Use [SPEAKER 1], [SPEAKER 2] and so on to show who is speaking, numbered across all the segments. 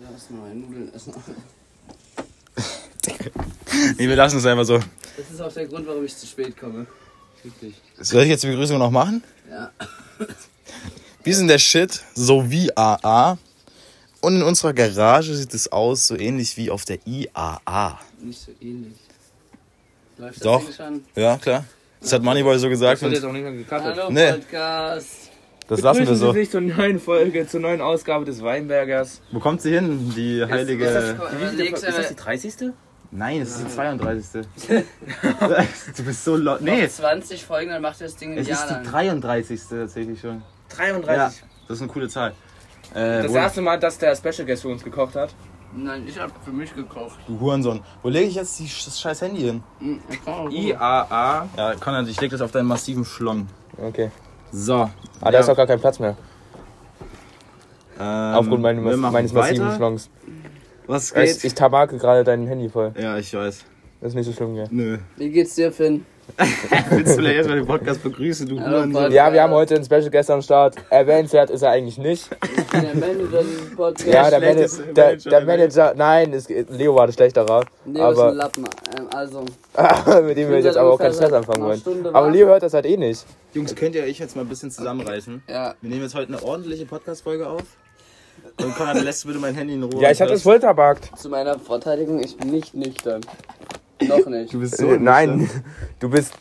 [SPEAKER 1] Lass mal Nudeln essen.
[SPEAKER 2] Nee, wir lassen es einfach so.
[SPEAKER 1] Das ist auch der Grund, warum ich zu spät komme. Wirklich.
[SPEAKER 2] Soll ich jetzt die Begrüßung noch machen?
[SPEAKER 1] Ja.
[SPEAKER 2] Wir sind der Shit, so wie AA. Und in unserer Garage sieht es aus, so ähnlich wie auf der IAA.
[SPEAKER 1] Nicht so ähnlich. Läuft das
[SPEAKER 2] Doch.
[SPEAKER 1] Ding schon?
[SPEAKER 2] Ja, klar. Das hat Moneyboy so gesagt.
[SPEAKER 3] wird jetzt
[SPEAKER 2] Und
[SPEAKER 3] auch nicht mehr gekartet.
[SPEAKER 1] Hallo
[SPEAKER 2] Nee.
[SPEAKER 1] Podcast.
[SPEAKER 2] das lassen wir so.
[SPEAKER 3] Sie sich zur neuen Folge, zur neuen Ausgabe des Weinbergers.
[SPEAKER 2] Wo kommt sie hin, die heilige...
[SPEAKER 1] Leg's
[SPEAKER 3] ist das die
[SPEAKER 1] aber
[SPEAKER 3] 30.?
[SPEAKER 2] Nein, es ist die 32. du bist so laut. Nee,
[SPEAKER 1] 20 Folgen, dann macht ihr das Ding ein
[SPEAKER 2] es ist
[SPEAKER 1] Jahr
[SPEAKER 2] die
[SPEAKER 1] lang.
[SPEAKER 2] 33. tatsächlich schon.
[SPEAKER 3] 33.
[SPEAKER 2] Ja, das ist eine coole Zahl. Äh,
[SPEAKER 3] Das
[SPEAKER 2] wo-
[SPEAKER 3] erste Mal, dass der Special Guest für uns gekocht hat.
[SPEAKER 1] Nein, ich hab für mich gekauft.
[SPEAKER 2] Du Hurensohn. Wo lege ich jetzt die, das scheiß Handy hin?
[SPEAKER 1] Hm, ich brauch auch Ruhe.
[SPEAKER 3] IAA.
[SPEAKER 2] Ja, Konrad, ich lege das auf deinen massiven Schlong.
[SPEAKER 3] Okay.
[SPEAKER 2] So.
[SPEAKER 3] Ah, da
[SPEAKER 2] Ja.
[SPEAKER 3] ist auch gar kein Platz mehr.
[SPEAKER 2] Ähm,
[SPEAKER 3] Aufgrund meines-
[SPEAKER 2] wir machen
[SPEAKER 3] meines massiven
[SPEAKER 2] weiter.
[SPEAKER 3] Schlongs.
[SPEAKER 2] Was
[SPEAKER 3] Ich,
[SPEAKER 2] geht?
[SPEAKER 3] ich tabake gerade dein Handy voll.
[SPEAKER 2] ja, ich weiß.
[SPEAKER 3] Das ist nicht so schlimm, gell?
[SPEAKER 2] Nö.
[SPEAKER 1] Wie geht's dir, Finn?
[SPEAKER 2] Willst du vielleicht erstmal den Podcast begrüßen, du
[SPEAKER 1] Hallo,
[SPEAKER 2] Hurensohn?
[SPEAKER 1] Bart.
[SPEAKER 3] Ja, wir haben heute einen Special Guest am Start. Erwähnenswert ist er eigentlich nicht.
[SPEAKER 1] Ich bin der Manager dieses Podcasts.
[SPEAKER 3] Ja, der, Mana
[SPEAKER 2] schlechteste
[SPEAKER 3] der,
[SPEAKER 2] Manager
[SPEAKER 3] der
[SPEAKER 2] der Welt.
[SPEAKER 3] Manager. Nein, es, Leo war der Schlechterer.
[SPEAKER 1] Leo ist ein
[SPEAKER 3] Aber
[SPEAKER 1] Lappen. Ähm, also,
[SPEAKER 3] mit dem wir jetzt aber auch keinen Stress anfangen wollen. Aber Leo hört das halt eh nicht.
[SPEAKER 2] Jungs, könnt ihr euch jetzt mal ein bisschen zusammenreißen?
[SPEAKER 1] ja.
[SPEAKER 2] Wir nehmen jetzt heute eine ordentliche Podcast-Folge auf. Und Konrad, lässt bitte mein Handy in Ruhe.
[SPEAKER 3] Ja, ich hab das voll tabakt.
[SPEAKER 1] Zu meiner Verteidigung, ich bin nicht nüchtern. Noch nicht.
[SPEAKER 2] Du bist
[SPEAKER 3] Äh,
[SPEAKER 2] so.
[SPEAKER 3] Nein, du bist.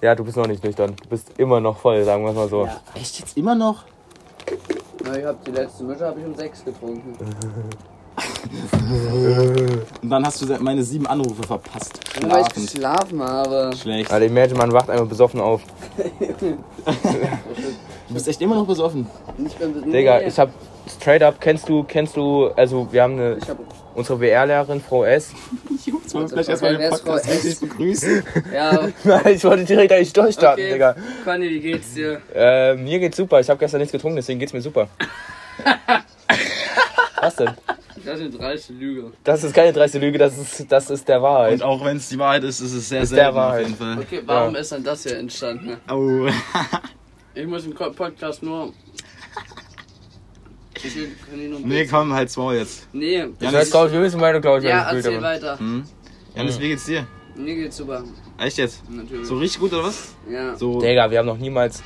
[SPEAKER 3] Ja, du bist noch nicht nüchtern. Du bist immer noch voll, sagen wir mal so.
[SPEAKER 1] Ja.
[SPEAKER 2] Echt jetzt immer noch?
[SPEAKER 1] Na, ich hab die letzte Mische habe ich um 6 getrunken.
[SPEAKER 2] Und dann hast du meine sieben Anrufe verpasst.
[SPEAKER 1] Nur weil ich
[SPEAKER 2] Schlafend.
[SPEAKER 1] geschlafen habe.
[SPEAKER 2] Schlecht.
[SPEAKER 3] Alter, imagine, Also man wacht einmal besoffen auf.
[SPEAKER 2] Du bist echt immer noch besoffen.
[SPEAKER 1] Ich bin
[SPEAKER 3] Digga,
[SPEAKER 1] Nee.
[SPEAKER 3] ich hab straight up, kennst du, kennst du, also wir haben eine,
[SPEAKER 1] Ich hab,
[SPEAKER 3] unsere WR-Lehrerin, Frau S.
[SPEAKER 2] Jungs, wollen wir vielleicht erstmal den
[SPEAKER 1] Wer ist Frau
[SPEAKER 2] Podcast
[SPEAKER 1] S?
[SPEAKER 2] richtig begrüßen?
[SPEAKER 1] ja,
[SPEAKER 3] Nein, ich wollte direkt eigentlich durchstarten,
[SPEAKER 1] Okay.
[SPEAKER 3] Digga.
[SPEAKER 1] Conny, wie geht's dir?
[SPEAKER 3] Äh, mir geht's super, ich habe gestern nichts getrunken, deswegen geht's mir super. Was denn?
[SPEAKER 1] Das ist eine dreiste Lüge.
[SPEAKER 3] Das ist keine dreiste Lüge, das ist, das ist der Wahrheit.
[SPEAKER 2] Und auch wenn es die Wahrheit ist, ist es sehr
[SPEAKER 3] Halt. Ist der
[SPEAKER 2] selten auf
[SPEAKER 3] Wahrheit.
[SPEAKER 2] jeden Fall.
[SPEAKER 1] Okay, warum ist dann das hier entstanden?
[SPEAKER 2] Au.
[SPEAKER 1] Ich muss im Ko- Podcast nur. Ich will Conny nur ein
[SPEAKER 2] Nee,
[SPEAKER 1] bisschen-
[SPEAKER 2] komm, halt's Maul jetzt.
[SPEAKER 1] Nee,
[SPEAKER 3] Ich weiß, glaub ich, wir müssen meine, glaube ich,
[SPEAKER 1] ja,
[SPEAKER 3] meine
[SPEAKER 1] erzähl
[SPEAKER 3] Gefühle-
[SPEAKER 1] weiter.
[SPEAKER 2] Janis, wie geht's dir?
[SPEAKER 1] Mir geht's super.
[SPEAKER 2] Echt jetzt?
[SPEAKER 1] Natürlich.
[SPEAKER 2] So richtig gut oder was?
[SPEAKER 1] ja.
[SPEAKER 2] So.
[SPEAKER 3] Digga, wir haben noch niemals.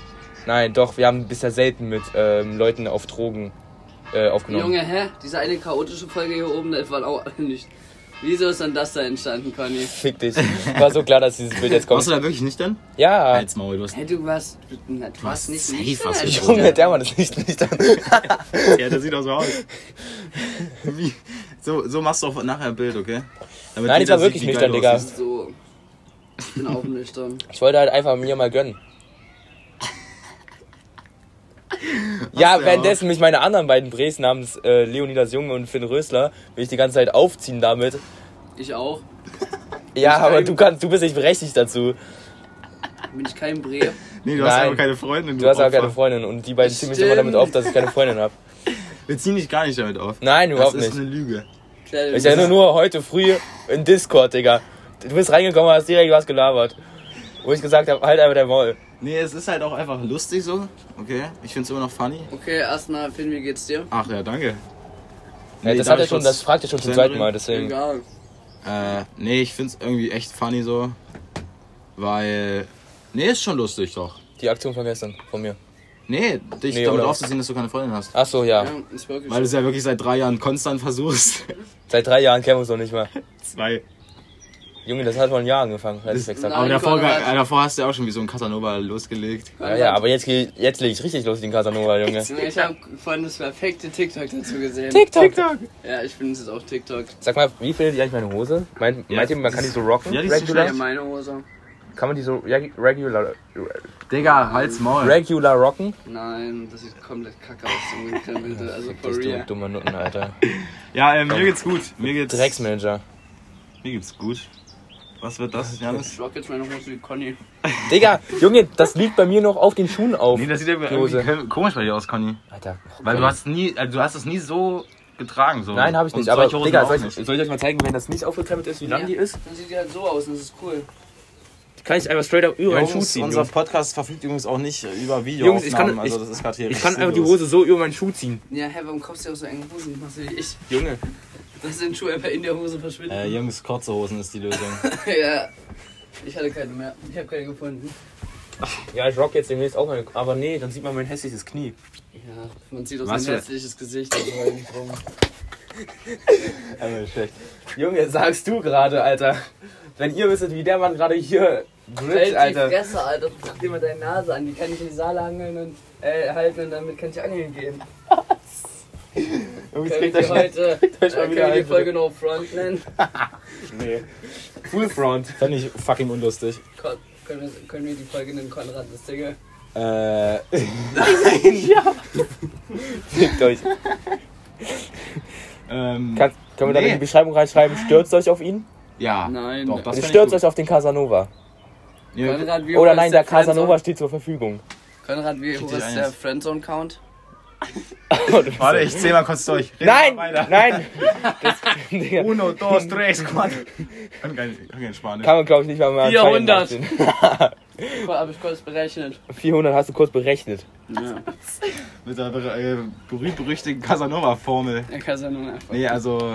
[SPEAKER 3] Nein, doch, wir haben bisher selten mit ähm, Leuten auf Drogen äh, aufgenommen.
[SPEAKER 1] Junge, hä? Diese eine chaotische Folge hier oben, das waren auch alle nicht. Wieso ist dann das da entstanden, Conny?
[SPEAKER 3] Fick dich. War so klar, dass dieses Bild jetzt
[SPEAKER 2] Warst du
[SPEAKER 3] kommt.
[SPEAKER 2] da wirklich nüchtern?
[SPEAKER 3] Ja.
[SPEAKER 2] Halt's Maul, du hast.
[SPEAKER 1] Hä, du warst. Du, du warst nicht.
[SPEAKER 2] Safe
[SPEAKER 1] nicht
[SPEAKER 2] warst du
[SPEAKER 1] Alter.
[SPEAKER 2] schon.
[SPEAKER 3] Junge, der Mann ist nicht nüchtern.
[SPEAKER 2] Ja, der sieht auch so aus. Wie? So, so machst du auch nachher ein Bild, okay? Damit
[SPEAKER 3] Nein, ich
[SPEAKER 2] jeder
[SPEAKER 3] war wirklich
[SPEAKER 2] sieht, wie geil
[SPEAKER 3] nüchtern,
[SPEAKER 2] du
[SPEAKER 3] Digga.
[SPEAKER 2] aussiehst.
[SPEAKER 1] So. Ich bin auch nüchtern.
[SPEAKER 3] Ich wollte halt einfach mir mal gönnen. Ja,
[SPEAKER 2] du ja
[SPEAKER 3] währenddessen mich meine anderen beiden Brees namens äh, Leonidas Junge und Finn Rösler will ich die ganze Zeit aufziehen damit.
[SPEAKER 1] Ich auch.
[SPEAKER 3] Ja,
[SPEAKER 1] kann
[SPEAKER 3] aber
[SPEAKER 1] ihm-
[SPEAKER 3] du kannst, du bist nicht berechtigt dazu.
[SPEAKER 1] Bin ich kein Bre.
[SPEAKER 2] Nee, du hast
[SPEAKER 3] Nein.
[SPEAKER 2] aber keine Freundin.
[SPEAKER 3] Du hast aber keine
[SPEAKER 2] Opfer.
[SPEAKER 3] Freundin und die beiden ziehen mich immer
[SPEAKER 1] Stimmt.
[SPEAKER 3] damit auf, dass ich keine Freundin habe.
[SPEAKER 2] Wir ziehen dich gar nicht damit auf.
[SPEAKER 3] Nein,
[SPEAKER 2] Das
[SPEAKER 3] überhaupt
[SPEAKER 2] ist
[SPEAKER 3] nicht.
[SPEAKER 2] eine Lüge.
[SPEAKER 1] Kleine
[SPEAKER 3] Ich erinnere nur heute früh in Discord, Digga. Du bist reingekommen, hast direkt was gelabert. Wo ich gesagt habe, halt einfach dein Maul.
[SPEAKER 2] Nee, es ist halt auch einfach lustig so, okay? Ich find's immer noch funny.
[SPEAKER 1] Okay, erstmal, Finn, wie geht's dir?
[SPEAKER 2] Ach ja, danke.
[SPEAKER 3] Ja,
[SPEAKER 2] Nee,
[SPEAKER 3] das
[SPEAKER 2] darf
[SPEAKER 3] hat er
[SPEAKER 2] ich
[SPEAKER 3] schon,
[SPEAKER 2] kurz
[SPEAKER 3] das fragt er schon zum
[SPEAKER 2] zu Ende
[SPEAKER 3] zweiten Mal, deswegen.
[SPEAKER 1] Egal.
[SPEAKER 2] Äh, nee, ich find's irgendwie echt funny so. Weil. Nee, ist schon lustig doch.
[SPEAKER 3] Die Aktion von gestern, von mir.
[SPEAKER 2] Nee, dich
[SPEAKER 3] Nee,
[SPEAKER 2] damit
[SPEAKER 3] oder?
[SPEAKER 2] aufzuziehen, dass du keine Freundin hast.
[SPEAKER 3] Ach so, ja.
[SPEAKER 1] Ja, ist wirklich.
[SPEAKER 2] Weil du es ja wirklich seit drei Jahren konstant versuchst.
[SPEAKER 3] Seit drei Jahren kennen wir uns noch nicht mal.
[SPEAKER 2] Zwei.
[SPEAKER 3] Junge, das hat vor einem Jahr angefangen, als ich weggesagt
[SPEAKER 1] Nein,
[SPEAKER 2] Aber davor,
[SPEAKER 1] Konrad.
[SPEAKER 2] äh, davor hast du ja auch schon wie so ein Casanova losgelegt.
[SPEAKER 3] Ja, ja, aber jetzt, geh- jetzt leg ich richtig los, den Casanova, Junge.
[SPEAKER 1] Junge, Ich habe vorhin das perfekte TikTok dazu gesehen.
[SPEAKER 3] TikTok.
[SPEAKER 1] Ja, ich finde es jetzt auch TikTok.
[SPEAKER 3] Sag mal, wie findet ihr eigentlich meine Hose? Meint,
[SPEAKER 2] Ja.
[SPEAKER 3] meint ihr, man kann die so rocken?
[SPEAKER 2] Ja, die ist so
[SPEAKER 3] regular?
[SPEAKER 1] Ja, meine Hose.
[SPEAKER 3] Kann man die so reg- regular,
[SPEAKER 2] Digga, halt's Maul.
[SPEAKER 3] regular rocken?
[SPEAKER 1] Nein, das sieht komplett kacke aus. so ein Krempelte, Also
[SPEAKER 3] Fick
[SPEAKER 1] for
[SPEAKER 3] dich, du
[SPEAKER 1] real.
[SPEAKER 3] dummer Nutten, Alter.
[SPEAKER 2] Ja, ähm, mir geht's gut. Mir geht's,
[SPEAKER 3] Drecksmanager.
[SPEAKER 2] mir geht's gut. Was wird das, Janis?
[SPEAKER 1] Ich rock jetzt meine Hose wie Conny.
[SPEAKER 3] Digga, Junge, das liegt bei mir noch auf den Schuhen auf.
[SPEAKER 2] Nee, das sieht irgendwie
[SPEAKER 3] Klose.
[SPEAKER 2] irgendwie komisch bei dir aus, Conny.
[SPEAKER 3] Alter.
[SPEAKER 2] Weil du hast nie, also du hast es nie so getragen. So.
[SPEAKER 3] Nein, habe ich
[SPEAKER 2] Und
[SPEAKER 3] nicht. Aber
[SPEAKER 2] solche Hosen
[SPEAKER 3] Digga,
[SPEAKER 2] auch
[SPEAKER 3] soll ich,
[SPEAKER 2] nicht.
[SPEAKER 3] soll ich euch mal zeigen, wenn das nicht aufgekrempelt ist, wie lang
[SPEAKER 1] Ja.
[SPEAKER 3] die ist?
[SPEAKER 1] Dann sieht die halt so aus und das ist cool.
[SPEAKER 3] Kann ich einfach straight up über meinen Schuh
[SPEAKER 2] Jungs,
[SPEAKER 3] ziehen.
[SPEAKER 2] unser
[SPEAKER 3] Jungs.
[SPEAKER 2] Podcast verfügt übrigens auch nicht über
[SPEAKER 3] Jungs, ich
[SPEAKER 2] Videoaufnahmen.
[SPEAKER 3] kann-
[SPEAKER 2] also
[SPEAKER 3] ich-
[SPEAKER 2] das ist gerade hier
[SPEAKER 3] Ich
[SPEAKER 2] recht
[SPEAKER 3] kann einfach die
[SPEAKER 2] sinnlos.
[SPEAKER 3] Hose so über meinen Schuh ziehen.
[SPEAKER 1] Ja, hä, warum kaufst du auch so enge Hosen? Machst du wie ich,
[SPEAKER 3] Junge.
[SPEAKER 1] dass dein Schuh einfach in der Hose verschwindet?
[SPEAKER 2] Äh, Jungs, kurze Hosen ist die Lösung.
[SPEAKER 1] ja. Ich hatte keine mehr. Ich habe keine gefunden.
[SPEAKER 3] Ja, ich rock jetzt demnächst auch mal. Aber nee, dann sieht man mein hässliches Knie.
[SPEAKER 1] Ja, man sieht auch
[SPEAKER 2] Was
[SPEAKER 1] sein
[SPEAKER 2] für-
[SPEAKER 1] hässliches Gesicht. Also war irgendwie rum.
[SPEAKER 3] Einmal schlecht. Junge, sagst du gerade, Alter. Wenn ihr wisstet, wie der Mann gerade hier
[SPEAKER 1] Halt
[SPEAKER 3] grillt,
[SPEAKER 1] die
[SPEAKER 3] Alter.
[SPEAKER 1] Fresse, Alter. Guck dir mal deine Nase an. Die kann ich in die Saale angeln und äh, halten und damit kann ich angeln gehen.
[SPEAKER 3] Junge, jetzt
[SPEAKER 1] Können wir
[SPEAKER 3] kriegt
[SPEAKER 1] die
[SPEAKER 3] er heute.
[SPEAKER 1] heute
[SPEAKER 3] euch mal
[SPEAKER 1] äh, können
[SPEAKER 3] wieder
[SPEAKER 1] wir die
[SPEAKER 3] ein,
[SPEAKER 1] Folge No Front nennen?
[SPEAKER 3] Nee. Full front.
[SPEAKER 2] Fand ich fucking unlustig.
[SPEAKER 1] Kon können, wir, können wir die Folge nennen Konrad das Dinge?
[SPEAKER 2] Äh,
[SPEAKER 3] Fickt euch.
[SPEAKER 2] ähm,
[SPEAKER 3] Kann, können wir da
[SPEAKER 2] Nee.
[SPEAKER 3] in die Beschreibung reinschreiben, stürzt euch auf ihn?
[SPEAKER 2] ja.
[SPEAKER 1] Nein.
[SPEAKER 2] Doch, das fänd
[SPEAKER 3] Also Stürzt
[SPEAKER 2] ich
[SPEAKER 3] euch auf den Casanova.
[SPEAKER 2] gut. Ja,
[SPEAKER 1] Konrad, wie
[SPEAKER 3] Oder
[SPEAKER 1] hoch
[SPEAKER 3] nein,
[SPEAKER 1] ist
[SPEAKER 3] der
[SPEAKER 1] Friendzone-
[SPEAKER 3] Casanova steht zur Verfügung.
[SPEAKER 1] Konrad, wie hoch
[SPEAKER 2] dich
[SPEAKER 1] ist
[SPEAKER 2] ein
[SPEAKER 1] der
[SPEAKER 2] jetzt.
[SPEAKER 1] Friendzone-Count?
[SPEAKER 2] Warte, ich zähl mal kurz durch. Red
[SPEAKER 3] Nein!
[SPEAKER 2] mal weiter.
[SPEAKER 3] Nein! Das, Digga,
[SPEAKER 2] Uno, dos, tres, cuatro. Kann kein, kann kein ne? Spanisch.
[SPEAKER 3] kann man, glaube ich, nicht mal mal
[SPEAKER 1] 400.
[SPEAKER 3] zeigen
[SPEAKER 1] Habe ich kurz berechnet.
[SPEAKER 3] lassen. 400 hast du kurz berechnet.
[SPEAKER 1] Ja.
[SPEAKER 2] Mit der äh, berühmt-berüchtigten Casanova-Formel.
[SPEAKER 1] Der Casanova.
[SPEAKER 2] Nee, also.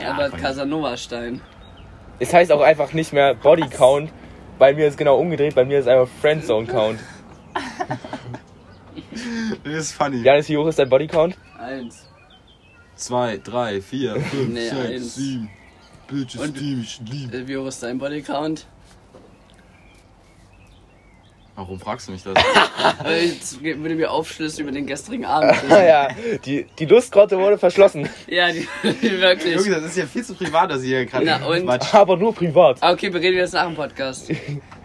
[SPEAKER 1] Albert
[SPEAKER 2] von-
[SPEAKER 1] Casanova-Stein.
[SPEAKER 3] Es heißt auch einfach nicht mehr Body Count. Bei mir ist genau umgedreht, bei mir ist einfach Friendzone Count.
[SPEAKER 2] Das ist funny.
[SPEAKER 3] Janis, wie hoch ist dein Body Count?
[SPEAKER 1] Eins.
[SPEAKER 2] 2, 3, 4, 5,
[SPEAKER 1] Nee, eins.
[SPEAKER 2] 6, 7. Bitches,
[SPEAKER 1] Und-
[SPEAKER 2] die mich lieben.
[SPEAKER 1] Äh, Wie hoch ist dein Bodycount?
[SPEAKER 2] Warum fragst du mich das?
[SPEAKER 1] Äh, Jetzt ge- würde mir Aufschlüsse über den gestrigen Abend. wissen.
[SPEAKER 3] Naja, die, die Lustgrotte wurde verschlossen.
[SPEAKER 1] ja, die, die
[SPEAKER 2] Junge,
[SPEAKER 1] wirklich.
[SPEAKER 2] das ist ja viel zu privat, dass ihr hier gerade
[SPEAKER 1] Na und?
[SPEAKER 2] Quatsch.
[SPEAKER 3] Aber nur privat.
[SPEAKER 1] Ah, Okay, bereden wir das nach dem Podcast.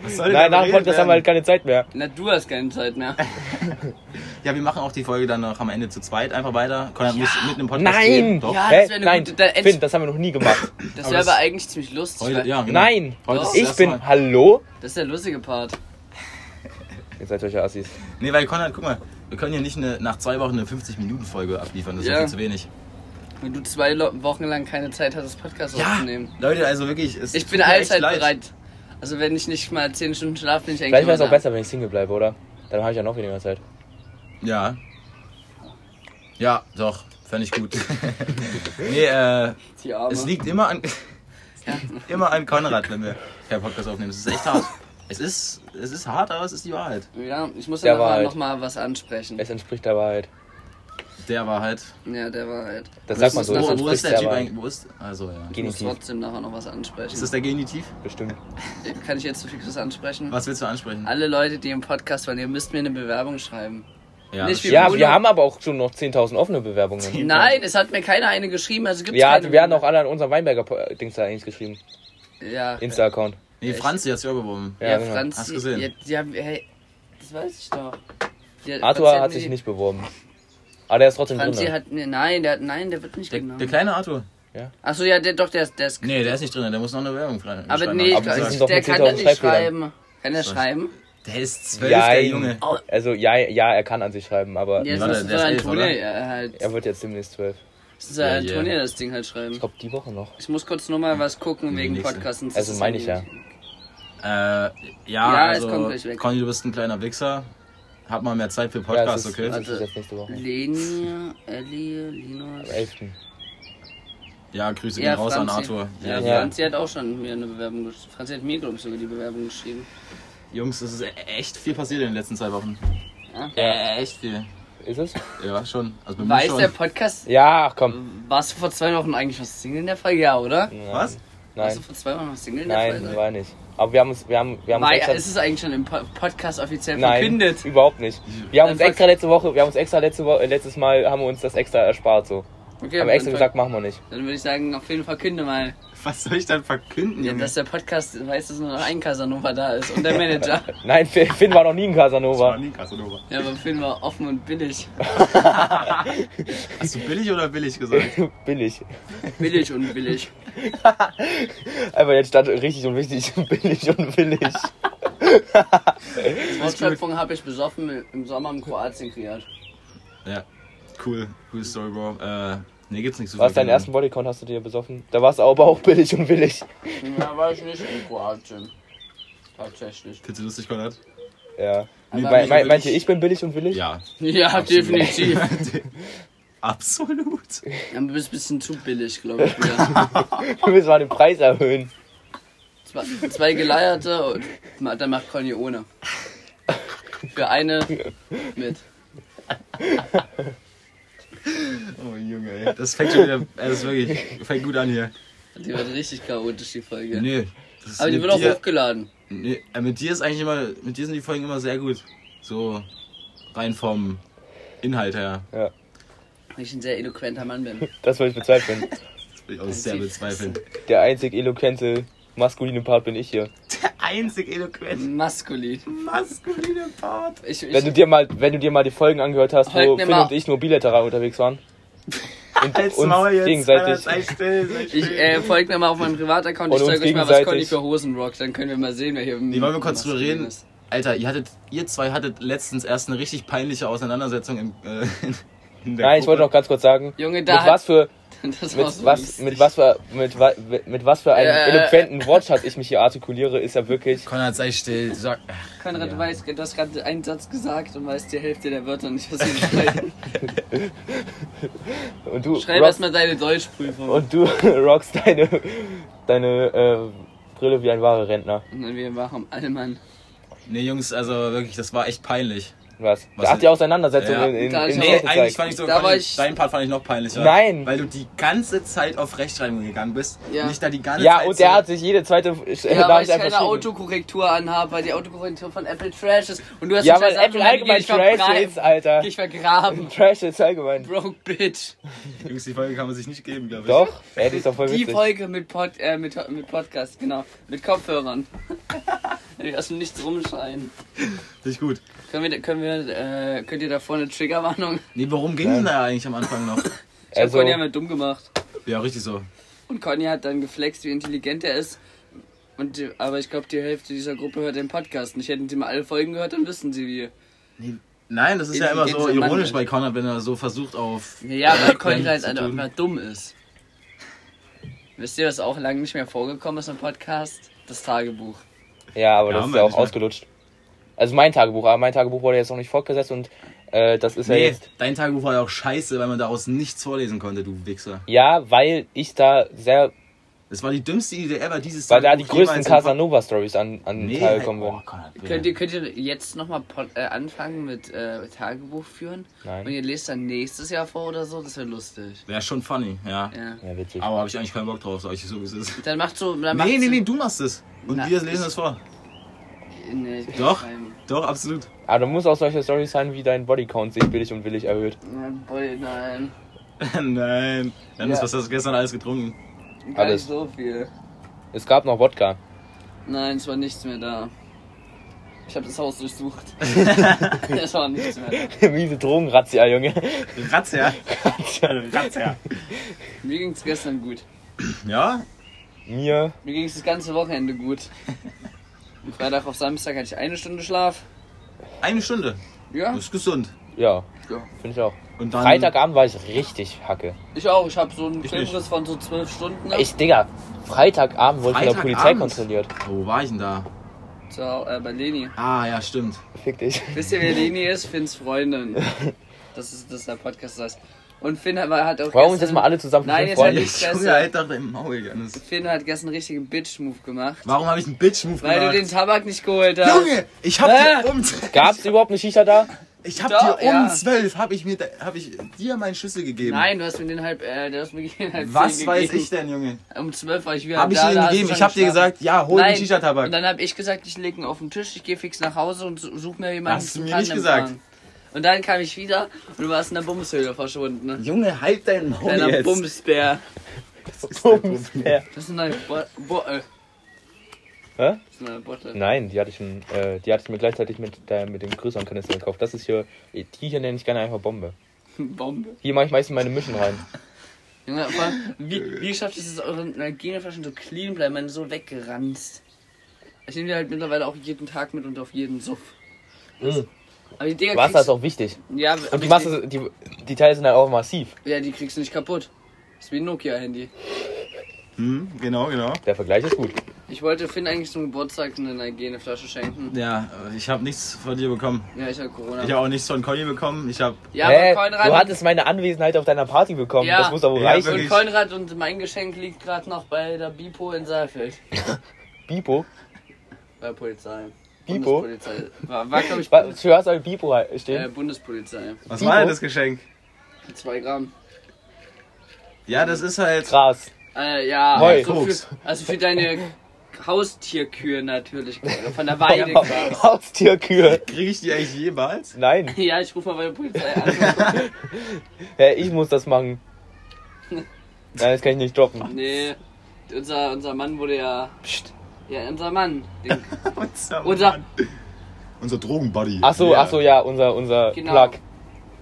[SPEAKER 2] Was soll denn
[SPEAKER 3] Nein, nach dem
[SPEAKER 2] darüber
[SPEAKER 3] Podcast haben wir halt
[SPEAKER 2] geredet
[SPEAKER 3] keine Zeit mehr.
[SPEAKER 1] Na, du hast keine Zeit mehr.
[SPEAKER 2] werden? Ja, wir machen auch die Folge dann noch am Ende zu zweit einfach weiter. Konrad muss mit einem Podcast
[SPEAKER 3] Nein!
[SPEAKER 2] Gehen. Doch.
[SPEAKER 1] Ja, das
[SPEAKER 3] Hä?
[SPEAKER 1] wäre eine
[SPEAKER 3] Nein,
[SPEAKER 1] gute- da- endlich-
[SPEAKER 3] Finn, das haben wir noch nie gemacht.
[SPEAKER 1] Das wäre
[SPEAKER 2] Aber das-
[SPEAKER 1] aber eigentlich ziemlich lustig.
[SPEAKER 2] Heute,
[SPEAKER 1] weil-
[SPEAKER 2] ja, genau.
[SPEAKER 3] Nein!
[SPEAKER 2] Heute ist das
[SPEAKER 3] Ich
[SPEAKER 2] erste
[SPEAKER 3] bin.
[SPEAKER 2] Mal.
[SPEAKER 3] Hallo?
[SPEAKER 1] Das ist der lustige Part.
[SPEAKER 3] Ihr seid solche Assis.
[SPEAKER 2] Nee, weil Konrad, guck mal, wir können hier nicht eine, nach zwei Wochen eine 50-Minuten-Folge abliefern. Das ist
[SPEAKER 1] Ja.
[SPEAKER 2] ja. viel zu wenig.
[SPEAKER 1] Wenn du zwei Lo- Wochen lang keine Zeit hast, das Podcast aufzunehmen.
[SPEAKER 2] Leute, also wirklich. Es
[SPEAKER 1] Ich
[SPEAKER 2] tut
[SPEAKER 1] bin
[SPEAKER 2] mir echt
[SPEAKER 1] allzeit
[SPEAKER 2] leid.
[SPEAKER 1] bereit. Also wenn ich nicht mal 10 Stunden schlafe, bin ich eigentlich
[SPEAKER 3] Vielleicht wäre es
[SPEAKER 1] immer
[SPEAKER 3] auch
[SPEAKER 1] da.
[SPEAKER 3] besser, wenn ich Single bleibe, oder? Dann habe ich ja noch weniger Zeit.
[SPEAKER 2] Ja. Ja, doch. Fände ich gut. nee, äh,
[SPEAKER 1] Die Arme.
[SPEAKER 2] es liegt immer an,
[SPEAKER 1] Ja.
[SPEAKER 2] immer an Konrad, wenn wir keinen Podcast aufnehmen. Es ist echt hart. Es ist, es ist hart, aber es ist die Wahrheit.
[SPEAKER 1] Ja, ich muss
[SPEAKER 3] Der
[SPEAKER 1] ja
[SPEAKER 3] war
[SPEAKER 1] nochmal
[SPEAKER 3] halt-
[SPEAKER 1] noch mal was ansprechen.
[SPEAKER 3] Es entspricht der Wahrheit.
[SPEAKER 2] Der Wahrheit.
[SPEAKER 1] Ja, der war halt.
[SPEAKER 3] Das sagt man
[SPEAKER 1] ist
[SPEAKER 3] so.
[SPEAKER 1] das
[SPEAKER 3] Es
[SPEAKER 2] wo, wo
[SPEAKER 3] entspricht
[SPEAKER 2] ist der
[SPEAKER 3] der
[SPEAKER 2] Typ
[SPEAKER 3] Wahrheit.
[SPEAKER 2] eigentlich? Wo ist. Also, ja.
[SPEAKER 1] Ich muss
[SPEAKER 3] Genitiv.
[SPEAKER 1] trotzdem nachher noch was ansprechen.
[SPEAKER 2] Ist das der Genitiv?
[SPEAKER 3] Bestimmt.
[SPEAKER 1] Kann ich jetzt zu fixes ansprechen?
[SPEAKER 2] Was willst du ansprechen?
[SPEAKER 1] Alle Leute, die im Podcast waren, ihr müsst mir eine Bewerbung schreiben.
[SPEAKER 2] Ja,
[SPEAKER 1] Nicht
[SPEAKER 2] das-
[SPEAKER 1] wie-
[SPEAKER 3] Ja,
[SPEAKER 1] Bruno-
[SPEAKER 3] wir haben aber auch schon noch 10.000 offene Bewerbungen.
[SPEAKER 1] Nein, es hat mir keiner eine geschrieben, also gibt's
[SPEAKER 3] Ja,
[SPEAKER 1] keine.
[SPEAKER 3] wir haben auch alle an unserem Weinberger-Dings da eigentlich geschrieben.
[SPEAKER 1] Ja, ja,
[SPEAKER 3] Insta-Account.
[SPEAKER 2] nee, Franzi hat's ja beworben.
[SPEAKER 3] Ja, genau.
[SPEAKER 1] Franz.
[SPEAKER 2] Hast gesehen?
[SPEAKER 1] Ja, die haben, hey, das weiß ich doch. Die, Franzi
[SPEAKER 3] Arthur hat
[SPEAKER 1] mir
[SPEAKER 3] sich
[SPEAKER 1] die-
[SPEAKER 3] nicht beworben. Aber der ist trotzdem
[SPEAKER 1] Franzi
[SPEAKER 3] drin.
[SPEAKER 1] hat, nee, nein, der hat, nein, der wird nicht
[SPEAKER 2] Der,
[SPEAKER 1] genommen.
[SPEAKER 2] der kleine Arthur.
[SPEAKER 1] Achso, ja, der, doch, der ist, der ist,
[SPEAKER 2] Nee, der ist nicht drin, der muss noch eine Werbung schreiben.
[SPEAKER 1] aber
[SPEAKER 2] schreiben,
[SPEAKER 1] nee,
[SPEAKER 2] hab ich
[SPEAKER 3] Aber sie
[SPEAKER 1] ich,
[SPEAKER 2] gesagt.
[SPEAKER 3] sind doch
[SPEAKER 1] der
[SPEAKER 3] mit
[SPEAKER 1] kann das nicht
[SPEAKER 3] 10.000
[SPEAKER 1] schreiben. Kann der
[SPEAKER 2] Was?
[SPEAKER 1] schreiben?
[SPEAKER 2] Der ist zwölf, der
[SPEAKER 3] Jein.
[SPEAKER 2] Junge.
[SPEAKER 1] Oh.
[SPEAKER 3] Also ja, ja, er kann an sich schreiben, aber
[SPEAKER 1] Ja,
[SPEAKER 2] Warte,
[SPEAKER 1] das ist
[SPEAKER 2] der
[SPEAKER 1] so
[SPEAKER 2] ist
[SPEAKER 1] ein
[SPEAKER 2] elf,
[SPEAKER 1] Turnier,
[SPEAKER 2] oder?
[SPEAKER 1] ja, halt.
[SPEAKER 3] er wird jetzt demnächst zwölf.
[SPEAKER 1] Das ist ja
[SPEAKER 2] Ja, ja.
[SPEAKER 1] Antonia das Ding halt schreiben.
[SPEAKER 3] Ich glaube die Woche noch.
[SPEAKER 1] Ich muss kurz nur mal was gucken wegen
[SPEAKER 2] Hm, nächste.
[SPEAKER 1] Podcasts. Das
[SPEAKER 3] Also
[SPEAKER 1] ist
[SPEAKER 3] meine ich ja.
[SPEAKER 1] irgendwie-
[SPEAKER 2] Äh, ja,
[SPEAKER 1] Ja, es
[SPEAKER 2] also,
[SPEAKER 1] kommt gleich weg.
[SPEAKER 2] Conny, du bist ein kleiner Wichser. Hab mal mehr Zeit für
[SPEAKER 3] Ja,
[SPEAKER 2] Podcasts,
[SPEAKER 3] es ist, also
[SPEAKER 2] okay?
[SPEAKER 3] Es ist jetzt nächste Woche.
[SPEAKER 1] Lenia, Ellie, Linus.
[SPEAKER 3] Am 11.
[SPEAKER 2] Ja, Grüße
[SPEAKER 1] Ja,
[SPEAKER 2] gehen raus an
[SPEAKER 1] Franzi.
[SPEAKER 2] Arthur.
[SPEAKER 1] Ja,
[SPEAKER 2] Ja,
[SPEAKER 3] Ja.
[SPEAKER 1] Franzi hat auch schon mir eine Bewerbung geschrieben. Franzi hat mir, glaube ich, sogar die Bewerbung geschrieben.
[SPEAKER 2] Jungs, es ist e- echt viel passiert in den letzten zwei Wochen.
[SPEAKER 1] Ja.
[SPEAKER 2] Ja, echt viel.
[SPEAKER 3] Ist es?
[SPEAKER 2] Ja, schon. Also bei mir
[SPEAKER 1] Weiß der
[SPEAKER 2] schon.
[SPEAKER 1] Podcast,
[SPEAKER 3] Ja, ach komm.
[SPEAKER 1] warst du vor zwei Wochen eigentlich noch Single in der Folge? Ja, oder?
[SPEAKER 3] Nein.
[SPEAKER 2] Was?
[SPEAKER 1] Warst du
[SPEAKER 3] Nein,
[SPEAKER 1] vor zwei Wochen noch Single in der
[SPEAKER 3] nein,
[SPEAKER 1] Folge?
[SPEAKER 3] war er nicht. Aber wir haben uns, wir haben, wir haben uns
[SPEAKER 1] Mai,
[SPEAKER 3] extra,
[SPEAKER 1] ist es eigentlich schon im Po- Podcast offiziell
[SPEAKER 3] nein,
[SPEAKER 1] verkündet?
[SPEAKER 3] überhaupt nicht. Wir haben uns
[SPEAKER 1] Dann
[SPEAKER 3] extra letzte Woche, wir haben uns extra letzte Woche, äh, letztes Mal haben wir uns das extra erspart so.
[SPEAKER 1] Okay,
[SPEAKER 3] haben extra
[SPEAKER 1] dann,
[SPEAKER 3] gesagt, machen wir nicht.
[SPEAKER 1] dann würde ich sagen, auf jeden Fall künde mal,
[SPEAKER 2] Was soll ich dann verkünden,
[SPEAKER 1] ja,
[SPEAKER 2] Junge?
[SPEAKER 1] dass der Podcast weiß, dass nur noch ein Casanova da ist und der Manager.
[SPEAKER 3] Nein, Finn Finn war noch nie in
[SPEAKER 2] Das war
[SPEAKER 3] Casanova.
[SPEAKER 2] nie Casanova.
[SPEAKER 1] ja, aber Film war offen und billig.
[SPEAKER 2] Hast du billig oder billig gesagt?
[SPEAKER 3] Billig.
[SPEAKER 1] Billig und billig.
[SPEAKER 3] Einfach jetzt statt richtig und wichtig, billig und billig.
[SPEAKER 1] Wortschöpfung habe ich besoffen im Sommer in Kroatien kreiert.
[SPEAKER 2] ja. Cool. Cool Story, Bro. Äh, nee, gibt's nichts zu
[SPEAKER 3] Was, deinen ersten Bodycount hast du dir besoffen? Da warst du aber auch billig und willig.
[SPEAKER 1] Da war ich nicht in Kroatien. Tatsächlich.
[SPEAKER 2] Findest du lustig, Konrad?
[SPEAKER 3] Ja.
[SPEAKER 1] Aber
[SPEAKER 3] Me
[SPEAKER 1] ich
[SPEAKER 3] me
[SPEAKER 1] will
[SPEAKER 3] meint ihr, ich bin billig und willig?
[SPEAKER 2] Ja.
[SPEAKER 1] Ja, definitiv.
[SPEAKER 2] Absolut.
[SPEAKER 1] Aber du bist ein bisschen zu billig, glaube ich. Wieder.
[SPEAKER 3] Wir müssen mal den Preis erhöhen.
[SPEAKER 1] Zwei, zwei geleierte und ma- dann macht Conny ohne. Für eine mit.
[SPEAKER 2] Oh Junge, ey. Das fängt schon wieder. äh, Das ist wirklich. Fängt gut an hier.
[SPEAKER 1] Die wird richtig chaotisch, die Folge.
[SPEAKER 2] Nee. das ist
[SPEAKER 1] Aber die
[SPEAKER 2] mit
[SPEAKER 1] wird auch
[SPEAKER 2] dir-
[SPEAKER 1] hochgeladen.
[SPEAKER 2] Nee, äh, mit dir ist eigentlich immer, mit dir sind die Folgen immer sehr gut. So rein vom Inhalt her.
[SPEAKER 1] Weil ich ein sehr eloquenter Mann bin.
[SPEAKER 3] Das würde ich bezweifeln.
[SPEAKER 2] Das will ich auch sehr bezweifeln.
[SPEAKER 3] Der einzig eloquente maskuline Part bin ich hier.
[SPEAKER 2] Der einzig eloquente
[SPEAKER 1] Maskulin.
[SPEAKER 2] maskuline Part.
[SPEAKER 1] Ich,
[SPEAKER 3] Wenn du
[SPEAKER 1] ich,
[SPEAKER 3] dir mal, wenn du dir mal die Folgen angehört hast,
[SPEAKER 1] Halt,
[SPEAKER 3] wo
[SPEAKER 1] nimm
[SPEAKER 3] Finn
[SPEAKER 1] mal-
[SPEAKER 3] und ich nur bilateral unterwegs waren. Und
[SPEAKER 2] Halt's
[SPEAKER 3] uns
[SPEAKER 2] Maul jetzt. Alter,
[SPEAKER 3] gegenseitig.
[SPEAKER 2] Sei still, sei still.
[SPEAKER 1] ich äh, folgt mir mal auf meinem Privataccount. Ich
[SPEAKER 3] Und uns
[SPEAKER 1] zeige euch mal, was
[SPEAKER 3] gegenseitig.
[SPEAKER 1] Conny für Hosen rockt. Dann können wir mal sehen, wer hier im
[SPEAKER 2] Nee, wollen wir kurz drüber
[SPEAKER 1] maskulin
[SPEAKER 2] reden?
[SPEAKER 1] ist.
[SPEAKER 2] Alter, ihr hattet, ihr zwei hattet letztens erst eine richtig peinliche Auseinandersetzung im, äh, in, in der
[SPEAKER 3] Nein, ich wollte noch ganz kurz sagen,
[SPEAKER 1] Junge, da
[SPEAKER 3] mit
[SPEAKER 1] hat-
[SPEAKER 3] was für,
[SPEAKER 1] Das war so
[SPEAKER 3] mit was,
[SPEAKER 1] mies.
[SPEAKER 3] mit was für, mit, wa- mit was für einem
[SPEAKER 1] Äh.
[SPEAKER 3] eloquenten Wortschatz ich mich hier artikuliere, ist ja wirklich.
[SPEAKER 2] Konrad, sei still. Sag,
[SPEAKER 1] Konrad, du weißt, du hast gerade einen Satz gesagt und weißt die Hälfte der Wörter nicht, was ich schreibe.
[SPEAKER 3] Und du,
[SPEAKER 1] Schreib
[SPEAKER 3] rockst,
[SPEAKER 1] erstmal deine Deutschprüfung.
[SPEAKER 3] und du rockst deine, deine äh, Brille wie ein wahrer Rentner.
[SPEAKER 1] Und dann wir machen Allmann.
[SPEAKER 2] nee, Jungs, also wirklich, das war echt peinlich.
[SPEAKER 3] Was?
[SPEAKER 2] Was
[SPEAKER 3] Ach, die
[SPEAKER 2] denn?
[SPEAKER 3] Auseinandersetzung
[SPEAKER 2] Ja.
[SPEAKER 3] in, in,
[SPEAKER 1] Da hab ich
[SPEAKER 3] in
[SPEAKER 1] auch-
[SPEAKER 2] Nee,
[SPEAKER 3] Sheffield
[SPEAKER 2] eigentlich
[SPEAKER 3] Zeit.
[SPEAKER 2] fand ich so,
[SPEAKER 1] Da war
[SPEAKER 2] fand
[SPEAKER 1] ich-
[SPEAKER 2] ich, dein Part fand ich noch peinlicher.
[SPEAKER 3] Nein.
[SPEAKER 2] Weil du die ganze Zeit auf Rechtschreibung gegangen bist.
[SPEAKER 1] Ja.
[SPEAKER 2] Ja. Nicht da die ganze
[SPEAKER 3] Ja,
[SPEAKER 2] Zeit.
[SPEAKER 3] und der
[SPEAKER 2] so-
[SPEAKER 3] hat sich jede zweite
[SPEAKER 1] Ja, weil ich
[SPEAKER 3] Nachricht
[SPEAKER 1] keine
[SPEAKER 3] einfach
[SPEAKER 1] Autokorrektur anhabe, weil die Autokorrektur von Apple Trash ist. Und du hast
[SPEAKER 3] Ja,
[SPEAKER 1] mich als
[SPEAKER 3] weil Apple
[SPEAKER 1] Abonnenten, die
[SPEAKER 3] allgemein
[SPEAKER 1] ich verbra-
[SPEAKER 3] Trash ist, Alter.
[SPEAKER 1] die Ich vergraben.
[SPEAKER 3] Trash ist allgemein.
[SPEAKER 1] Broke Bitch.
[SPEAKER 2] Jungs, die Folge kann man sich nicht geben, glaube ich.
[SPEAKER 3] Doch, ey, die ist doch voll
[SPEAKER 1] Die
[SPEAKER 3] witzig.
[SPEAKER 1] Folge mit, Pod, äh, mit, mit Podcast, genau. Mit Kopfhörern. Ich lasse nichts rumschreien.
[SPEAKER 2] Finde ich gut.
[SPEAKER 1] Können wir, können wir, äh, könnt ihr da vorne eine Triggerwarnung?
[SPEAKER 2] Nee, worum ging denn da eigentlich am Anfang noch?
[SPEAKER 1] Ich hab
[SPEAKER 3] Also-
[SPEAKER 1] Conny einmal dumm gemacht.
[SPEAKER 2] ja, richtig so.
[SPEAKER 1] Und Conny hat dann geflext, wie intelligent er ist. Und, die- aber ich glaube, die Hälfte dieser Gruppe hört den Podcast. Und ich hätten sie mal alle Folgen gehört, dann wissen sie wie.
[SPEAKER 2] Nee, nein, das ist ja immer so
[SPEAKER 1] Intelligenter Mann,
[SPEAKER 2] ironisch
[SPEAKER 1] ey.
[SPEAKER 2] bei Conrad, wenn er so versucht auf.
[SPEAKER 1] Ja, weil Conny
[SPEAKER 2] Äh, zu
[SPEAKER 1] halt einfach
[SPEAKER 2] tun.
[SPEAKER 1] immer dumm ist. Wisst ihr, was auch lange nicht mehr vorgekommen ist im Podcast? Das Tagebuch.
[SPEAKER 3] Ja, aber
[SPEAKER 2] Ja,
[SPEAKER 3] das
[SPEAKER 2] haben
[SPEAKER 3] ist
[SPEAKER 2] wir
[SPEAKER 3] ja
[SPEAKER 2] nicht
[SPEAKER 3] auch
[SPEAKER 2] mehr.
[SPEAKER 3] ausgelutscht. Also mein Tagebuch, aber mein Tagebuch wurde jetzt noch nicht fortgesetzt und äh, das ist ja
[SPEAKER 2] Nee,
[SPEAKER 3] jetzt.
[SPEAKER 2] dein Tagebuch war ja auch scheiße, weil man daraus nichts vorlesen konnte, du Wichser.
[SPEAKER 3] Ja, weil ich da sehr,
[SPEAKER 2] Das war die dümmste Idee ever, dieses
[SPEAKER 3] weil da die
[SPEAKER 2] Tagebuch
[SPEAKER 3] größten
[SPEAKER 2] jemals im Pod-
[SPEAKER 3] Casanova-Stories an, an den
[SPEAKER 2] Nee,
[SPEAKER 3] Teil
[SPEAKER 2] halt-
[SPEAKER 3] gekommen
[SPEAKER 2] oh,
[SPEAKER 3] werden.
[SPEAKER 2] Conrad, bitte.
[SPEAKER 1] Könnt ihr, könnt ihr jetzt nochmal äh, anfangen mit äh, Tagebuch führen?
[SPEAKER 3] Nein.
[SPEAKER 1] Und ihr lest dann nächstes Jahr vor oder so? Das wäre lustig.
[SPEAKER 2] Wäre schon funny, ja.
[SPEAKER 1] Ja.
[SPEAKER 3] Ja, witzig.
[SPEAKER 2] Aber habe ich eigentlich keinen Bock drauf, sag ich so wie es ist.
[SPEAKER 1] Dann macht so. Dann
[SPEAKER 2] Nee,
[SPEAKER 1] macht
[SPEAKER 2] nee,
[SPEAKER 1] so,
[SPEAKER 2] nee, du machst es. Und
[SPEAKER 1] Na,
[SPEAKER 2] wir lesen
[SPEAKER 1] ich-
[SPEAKER 2] es vor.
[SPEAKER 1] Nee, ich kann
[SPEAKER 2] Doch,
[SPEAKER 1] schreiben.
[SPEAKER 2] doch, absolut.
[SPEAKER 3] Aber da muss auch solche Stories sein, wie dein Bodycount sich billig und willig erhöht.
[SPEAKER 1] Ja, boy, nein.
[SPEAKER 2] Nein. Dennis,
[SPEAKER 1] Ja.
[SPEAKER 2] was hast du gestern alles getrunken?
[SPEAKER 1] Gar
[SPEAKER 3] Alles.
[SPEAKER 1] nicht so viel.
[SPEAKER 3] Es gab noch Wodka.
[SPEAKER 1] Nein, es war nichts mehr da. Ich habe das Haus durchsucht. es war nichts mehr da.
[SPEAKER 3] Miese Drogenrazzia, Junge.
[SPEAKER 2] Razzia. Razzia.
[SPEAKER 1] Mir ging es gestern gut.
[SPEAKER 2] Ja?
[SPEAKER 3] Mir,
[SPEAKER 1] Mir ging es das ganze Wochenende gut. Von Freitag auf Samstag hatte ich eine Stunde Schlaf.
[SPEAKER 2] Eine Stunde.
[SPEAKER 1] Ja.
[SPEAKER 2] Das ist gesund.
[SPEAKER 3] ja,
[SPEAKER 1] Ja.
[SPEAKER 3] finde ich auch.
[SPEAKER 2] Und dann.
[SPEAKER 3] Freitagabend war ich richtig hacke.
[SPEAKER 1] Ich auch. Ich habe so einen
[SPEAKER 2] Ich
[SPEAKER 1] Filmriss von so zwölf Stunden.
[SPEAKER 3] Ich, Digga, Freitagabend wurde ich von der Polizei
[SPEAKER 2] Freitagabend?
[SPEAKER 3] kontrolliert.
[SPEAKER 2] Wo war ich denn da?
[SPEAKER 1] zu, Hau- äh, bei Leni.
[SPEAKER 2] Ah, ja, stimmt.
[SPEAKER 3] Fick dich.
[SPEAKER 1] Wisst ihr, wer Leni ist? Finns Freundin. Das ist, das ist der Podcast. Das. Und Finn hat, hat auch.
[SPEAKER 3] Brauchen wir uns jetzt
[SPEAKER 1] gestern-
[SPEAKER 3] mal alle zusammen für
[SPEAKER 1] Nein,
[SPEAKER 3] fünf
[SPEAKER 1] jetzt
[SPEAKER 3] Freunde?
[SPEAKER 1] Die
[SPEAKER 2] Ich Junge,
[SPEAKER 1] Fresse.
[SPEAKER 2] halt doch im Maul, Janis.
[SPEAKER 1] Finn hat gestern einen richtigen Bitch-Move gemacht.
[SPEAKER 2] Warum habe ich einen Bitch-Move
[SPEAKER 1] Weil du
[SPEAKER 2] gemacht?
[SPEAKER 1] den Tabak nicht geholt hast.
[SPEAKER 2] Junge, ich hab
[SPEAKER 1] Hä?
[SPEAKER 2] dir um,
[SPEAKER 3] Gab's überhaupt eine Shisha da?
[SPEAKER 2] ich hab
[SPEAKER 1] Doch,
[SPEAKER 2] dir um
[SPEAKER 1] ja.
[SPEAKER 2] zwölf hab ich mir, da- hab ich dir meinen Schlüssel gegeben.
[SPEAKER 1] Nein, du hast mir den halb, äh, du hast mir den halb
[SPEAKER 2] Was
[SPEAKER 1] zehn
[SPEAKER 2] weiß
[SPEAKER 1] gegeben.
[SPEAKER 2] ich denn, Junge?
[SPEAKER 1] Um 12 war ich wieder
[SPEAKER 2] Hab ich
[SPEAKER 1] da,
[SPEAKER 2] dir
[SPEAKER 1] da
[SPEAKER 2] den
[SPEAKER 1] hast du
[SPEAKER 2] gegeben?
[SPEAKER 1] schon
[SPEAKER 2] Ich hab dir
[SPEAKER 1] geschlafen.
[SPEAKER 2] gesagt, ja, hol den
[SPEAKER 1] Nein.
[SPEAKER 2] Shisha-Tabak.
[SPEAKER 1] Und dann hab ich gesagt, ich lege ihn auf den Tisch, ich gehe fix nach Hause und su- such mir jemanden
[SPEAKER 2] Hast du
[SPEAKER 1] zum
[SPEAKER 2] mir nicht
[SPEAKER 1] Tandemfahren.
[SPEAKER 2] gesagt.
[SPEAKER 1] Und dann kam ich wieder und du warst in der Bumshöhle verschwunden.
[SPEAKER 2] Junge, halt deinen Maul
[SPEAKER 1] Deiner
[SPEAKER 2] jetzt.
[SPEAKER 1] Bumsbär.
[SPEAKER 3] Bums, ja.
[SPEAKER 1] Das ist eine neue Bo Bo äh,
[SPEAKER 3] Hä?
[SPEAKER 1] das ist eine neue Bottle.
[SPEAKER 3] Nein, die hatte ich, schon, äh, die hatte ich mir gleichzeitig mit, der, mit dem größeren Kanister gekauft. Das ist hier, die hier nenne ich gerne einfach Bombe.
[SPEAKER 1] Bombe.
[SPEAKER 3] Hier mache ich meistens meine Mischen rein.
[SPEAKER 1] Junge, aber wie, wie schafft ihr es, dass eure Energieflaschen so clean bleiben, meine so weggeranzt? Ich nehme die halt mittlerweile auch jeden Tag mit und auf jeden Suff. Aber die Dinger
[SPEAKER 3] Wasser ist
[SPEAKER 1] kriegst,
[SPEAKER 3] auch wichtig.
[SPEAKER 1] ja,
[SPEAKER 3] Und
[SPEAKER 1] aber
[SPEAKER 3] die, Masse, die, die Teile sind halt auch massiv.
[SPEAKER 1] ja, die kriegst du nicht kaputt. Ist wie ein Nokia-Handy.
[SPEAKER 2] Hm, genau, genau.
[SPEAKER 3] Der Vergleich ist gut.
[SPEAKER 1] Ich wollte Finn eigentlich zum Geburtstag eine hygiene Flasche schenken.
[SPEAKER 2] Ja, äh, ich habe nichts von dir bekommen.
[SPEAKER 1] Ja, ich hab Corona.
[SPEAKER 2] Ich habe auch nichts von Conny bekommen. Ich habe
[SPEAKER 1] Ja,
[SPEAKER 3] Hä?
[SPEAKER 1] aber Konrad.
[SPEAKER 3] Du hattest meine Anwesenheit auf deiner Party bekommen.
[SPEAKER 1] Ja.
[SPEAKER 3] Das muss doch wohl
[SPEAKER 2] Ja,
[SPEAKER 3] reichen.
[SPEAKER 2] wirklich.
[SPEAKER 1] und Konrad und mein Geschenk liegt gerade noch bei der Bipo in Saalfeld.
[SPEAKER 3] Bipo.
[SPEAKER 1] Bei Polizei.
[SPEAKER 3] Bipo?
[SPEAKER 1] Bundespolizei. War, war glaube ich,
[SPEAKER 3] Wa- Du hörst aber Bipo halt
[SPEAKER 1] äh,
[SPEAKER 3] stehen.
[SPEAKER 1] Bundespolizei.
[SPEAKER 2] Was
[SPEAKER 3] Timo?
[SPEAKER 2] war denn das Geschenk?
[SPEAKER 1] Zwei Gramm.
[SPEAKER 2] Ja, das ist halt.
[SPEAKER 3] Gras.
[SPEAKER 1] Äh, ja,
[SPEAKER 3] Heu,
[SPEAKER 1] also,
[SPEAKER 2] Koks.
[SPEAKER 1] für, also für deine Haustierkühe natürlich. Oder von der Weide quasi.
[SPEAKER 3] Haustierkühe.
[SPEAKER 2] Kriege ich die eigentlich jemals?
[SPEAKER 3] Nein.
[SPEAKER 1] Ja, ich rufe mal bei der Polizei an.
[SPEAKER 3] Hä, ich muss das machen. Nein, das kann ich nicht droppen.
[SPEAKER 1] Nee, unser, unser Mann wurde ja.
[SPEAKER 3] Psst.
[SPEAKER 1] Ja, unser Mann. Den,
[SPEAKER 2] Unser,
[SPEAKER 1] unser,
[SPEAKER 2] unser Drogenbuddy.
[SPEAKER 3] Achso,
[SPEAKER 2] Ja.
[SPEAKER 3] achso, ja, unser, unser
[SPEAKER 1] Genau.
[SPEAKER 3] Plug.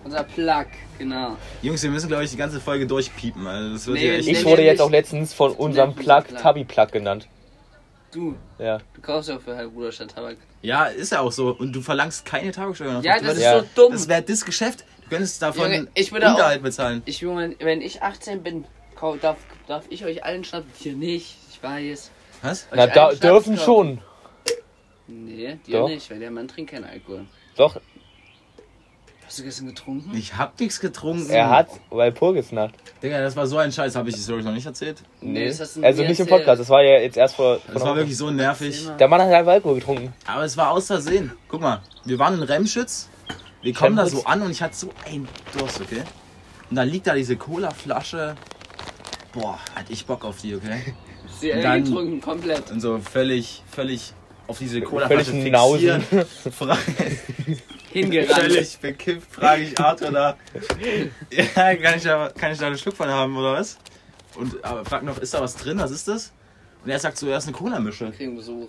[SPEAKER 1] unser Plug, genau.
[SPEAKER 2] Jungs, wir müssen, glaube ich, die ganze Folge durchpiepen. Also das wird
[SPEAKER 1] Nee,
[SPEAKER 2] ja echt
[SPEAKER 1] nee.
[SPEAKER 3] Ich wurde jetzt auch letztens von unserem
[SPEAKER 1] Nennt
[SPEAKER 3] Plug
[SPEAKER 1] man so Plug.
[SPEAKER 3] Tubby Plug genannt.
[SPEAKER 1] Du,
[SPEAKER 3] Ja.
[SPEAKER 1] du kaufst ja auch für Halbbruder statt Tabak.
[SPEAKER 2] Ja, ist ja auch so. Und du verlangst keine Tagessteuer noch.
[SPEAKER 1] Ja,
[SPEAKER 2] Du
[SPEAKER 1] das ist
[SPEAKER 2] würdest-
[SPEAKER 3] Ja.
[SPEAKER 1] so dumm.
[SPEAKER 2] Das wäre das Geschäft. Du könntest davon
[SPEAKER 1] Junge, ich würde auch-
[SPEAKER 2] Unterhalt bezahlen.
[SPEAKER 1] ich, Junge, wenn ich 18 bin, kau- darf, darf ich euch allen schnappen? Hier nicht, ich weiß.
[SPEAKER 2] Was?
[SPEAKER 1] Euch
[SPEAKER 3] Na,
[SPEAKER 1] allen
[SPEAKER 3] da,
[SPEAKER 1] schnappen
[SPEAKER 3] dürfen
[SPEAKER 1] zu kaufen.
[SPEAKER 3] schon.
[SPEAKER 1] Nee, dir
[SPEAKER 3] Doch.
[SPEAKER 1] nicht, weil der Mann trinkt keinen Alkohol.
[SPEAKER 3] Doch,
[SPEAKER 1] Hast du gestern getrunken?
[SPEAKER 2] Ich hab nichts getrunken.
[SPEAKER 3] er hat, weil Purgisnacht.
[SPEAKER 2] Digga, das war so ein Scheiß. Habe ich die Story noch nicht erzählt?
[SPEAKER 1] Nee, das hast du
[SPEAKER 3] Also
[SPEAKER 1] mir
[SPEAKER 3] nicht im
[SPEAKER 1] erzählt.
[SPEAKER 3] Podcast, Also das war ja jetzt erst vor.
[SPEAKER 2] Das
[SPEAKER 3] vor-
[SPEAKER 2] war wirklich so nervig.
[SPEAKER 1] Thema.
[SPEAKER 3] Der Mann hat einfach Alkohol getrunken.
[SPEAKER 2] Aber es war aus Versehen. Guck mal, wir waren in Remschütz. Wir kommen da so
[SPEAKER 3] Remschütz?
[SPEAKER 2] an und ich hatte so einen Durst, okay? Und dann liegt da diese Cola-Flasche. Boah, hatte ich Bock auf die, okay?
[SPEAKER 1] Hast du alle
[SPEAKER 2] Dann-
[SPEAKER 1] getrunken, komplett.
[SPEAKER 2] Und so völlig, völlig auf diese Cola-Flasche
[SPEAKER 3] Völlig
[SPEAKER 2] fixiert.
[SPEAKER 3] Nausen.
[SPEAKER 2] Frage-
[SPEAKER 1] Hingerannt.
[SPEAKER 2] Völlig bekifft, frage ich Arthur da. Ja, kann ich da, kann ich da einen Schluck von haben oder was? Und aber frag noch, ist da was drin? Was ist das? Und er sagt so, ja, ist eine Cola-Mische.
[SPEAKER 1] Kriegen Besuch.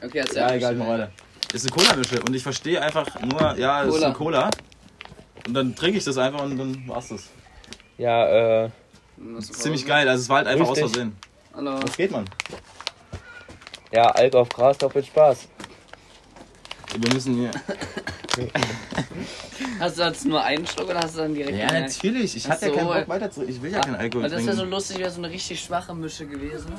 [SPEAKER 1] Okay, erzähl.
[SPEAKER 2] Ja, egal, mach weiter. Ist eine Cola-Mische und ich verstehe einfach nur, ja, es ist eine Cola. Und dann trinke ich das einfach und dann war's das.
[SPEAKER 3] Ja, äh.
[SPEAKER 1] Musst du
[SPEAKER 2] Ziemlich
[SPEAKER 1] pausen.
[SPEAKER 2] geil, also es war halt einfach
[SPEAKER 3] Richtig.
[SPEAKER 2] aus Versehen.
[SPEAKER 1] Hallo.
[SPEAKER 2] Was geht, man?
[SPEAKER 3] Ja, Alk auf Gras doppelt Spaß.
[SPEAKER 2] Wir müssen hier.
[SPEAKER 1] Hast du jetzt nur einen Schluck oder hast du dann direkt
[SPEAKER 2] Ja,
[SPEAKER 1] einen?
[SPEAKER 2] natürlich. Ich
[SPEAKER 1] Ach
[SPEAKER 2] hatte ja
[SPEAKER 1] so.
[SPEAKER 2] keinen Bock weiter zu. Ich will ja keinen Alkohol
[SPEAKER 1] Weil das wäre so
[SPEAKER 2] trinken.
[SPEAKER 1] lustig, wäre so eine richtig schwache Mische gewesen.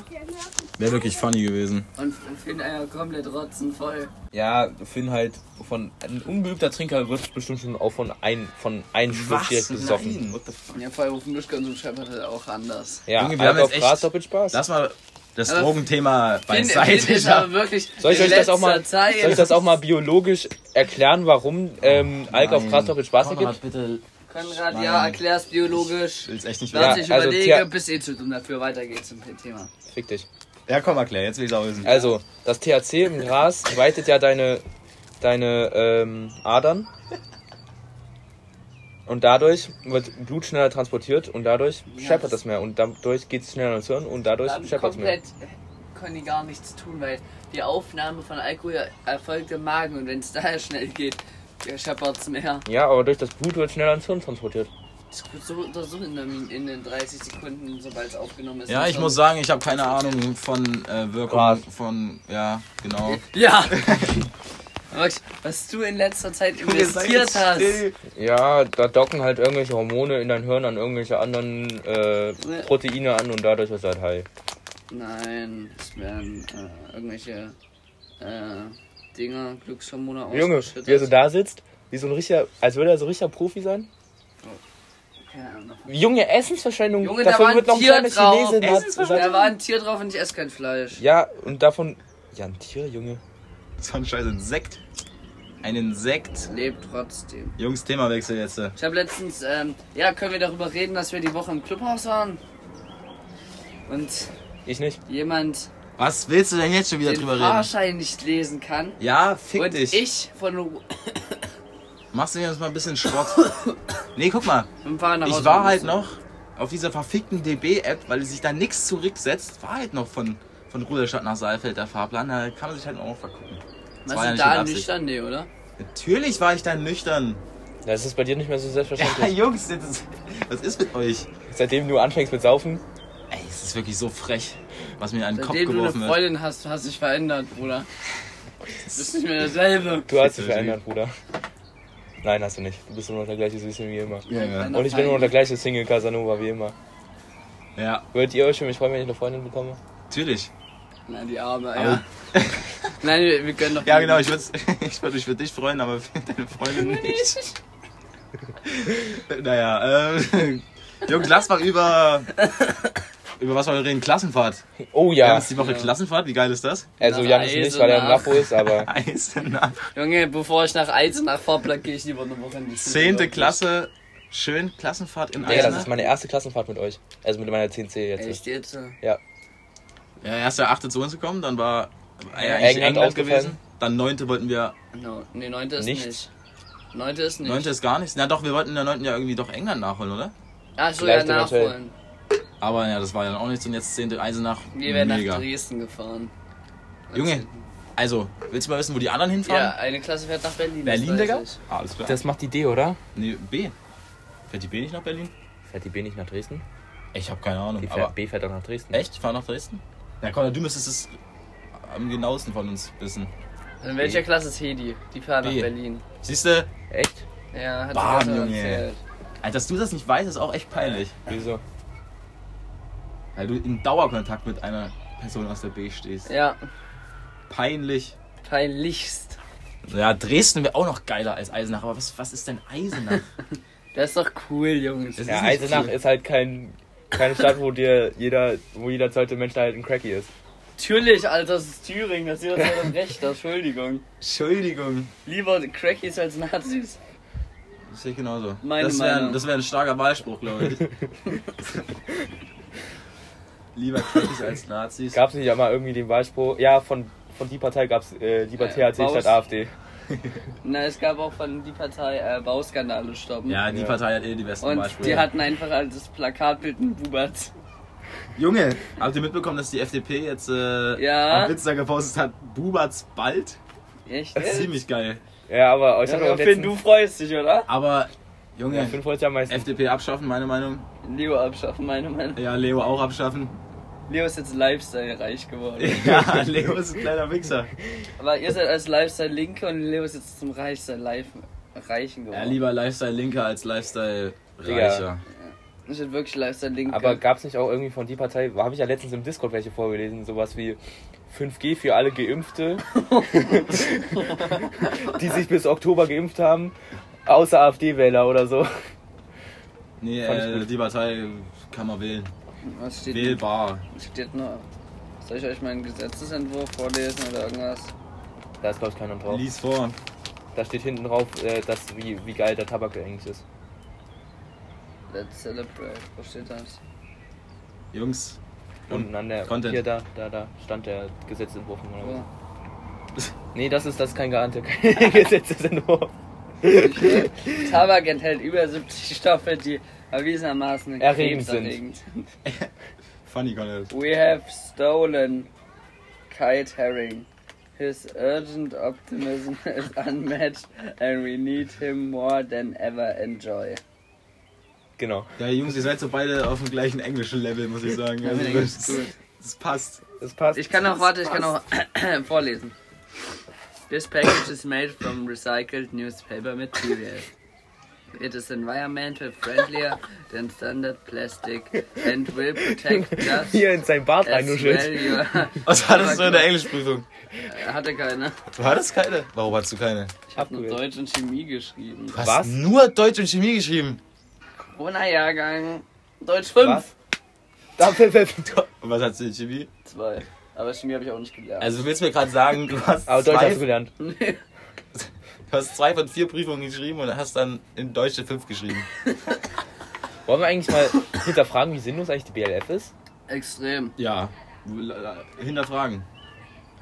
[SPEAKER 2] Wäre wirklich funny gewesen.
[SPEAKER 1] Und Finn Eier komplett rotzen voll.
[SPEAKER 3] Ja, Finn halt von. Ein ungeübter Trinker wird bestimmt schon auch von ein von einem Schluck
[SPEAKER 2] Was?
[SPEAKER 3] direkt besoffen.
[SPEAKER 2] Nein. What the fuck?
[SPEAKER 1] Ja, vor allem auf dem Mischkonsum schreibt man halt auch anders.
[SPEAKER 3] Ja,
[SPEAKER 2] Junge, wir haben
[SPEAKER 3] Alk
[SPEAKER 2] jetzt
[SPEAKER 3] auf Gras
[SPEAKER 2] echt-
[SPEAKER 3] doppelt Spaß.
[SPEAKER 2] Lass mal das
[SPEAKER 1] Aber
[SPEAKER 2] Drogenthema
[SPEAKER 1] Finn,
[SPEAKER 2] beiseite.
[SPEAKER 1] Finn ist
[SPEAKER 2] schaffen.
[SPEAKER 1] aber wirklich
[SPEAKER 3] Soll ich,
[SPEAKER 1] in
[SPEAKER 3] euch das auch
[SPEAKER 1] letzter
[SPEAKER 3] mal, soll
[SPEAKER 1] Zeit-
[SPEAKER 3] ich das auch mal biologisch erklären, warum ähm, Alk
[SPEAKER 2] Oh,
[SPEAKER 3] auf
[SPEAKER 2] Nein.
[SPEAKER 3] Gras doppelt Spaß
[SPEAKER 2] Konrad,
[SPEAKER 3] ergibt?
[SPEAKER 2] bitte.
[SPEAKER 1] Konrad,
[SPEAKER 2] Nein.
[SPEAKER 1] ja, erklär's biologisch.
[SPEAKER 2] Will's echt nicht
[SPEAKER 1] Lass
[SPEAKER 2] mehr.
[SPEAKER 1] dich
[SPEAKER 3] Ja, also Thea-
[SPEAKER 1] überlege, bis eh zu dumm dafür. Weiter geht's zum Thema.
[SPEAKER 3] Fick dich.
[SPEAKER 2] Ja, komm, erklär, jetzt will ich's auch wissen.
[SPEAKER 3] Also, das THC im Gras weitet ja deine, deine ähm, Adern. Und dadurch wird Blut schneller transportiert und dadurch scheppert das mehr. Und dadurch geht es schneller ins Hirn und dadurch
[SPEAKER 1] Dann
[SPEAKER 3] scheppert es mehr.
[SPEAKER 1] komplett können die gar nichts tun, weil die Aufnahme von Alkohol erfolgt im Magen und wenn es daher schnell geht, ja, scheppert's mehr.
[SPEAKER 3] Ja, aber durch das Blut wird schneller ins Hirn transportiert.
[SPEAKER 1] Das wird so oder so in, den- in den 30 Sekunden, sobald es aufgenommen ist.
[SPEAKER 2] Ja, ich
[SPEAKER 1] Sonst-
[SPEAKER 2] muss sagen, ich habe keine Ahnung von äh, Wirkung
[SPEAKER 3] Gras.
[SPEAKER 2] von. Ja, genau.
[SPEAKER 1] Ja! Max, was du in letzter Zeit investiert hast.
[SPEAKER 3] Ja, da docken halt irgendwelche Hormone in dein Hirn an irgendwelche anderen äh, Proteine an und dadurch ist halt heil.
[SPEAKER 1] Nein, es werden äh, irgendwelche äh, Dinger, Glückshormone
[SPEAKER 3] Junge, wie er so da sitzt, wie so ein richtiger, als würde er so ein richtiger Profi sein.
[SPEAKER 1] Keine Ahnung.
[SPEAKER 3] Junge, Essensverschwendung,
[SPEAKER 1] Junge, da
[SPEAKER 3] davon
[SPEAKER 1] war ein
[SPEAKER 3] wird noch ein
[SPEAKER 1] Tier
[SPEAKER 3] kleiner
[SPEAKER 1] drauf.
[SPEAKER 3] Chinese satt- satt.
[SPEAKER 1] Da war ein Tier drauf und ich esse kein Fleisch.
[SPEAKER 3] Ja, und davon. Ja, ein Tier, Junge.
[SPEAKER 2] Das war ein scheiß Insekt. Ein Insekt.
[SPEAKER 1] Lebt trotzdem.
[SPEAKER 2] Jungs, Themawechsel jetzt. äh.
[SPEAKER 1] Ich habe letztens, ähm, ja, können wir darüber reden, dass wir die Woche im Clubhaus waren? Und
[SPEAKER 3] Ich nicht.
[SPEAKER 1] jemand
[SPEAKER 2] Was willst du denn jetzt schon wieder
[SPEAKER 1] den
[SPEAKER 2] drüber reden?
[SPEAKER 1] Fahrschein nicht lesen kann.
[SPEAKER 2] Ja, fick
[SPEAKER 1] Und
[SPEAKER 2] dich.
[SPEAKER 1] ich von
[SPEAKER 2] Machst du mir jetzt mal ein bisschen Sport? nee, guck mal.
[SPEAKER 1] vom Fahren nach Hause
[SPEAKER 2] Ich war halt
[SPEAKER 1] musste.
[SPEAKER 2] noch auf dieser verfickten DB-App, weil sich da nichts zurücksetzt, war halt noch von, von Ruderstadt nach Saalfeld der Fahrplan. Da kann man sich halt auch vergucken.
[SPEAKER 1] Was
[SPEAKER 2] war
[SPEAKER 1] ist
[SPEAKER 2] ja nicht mit
[SPEAKER 1] da
[SPEAKER 2] Absicht.
[SPEAKER 1] nüchtern? Nee, oder?
[SPEAKER 2] Natürlich war ich da nüchtern.
[SPEAKER 3] Das ist bei dir nicht mehr so
[SPEAKER 2] Ja,
[SPEAKER 3] selbstverständlich.
[SPEAKER 2] Jungs, das ist, was ist mit euch?
[SPEAKER 3] Seitdem du anfängst mit Saufen.
[SPEAKER 2] Ey, es ist wirklich so frech, was mir an den Kopf
[SPEAKER 1] Seitdem du eine
[SPEAKER 2] geworfen wird.
[SPEAKER 1] Freundin hast, du hast dich verändert, Bruder. Du bist nicht mehr derselbe.
[SPEAKER 3] Du hast
[SPEAKER 2] Natürlich.
[SPEAKER 3] dich verändert, Bruder. Nein, hast du nicht. Du bist immer noch der gleiche Süße wie immer.
[SPEAKER 2] Ja, ja.
[SPEAKER 3] Und ich bin immer noch der gleiche Single Casanova wie immer.
[SPEAKER 2] Ja,
[SPEAKER 3] Würdet ihr euch für mich freuen, wenn ich eine Freundin bekomme?
[SPEAKER 2] natürlich.
[SPEAKER 1] Nein, die Arme, ja. Nein, wir, wir können doch.
[SPEAKER 2] Ja, genau, ich würde ich würd mich für dich freuen, aber für deine Freundin nicht. naja, ähm. Jungs, lass mal über. Über was wollen wir reden? Klassenfahrt.
[SPEAKER 3] Oh
[SPEAKER 2] Wir haben
[SPEAKER 3] ja.
[SPEAKER 2] jetzt die Woche
[SPEAKER 1] Ja.
[SPEAKER 2] Klassenfahrt, wie geil ist das?
[SPEAKER 3] Also
[SPEAKER 1] nach
[SPEAKER 3] Janis nicht, weil er im
[SPEAKER 1] Eisenach.
[SPEAKER 3] Lapo ist, aber
[SPEAKER 2] Eisenach.
[SPEAKER 1] Junge, bevor ich nach Eisenach fahre, placke ich lieber eine Woche in die Schule.
[SPEAKER 2] Zehnte
[SPEAKER 1] wirklich.
[SPEAKER 2] Klasse, schön Klassenfahrt in
[SPEAKER 3] Digga, das ist
[SPEAKER 2] Eisenach.
[SPEAKER 3] meine erste Klassenfahrt mit euch. Also mit meiner 10C jetzt.
[SPEAKER 1] Echt jetzt? äh?
[SPEAKER 2] Ja, erst der achte zu uns gekommen, dann war äh, eigentlich
[SPEAKER 3] England
[SPEAKER 2] England,
[SPEAKER 3] ausgefallen.
[SPEAKER 2] gewesen. Dann neunte wollten wir.
[SPEAKER 1] No. Nee, neunte ist
[SPEAKER 3] Nicht.
[SPEAKER 1] nicht. Neunte ist nicht.
[SPEAKER 2] Neunte ist gar nichts. Na doch, wir wollten in der neunten ja irgendwie doch England nachholen, oder?
[SPEAKER 1] Ach so, ja,
[SPEAKER 3] Vielleicht eventuell.
[SPEAKER 1] nachholen.
[SPEAKER 2] Aber ja, das war ja dann auch nichts und jetzt zehnte Eisenach.
[SPEAKER 1] Wir werden
[SPEAKER 2] Mega.
[SPEAKER 1] nach Dresden gefahren.
[SPEAKER 2] Junge, also, willst du mal wissen, wo die anderen hinfahren?
[SPEAKER 1] Ja, eine Klasse fährt nach Berlin. das
[SPEAKER 2] Berlin,
[SPEAKER 1] weiß
[SPEAKER 2] Digga?
[SPEAKER 1] ich.
[SPEAKER 2] Ah, alles klar.
[SPEAKER 3] Das macht die D, oder?
[SPEAKER 2] nee, B. Fährt die B nicht nach Berlin?
[SPEAKER 3] Fährt die B nicht nach Dresden?
[SPEAKER 2] Ich habe keine Ahnung.
[SPEAKER 3] Die fährt,
[SPEAKER 2] aber
[SPEAKER 3] B fährt doch nach Dresden.
[SPEAKER 2] echt? Fahr nach Dresden? Na komm, du müsstest es am genauesten von uns wissen.
[SPEAKER 1] In welcher
[SPEAKER 3] B.
[SPEAKER 1] Also, Klasse ist Hedi? Die fährt nach
[SPEAKER 2] B.
[SPEAKER 1] Berlin.
[SPEAKER 2] Siehste,
[SPEAKER 3] Echt?
[SPEAKER 1] Ja, hat
[SPEAKER 2] Bam,
[SPEAKER 1] sie
[SPEAKER 2] Junge.
[SPEAKER 1] erzählt.
[SPEAKER 2] Alter, dass du das nicht weißt, ist auch echt peinlich.
[SPEAKER 3] Wieso?
[SPEAKER 2] Weil du in Dauerkontakt mit einer Person aus der B stehst.
[SPEAKER 1] Ja,
[SPEAKER 2] Peinlich.
[SPEAKER 1] peinlichst.
[SPEAKER 2] Ja, Dresden wäre auch noch geiler als Eisenach. Aber was, was ist denn Eisenach?
[SPEAKER 1] Das ist doch cool, Jungs.
[SPEAKER 2] Das
[SPEAKER 3] Ja,
[SPEAKER 2] ist nicht
[SPEAKER 3] Eisenach
[SPEAKER 2] viel.
[SPEAKER 3] ist halt kein, keine Stadt, wo dir jeder, wo jeder zweite Mensch da halt ein Cracky ist.
[SPEAKER 1] Natürlich, Alter, das ist Thüringen, das ist ja Recht, Entschuldigung.
[SPEAKER 2] Entschuldigung.
[SPEAKER 1] Lieber Crackies als Nazis.
[SPEAKER 2] Das sehe ich genauso.
[SPEAKER 1] Meine
[SPEAKER 2] das wäre
[SPEAKER 1] Meinung.
[SPEAKER 2] das wär ein starker Wahlspruch, glaube ich. Lieber Kritis als Nazis.
[SPEAKER 3] Gab's nicht einmal irgendwie den Wahlspruch? Ja, von, von die Partei gab's äh,
[SPEAKER 1] Äh,
[SPEAKER 3] Libertär AC statt
[SPEAKER 1] Baus.
[SPEAKER 3] AfD.
[SPEAKER 1] Na, es gab auch von die Partei äh, Bauskandale stoppen.
[SPEAKER 2] Ja, die
[SPEAKER 3] Ja.
[SPEAKER 2] Partei hat eh die besten
[SPEAKER 1] Und
[SPEAKER 2] Wahlsprüche.
[SPEAKER 1] die hatten einfach als Plakatbild einen Bubatz.
[SPEAKER 2] Junge, habt ihr mitbekommen, dass die FDP jetzt äh,
[SPEAKER 1] Ja.
[SPEAKER 2] auf Insta gepostet hat, Bubatz bald?
[SPEAKER 1] Echt?
[SPEAKER 2] Ziemlich geil.
[SPEAKER 3] Ja, aber euch hat
[SPEAKER 1] Ja,
[SPEAKER 3] auch
[SPEAKER 1] Finn,
[SPEAKER 3] letztens,
[SPEAKER 1] du freust dich, oder?
[SPEAKER 2] Aber, Junge,
[SPEAKER 3] ja, fünf wollte ich am meisten.
[SPEAKER 2] FDP abschaffen, meine Meinung.
[SPEAKER 1] Leo abschaffen, meine Meinung.
[SPEAKER 2] Ja, Leo auch abschaffen.
[SPEAKER 1] Leo ist jetzt Lifestyle-reich geworden.
[SPEAKER 2] Ja, Leo ist ein kleiner Wichser.
[SPEAKER 1] Aber ihr seid als Lifestyle-Linke und Leo ist jetzt zum Lifestyle-Reichen
[SPEAKER 2] Ja,
[SPEAKER 1] geworden.
[SPEAKER 2] lieber Lifestyle-Linker als Lifestyle-Reicher.
[SPEAKER 3] Digga.
[SPEAKER 1] Ich bin wirklich Lifestyle-Linke.
[SPEAKER 3] Aber gab's nicht auch irgendwie von die Partei, habe ich ja letztens im Discord welche vorgelesen, sowas wie 5G für alle Geimpfte, die sich bis Oktober geimpft haben, außer AfD-Wähler oder so.
[SPEAKER 2] Nee,
[SPEAKER 3] Fand ich
[SPEAKER 2] äh,
[SPEAKER 3] gut.
[SPEAKER 2] die Partei kann man wählen.
[SPEAKER 1] Was steht denn?
[SPEAKER 2] Wählbar.
[SPEAKER 1] steht noch? Soll ich euch meinen Gesetzesentwurf vorlesen oder irgendwas?
[SPEAKER 3] Da ist, glaube ich, keiner drauf.
[SPEAKER 2] Lies vor.
[SPEAKER 3] Da steht hinten drauf, äh, dass, wie, wie geil der Tabak eigentlich ist.
[SPEAKER 1] Let's celebrate. Wo steht das?
[SPEAKER 2] Jungs.
[SPEAKER 3] Unten an der.
[SPEAKER 2] Content.
[SPEAKER 3] Hier, da, da, da stand der Gesetzentwurf. Oder
[SPEAKER 1] Oh.
[SPEAKER 3] was. Nee, das ist das ist kein geahnter Gesetzentwurf.
[SPEAKER 1] Tabak enthält über 70 Stoffe, die erwiesenermaßen
[SPEAKER 3] Erregend sind.
[SPEAKER 1] krebserregend sind.
[SPEAKER 2] Funny Content.
[SPEAKER 1] We have stolen Kite Herring. His urgent optimism is unmatched and we need him more than ever enjoy.
[SPEAKER 3] Genau.
[SPEAKER 2] Ja, Jungs, ihr seid so beide auf dem gleichen englischen Level, muss ich sagen.
[SPEAKER 1] Ja,
[SPEAKER 2] Also,
[SPEAKER 1] mir
[SPEAKER 2] das,
[SPEAKER 1] geht's gut.
[SPEAKER 2] das passt.
[SPEAKER 3] Das passt.
[SPEAKER 1] Ich kann auch, warte, ich kann auch vorlesen. This package is made from recycled newspaper material. It is environmental friendlier than standard plastic and will protect us
[SPEAKER 3] hier in sein Bart
[SPEAKER 1] as well.
[SPEAKER 3] reinnuschelt.
[SPEAKER 1] your-
[SPEAKER 2] Was hattest du in der Englischprüfung?
[SPEAKER 1] Hatte keine.
[SPEAKER 2] Du hattest keine? Warum hattest du keine?
[SPEAKER 1] Ich habe nur Deutsch und Chemie geschrieben.
[SPEAKER 2] Du hast
[SPEAKER 3] Was?
[SPEAKER 2] nur Deutsch und Chemie geschrieben.
[SPEAKER 1] Corona-Jahrgang. Deutsch 5.
[SPEAKER 3] Was? Da, pf, pf, pf.
[SPEAKER 2] Und was hast du in Chemie?
[SPEAKER 1] 2. Aber Chemie habe ich auch nicht gelernt.
[SPEAKER 2] Also, du willst mir gerade sagen, du hast,
[SPEAKER 3] Aber Deutsch
[SPEAKER 2] zwei,
[SPEAKER 3] hast du gelernt.
[SPEAKER 2] du hast zwei von vier Prüfungen geschrieben und hast dann in Deutsch eine fünf geschrieben.
[SPEAKER 3] Wollen wir eigentlich mal hinterfragen, wie sinnlos eigentlich die BLF ist?
[SPEAKER 1] Extrem.
[SPEAKER 2] Ja. Hinterfragen.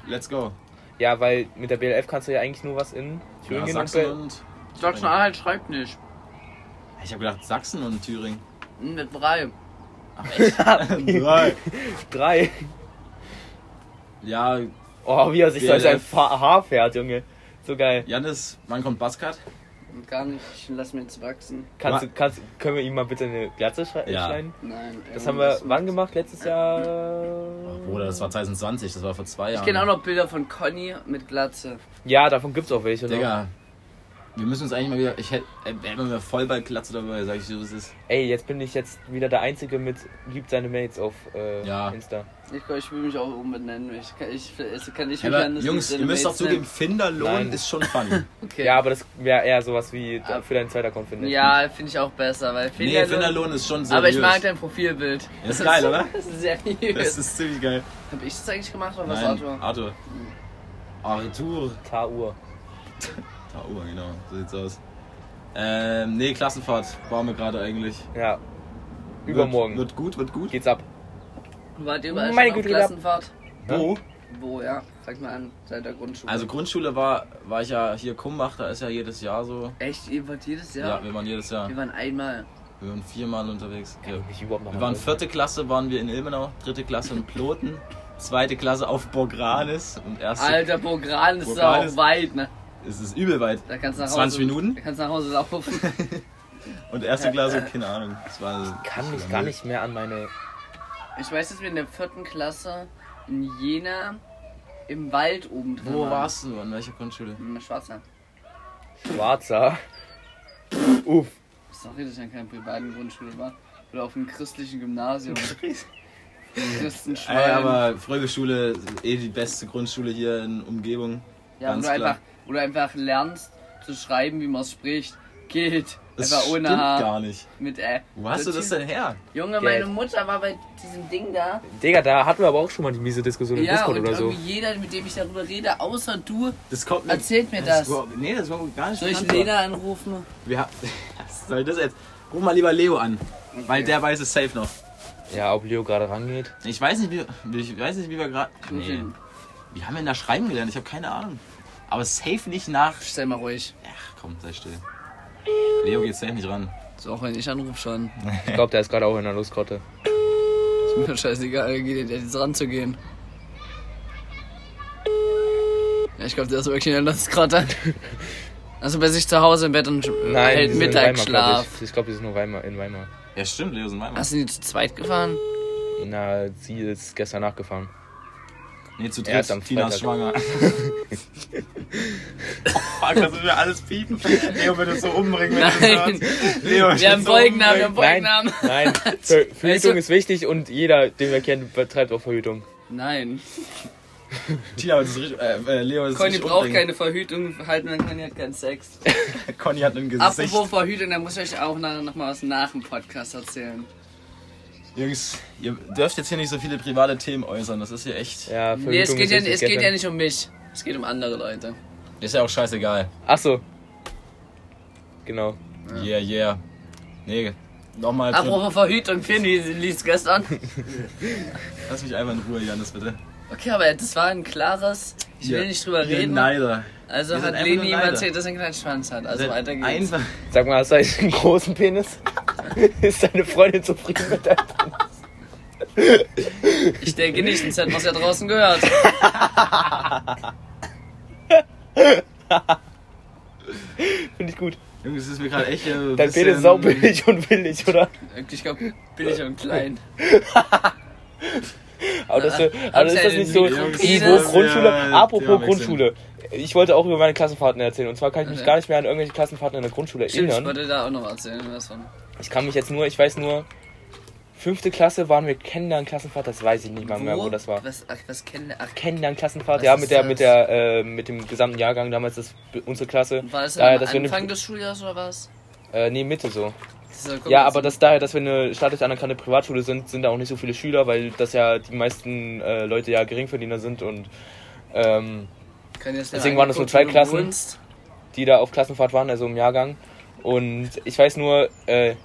[SPEAKER 2] Let's go.
[SPEAKER 3] Ja, weil mit der BLF kannst du ja eigentlich nur was in
[SPEAKER 2] Ja,
[SPEAKER 3] Thüringen und
[SPEAKER 2] Sachsen
[SPEAKER 3] Berlin.
[SPEAKER 2] und.
[SPEAKER 1] Sachsen-Anhalt schreibt nicht. Hm,
[SPEAKER 2] Ich habe gedacht, Sachsen und Thüringen.
[SPEAKER 1] Mit 3.
[SPEAKER 2] Drei.
[SPEAKER 3] Drei.
[SPEAKER 2] Ja,
[SPEAKER 3] Oh, wie er sich durch sein
[SPEAKER 2] BLF.
[SPEAKER 3] Fa- Haar fährt, Junge. So geil.
[SPEAKER 2] Janis, wann kommt Baskat?
[SPEAKER 1] Gar nicht. Ich lass mir jetzt wachsen.
[SPEAKER 3] Kannst du,
[SPEAKER 2] Ma-
[SPEAKER 3] kannst, können wir ihm mal bitte eine Glatze schrei-
[SPEAKER 2] Ja.
[SPEAKER 3] schneiden?
[SPEAKER 1] Nein. ähm,
[SPEAKER 3] Das haben wir
[SPEAKER 1] irgendwas
[SPEAKER 3] wann gemacht? Letztes Jahr?
[SPEAKER 2] Bruder, das war 2020, das war
[SPEAKER 1] Genau,
[SPEAKER 2] vor zwei Jahren.
[SPEAKER 1] Ich kenne auch noch Bilder von Conny mit Glatze.
[SPEAKER 3] Ja, davon gibt's auch welche. ne? noch.
[SPEAKER 2] Digga, Wir müssen uns eigentlich mal wieder. Ich äh, hätte hätte mal wieder voll bei Klatze dabei, sag ich so, es ist.
[SPEAKER 3] Ey, jetzt bin ich jetzt wieder der Einzige mit Liebt seine Mates auf äh,
[SPEAKER 2] Ja.
[SPEAKER 3] Insta.
[SPEAKER 1] Ich, glaub, ich will mich auch umbenennen. Ich kann, ich, es kann nicht
[SPEAKER 2] Aber
[SPEAKER 1] anders
[SPEAKER 2] Jungs,
[SPEAKER 1] mit ne?
[SPEAKER 2] ihr müsst doch
[SPEAKER 1] Animates
[SPEAKER 2] zugeben, Finderlohn
[SPEAKER 3] Nein.
[SPEAKER 2] ist schon funny.
[SPEAKER 1] nennen. Okay.
[SPEAKER 3] Ja, aber das wäre eher sowas wie
[SPEAKER 1] Ah.
[SPEAKER 3] für deinen zweiter Account, finde ich.
[SPEAKER 1] Ja, finde ich auch besser, weil
[SPEAKER 2] nee,
[SPEAKER 1] Finderlohn-
[SPEAKER 2] Finderlohn ist schon seriös.
[SPEAKER 1] Aber ich mag dein Profilbild.
[SPEAKER 2] Das ist geil, oder?
[SPEAKER 1] Das ist seriös.
[SPEAKER 2] Das ist ziemlich geil.
[SPEAKER 1] Hab ich das eigentlich gemacht oder was,
[SPEAKER 2] Nein,
[SPEAKER 1] Arthur?
[SPEAKER 2] Arthur. Arthur.
[SPEAKER 3] Ta Uhr.
[SPEAKER 2] Da oben, genau. So sieht's aus. Ähm, nee, Klassenfahrt waren wir gerade eigentlich.
[SPEAKER 3] Ja.
[SPEAKER 2] Wird-
[SPEAKER 3] Übermorgen.
[SPEAKER 2] Wird gut, wird gut.
[SPEAKER 3] Geht's ab.
[SPEAKER 1] Wart ihr überall
[SPEAKER 3] Meine
[SPEAKER 1] schon auf
[SPEAKER 3] Güte, geklappt.
[SPEAKER 1] Klassenfahrt?
[SPEAKER 2] Wo?
[SPEAKER 1] Wo, ja? Sag mal an, seit der Grundschule.
[SPEAKER 2] Also Grundschule war, war ich ja hier Kummach, da ist ja jedes Jahr so.
[SPEAKER 1] Echt, ihr wart jedes
[SPEAKER 2] Ja,
[SPEAKER 1] Jahr?
[SPEAKER 2] wir waren jedes Jahr.
[SPEAKER 1] wir waren einmal.
[SPEAKER 2] Wir waren viermal unterwegs. Ja.
[SPEAKER 3] Ich überhaupt noch
[SPEAKER 2] Wir waren
[SPEAKER 3] mal-
[SPEAKER 2] vierte Klasse, waren wir in Ilmenau, dritte Klasse in Ploten, zweite Klasse auf Borgranis und erste.
[SPEAKER 1] Alter, Bogran ist da
[SPEAKER 2] Bogran
[SPEAKER 1] auch
[SPEAKER 2] ist-
[SPEAKER 1] weit, ne?
[SPEAKER 2] Es ist übel weit.
[SPEAKER 1] Da kannst du nach
[SPEAKER 2] 20
[SPEAKER 1] Hause,
[SPEAKER 2] Minuten?
[SPEAKER 1] Da kannst du nach Hause laufen.
[SPEAKER 2] Und erste Klasse, keine Ahnung. Es war
[SPEAKER 3] Kann mich gar nicht mehr an meine.
[SPEAKER 1] Ich weiß, dass wir in der vierten Klasse in Jena im Wald oben drin
[SPEAKER 2] Wo
[SPEAKER 1] waren.
[SPEAKER 2] warst du? An welcher Grundschule?
[SPEAKER 1] Im Schwarzer.
[SPEAKER 3] Schwarzer. Uff.
[SPEAKER 1] Sorry, dass ich an keiner privaten Grundschule war. Oder auf einem christlichen Gymnasium. Christenschwein.
[SPEAKER 2] Ey, Äh, aber Folgeschule ist eh die beste Grundschule hier in Umgebung.
[SPEAKER 1] ja, wo
[SPEAKER 2] ganz
[SPEAKER 1] du
[SPEAKER 2] klar.
[SPEAKER 1] einfach, wo du einfach lernst zu schreiben, wie man es spricht. Geht.
[SPEAKER 2] Das
[SPEAKER 1] einfach
[SPEAKER 2] stimmt
[SPEAKER 1] ohne Haar.
[SPEAKER 2] gar nicht.
[SPEAKER 1] Mit äh.
[SPEAKER 2] Wo hast du das denn her?
[SPEAKER 1] Junge, meine
[SPEAKER 3] Geld.
[SPEAKER 1] Mutter war bei diesem Ding da.
[SPEAKER 3] Digga, da hatten wir aber auch schon mal die miese Diskussion im
[SPEAKER 1] Ja,
[SPEAKER 3] Discord
[SPEAKER 1] und
[SPEAKER 3] oder so.
[SPEAKER 1] irgendwie jeder, mit dem ich darüber rede, außer du,
[SPEAKER 2] Das kommt mir.
[SPEAKER 1] erzählt mir
[SPEAKER 2] das
[SPEAKER 1] das.
[SPEAKER 2] ist überhaupt- Nee, das war gar nicht
[SPEAKER 1] Soll ich
[SPEAKER 2] bekannt.
[SPEAKER 1] Lena anrufen?
[SPEAKER 2] Wir haben. Was soll das jetzt? Ruf mal lieber Leo an. Weil der weiß es safe noch.
[SPEAKER 3] Ja, ob Leo gerade rangeht.
[SPEAKER 2] Ich weiß nicht, wie, ich weiß nicht, wie wir gerade. Nee. Wie haben wir denn da schreiben gelernt? Ich habe keine Ahnung. Aber safe nicht nach.
[SPEAKER 1] Stell mal ruhig.
[SPEAKER 2] Ach komm, sei still. Leo geht safe nicht ran.
[SPEAKER 1] So, auch wenn ich anrufe schon.
[SPEAKER 3] Ich glaube, der ist gerade auch in der Lustgrotte.
[SPEAKER 1] Ist mir doch scheißegal, geht dir jetzt ranzugehen. Ja, ich glaube, der ist wirklich in der Lustgrotte. Also bei sich zu Hause im Bett und
[SPEAKER 3] Nein, die
[SPEAKER 1] hält
[SPEAKER 3] sind in Weimar,
[SPEAKER 1] Mittagsschlaf.
[SPEAKER 3] glaub ich. ich glaube, die sind nur Weimar, in Weimar.
[SPEAKER 2] Ja, stimmt, Leo ist in Weimar.
[SPEAKER 1] Hast du die zu zweit gefahren?
[SPEAKER 3] Na, sie ist gestern nachgefahren.
[SPEAKER 2] Nee, zu
[SPEAKER 3] Er ist am
[SPEAKER 2] dritt. Tina ist schwanger.
[SPEAKER 3] Freitag.
[SPEAKER 2] Fuck, das müssen wir alles piepen. Leo wird uns so umbringen, wenn
[SPEAKER 1] Nein.
[SPEAKER 2] du das hörst. Leo, ich
[SPEAKER 1] Wir haben
[SPEAKER 2] bin
[SPEAKER 1] Folgennamen, wir haben
[SPEAKER 3] Nein,
[SPEAKER 1] Folgennamen.
[SPEAKER 3] nein. Ver
[SPEAKER 1] Weißt du-
[SPEAKER 3] Verhütung ist wichtig und jeder, den wir kennen, betreibt auch Verhütung.
[SPEAKER 1] Nein.
[SPEAKER 2] Tina wird uns richtig. Äh, äh, Leo wird uns
[SPEAKER 1] Conny
[SPEAKER 2] richtig
[SPEAKER 1] braucht
[SPEAKER 2] umbringen.
[SPEAKER 1] keine Verhütung, halten wir Conny hat keinen Sex.
[SPEAKER 2] Conny hat ein Gesicht.
[SPEAKER 1] Apropos Verhütung, da muss ich euch auch noch, noch mal was nach dem Podcast erzählen.
[SPEAKER 2] Jungs, ihr dürft jetzt hier nicht so viele private Themen äußern. Das ist hier echt.
[SPEAKER 3] Ja, Verhütung
[SPEAKER 1] Nee, es geht,
[SPEAKER 3] ist
[SPEAKER 1] ja,
[SPEAKER 3] wichtig
[SPEAKER 1] es geht
[SPEAKER 3] gestern.
[SPEAKER 1] ja nicht um mich. Es geht um andere Leute.
[SPEAKER 2] Ist ja auch scheißegal.
[SPEAKER 3] Ach so. Genau.
[SPEAKER 2] Yeah, yeah. Nee, nochmal.
[SPEAKER 1] Apropos Verhütung, Finn, wie liest gestern?
[SPEAKER 2] Lass mich einfach in Ruhe, Janis, bitte.
[SPEAKER 1] Okay, aber das war ein klares, ich will
[SPEAKER 2] Ihr-
[SPEAKER 1] nicht drüber
[SPEAKER 2] ihr
[SPEAKER 1] reden.
[SPEAKER 2] Neider.
[SPEAKER 1] Also
[SPEAKER 2] Wir sind
[SPEAKER 1] hat
[SPEAKER 2] einfach
[SPEAKER 1] Leni
[SPEAKER 2] nur
[SPEAKER 1] ihm
[SPEAKER 2] Neider.
[SPEAKER 1] erzählt, dass er einen kleinen Schwanz hat. Also
[SPEAKER 2] Seid
[SPEAKER 1] weiter geht's.
[SPEAKER 2] Einfach.
[SPEAKER 3] Sag mal, hast du eigentlich einen großen Penis? ist deine Freundin zufrieden mit deinem
[SPEAKER 1] Ich denke nicht, sonst hätten wir es ja draußen gehört.
[SPEAKER 3] Finde ich gut.
[SPEAKER 2] Jungs, es ist mir gerade echt. Äh,
[SPEAKER 3] Dein Penis ist saubillig und billig, oder?
[SPEAKER 1] Ich glaube, billig und klein.
[SPEAKER 3] Aber das, aber
[SPEAKER 1] Ah,
[SPEAKER 3] ist das
[SPEAKER 1] Abzählen,
[SPEAKER 3] nicht so
[SPEAKER 1] Jungs,
[SPEAKER 3] Niveau
[SPEAKER 1] Penis.
[SPEAKER 3] Grundschule?
[SPEAKER 2] Ja, Thema
[SPEAKER 3] Apropos
[SPEAKER 2] wechseln.
[SPEAKER 3] Grundschule. Ich wollte auch über meine Klassenfahrten erzählen. Und zwar kann ich mich
[SPEAKER 1] Okay.
[SPEAKER 3] gar nicht mehr an irgendwelche Klassenfahrten in der Grundschule
[SPEAKER 1] Stimmt, ich
[SPEAKER 3] erinnern.
[SPEAKER 1] wollte da auch noch erzählen was von.
[SPEAKER 3] Ich kann mich jetzt nur, ich weiß nur, fünfte Klasse waren wir Kennenlernen-Klassenfahrt, das weiß ich nicht mal mehr, wo das war.
[SPEAKER 1] Was, ach, was kennen ach,
[SPEAKER 3] Kennenlernen-Klassenfahrt,
[SPEAKER 1] Was
[SPEAKER 3] ja,
[SPEAKER 1] ist
[SPEAKER 3] mit der,
[SPEAKER 1] das?
[SPEAKER 3] mit der, äh, mit dem gesamten Jahrgang damals, das unsere Klasse.
[SPEAKER 1] War das
[SPEAKER 3] Daher,
[SPEAKER 1] am
[SPEAKER 3] dass wir eine-
[SPEAKER 1] Anfang des Schuljahres oder was?
[SPEAKER 3] Äh, nee, Mitte so.
[SPEAKER 1] Das ist guck
[SPEAKER 3] Ja,
[SPEAKER 1] mal,
[SPEAKER 3] aber
[SPEAKER 1] das
[SPEAKER 3] das daher, dass wir eine staatlich anerkannte Privatschule sind, sind da auch nicht so viele Schüler, weil das ja die meisten äh, Leute ja Geringverdiener sind und ähm,
[SPEAKER 1] kann jetzt
[SPEAKER 3] deswegen
[SPEAKER 1] mal
[SPEAKER 3] waren das nur
[SPEAKER 1] angucken,
[SPEAKER 3] zwei
[SPEAKER 1] wo du
[SPEAKER 3] Klassen.
[SPEAKER 1] wohnst.
[SPEAKER 3] die da auf Klassenfahrt waren, also im Jahrgang. Und ich weiß nur, äh,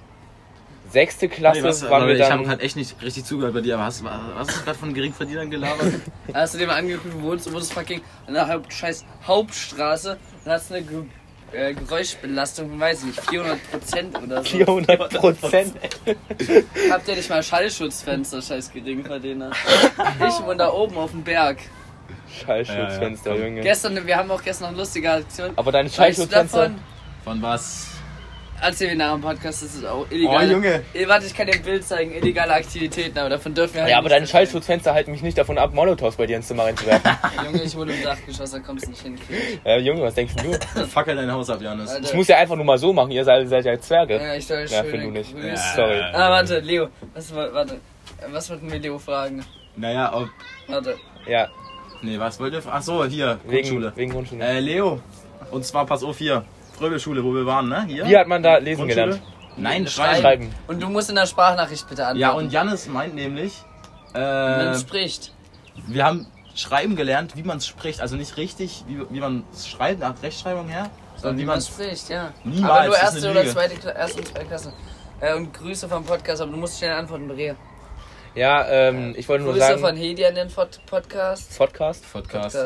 [SPEAKER 3] sechste Klasse
[SPEAKER 2] Nee, was,
[SPEAKER 3] waren wir
[SPEAKER 2] ich halt- habe
[SPEAKER 3] dann.
[SPEAKER 2] gerade echt nicht richtig zugehört bei dir, aber hast, was hast du gerade von Geringverdienern gelabert?
[SPEAKER 1] Hast du dir mal angeguckt, wo wohnst, wo das fucking an der Haupt scheiß Hauptstraße dann hast du eine Ge äh, Geräuschbelastung von, weiß ich nicht, 400% oder so.
[SPEAKER 3] 400 Prozent.
[SPEAKER 1] Habt ihr nicht mal Schallschutzfenster, scheiß Geringverdiener? Ich wohne da oben auf dem Berg.
[SPEAKER 3] Schallschutzfenster,
[SPEAKER 2] Ja, ja, komm.
[SPEAKER 3] Junge.
[SPEAKER 1] Gestern, wir haben auch gestern noch eine lustige Aktion.
[SPEAKER 3] Aber deine
[SPEAKER 1] Weißt du
[SPEAKER 3] Schallschutzfenster.
[SPEAKER 1] davon?
[SPEAKER 2] Von was?
[SPEAKER 1] erzählen wir nach dem Podcast, das ist auch illegal.
[SPEAKER 2] Oh, Junge.
[SPEAKER 1] Ey, warte, ich kann dir ein Bild zeigen, illegale Aktivitäten, aber davon dürfen wir halt
[SPEAKER 3] Ja, aber deine
[SPEAKER 1] nichts erzählen.
[SPEAKER 3] Schallschutzfenster halten mich nicht davon ab, Molotows bei dir ins Zimmer reinzuwerfen.
[SPEAKER 1] Junge, ich wurde im Dachgeschoss, da kommst du nicht hin. Kind.
[SPEAKER 3] äh, Junge, was denkst du?
[SPEAKER 2] Fackel halt dein Haus ab, Janis.
[SPEAKER 1] Alter.
[SPEAKER 3] Ich muss ja einfach nur mal so machen, ihr seid, seid ja Zwerge.
[SPEAKER 1] Ja, ich soll
[SPEAKER 3] Ja,
[SPEAKER 1] schön
[SPEAKER 3] finde du nicht.
[SPEAKER 1] grüßen.
[SPEAKER 3] Sorry.
[SPEAKER 2] Ja.
[SPEAKER 1] Ah, warte, Leo, was, wa- warte, was wollten wir Leo fragen?
[SPEAKER 2] Naja, ob.
[SPEAKER 1] Warte,
[SPEAKER 3] Ja,
[SPEAKER 2] Nee, was wollt ihr? Ach so, hier, Grundschule.
[SPEAKER 3] wegen, wegen Grundschule.
[SPEAKER 2] Äh, Leo. Und zwar pass auf hier. Fröbelschule, wo wir waren, ne? Hier.
[SPEAKER 3] Wie hat man da lesen
[SPEAKER 2] Grundschule?
[SPEAKER 3] gelernt?
[SPEAKER 2] Nein,
[SPEAKER 1] Schreiben.
[SPEAKER 2] schreiben.
[SPEAKER 3] Schreiben.
[SPEAKER 1] und du musst in der Sprachnachricht bitte antworten.
[SPEAKER 2] Ja, und Janis meint nämlich, äh,
[SPEAKER 1] Man spricht.
[SPEAKER 2] wir haben schreiben gelernt, wie man es spricht. Also nicht richtig, wie, wie man es schreibt, nach Rechtschreibung her, sondern wie man
[SPEAKER 1] Man
[SPEAKER 2] es.
[SPEAKER 1] spricht, ja.
[SPEAKER 2] Niemals,
[SPEAKER 1] aber nur
[SPEAKER 2] das ist
[SPEAKER 1] erste
[SPEAKER 2] eine
[SPEAKER 1] oder
[SPEAKER 2] Lüge.
[SPEAKER 1] zweite Kla erste und zweite Klasse. Äh, und Grüße vom Podcast, aber du musst schnell antworten, Maria.
[SPEAKER 3] Ja, ähm, ich wollte nur
[SPEAKER 1] Grüße von
[SPEAKER 3] sagen,
[SPEAKER 1] Hedi an den Pod Podcast.
[SPEAKER 3] Podcast.
[SPEAKER 2] Podcast.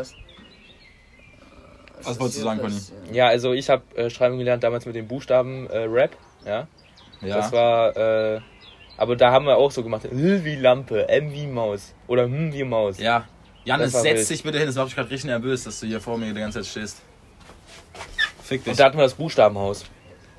[SPEAKER 2] Was wolltest du sagen, Conny?
[SPEAKER 3] Ja, also ich habe äh, Schreiben gelernt damals mit den Buchstaben äh, Rap. Ja,
[SPEAKER 2] Ja.
[SPEAKER 3] das war. Äh, aber da haben wir auch so gemacht. L wie Lampe, M wie Maus oder M wie Maus.
[SPEAKER 2] ja. Janis,
[SPEAKER 3] Das war
[SPEAKER 2] setz
[SPEAKER 3] wild.
[SPEAKER 2] dich bitte hin. Das macht mich gerade richtig nervös, dass du hier vor mir die ganze Zeit stehst. Fick dich.
[SPEAKER 3] Und da hatten wir das Buchstabenhaus.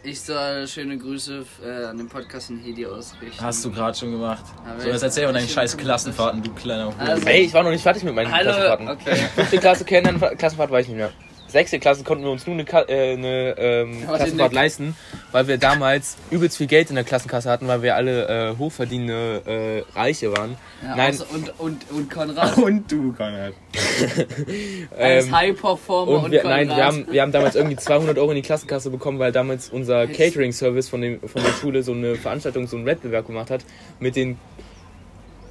[SPEAKER 1] Ich soll schöne Grüße äh, an den Podcast von Hedi ausrichten.
[SPEAKER 2] Hast du gerade schon gemacht.
[SPEAKER 1] Aber
[SPEAKER 2] So, jetzt
[SPEAKER 1] ich-
[SPEAKER 2] erzähl mal deinen
[SPEAKER 1] ich-
[SPEAKER 2] scheiß Klassenfahrten, du kleiner Hure.
[SPEAKER 1] Also-
[SPEAKER 3] Ey, ich war noch nicht fertig mit meinen Klassenfahrten.
[SPEAKER 1] Hallo, okay.
[SPEAKER 3] Fünfte Klasse kennen, dann Klassenfahrt weiß ich nicht mehr. Sechste Klasse konnten wir uns nur eine, Ka äh, eine ähm,
[SPEAKER 1] Warte,
[SPEAKER 3] Klassenfahrt
[SPEAKER 1] Nick.
[SPEAKER 3] leisten, weil wir damals übelst viel Geld in der Klassenkasse hatten, weil wir alle äh, hochverdienende äh, Reiche waren.
[SPEAKER 1] Ja,
[SPEAKER 3] Nein.
[SPEAKER 1] außer- Und, und, und Konrad.
[SPEAKER 2] Und du, Konrad.
[SPEAKER 1] Als
[SPEAKER 3] Ähm,
[SPEAKER 1] High Performer und,
[SPEAKER 3] Und wir,
[SPEAKER 1] Konrad.
[SPEAKER 3] nein, wir haben, wir haben damals irgendwie 200 Euro in die Klassenkasse bekommen, weil damals unser Catering-Service von, dem- von der Schule so eine Veranstaltung, so einen Wettbewerb gemacht hat mit den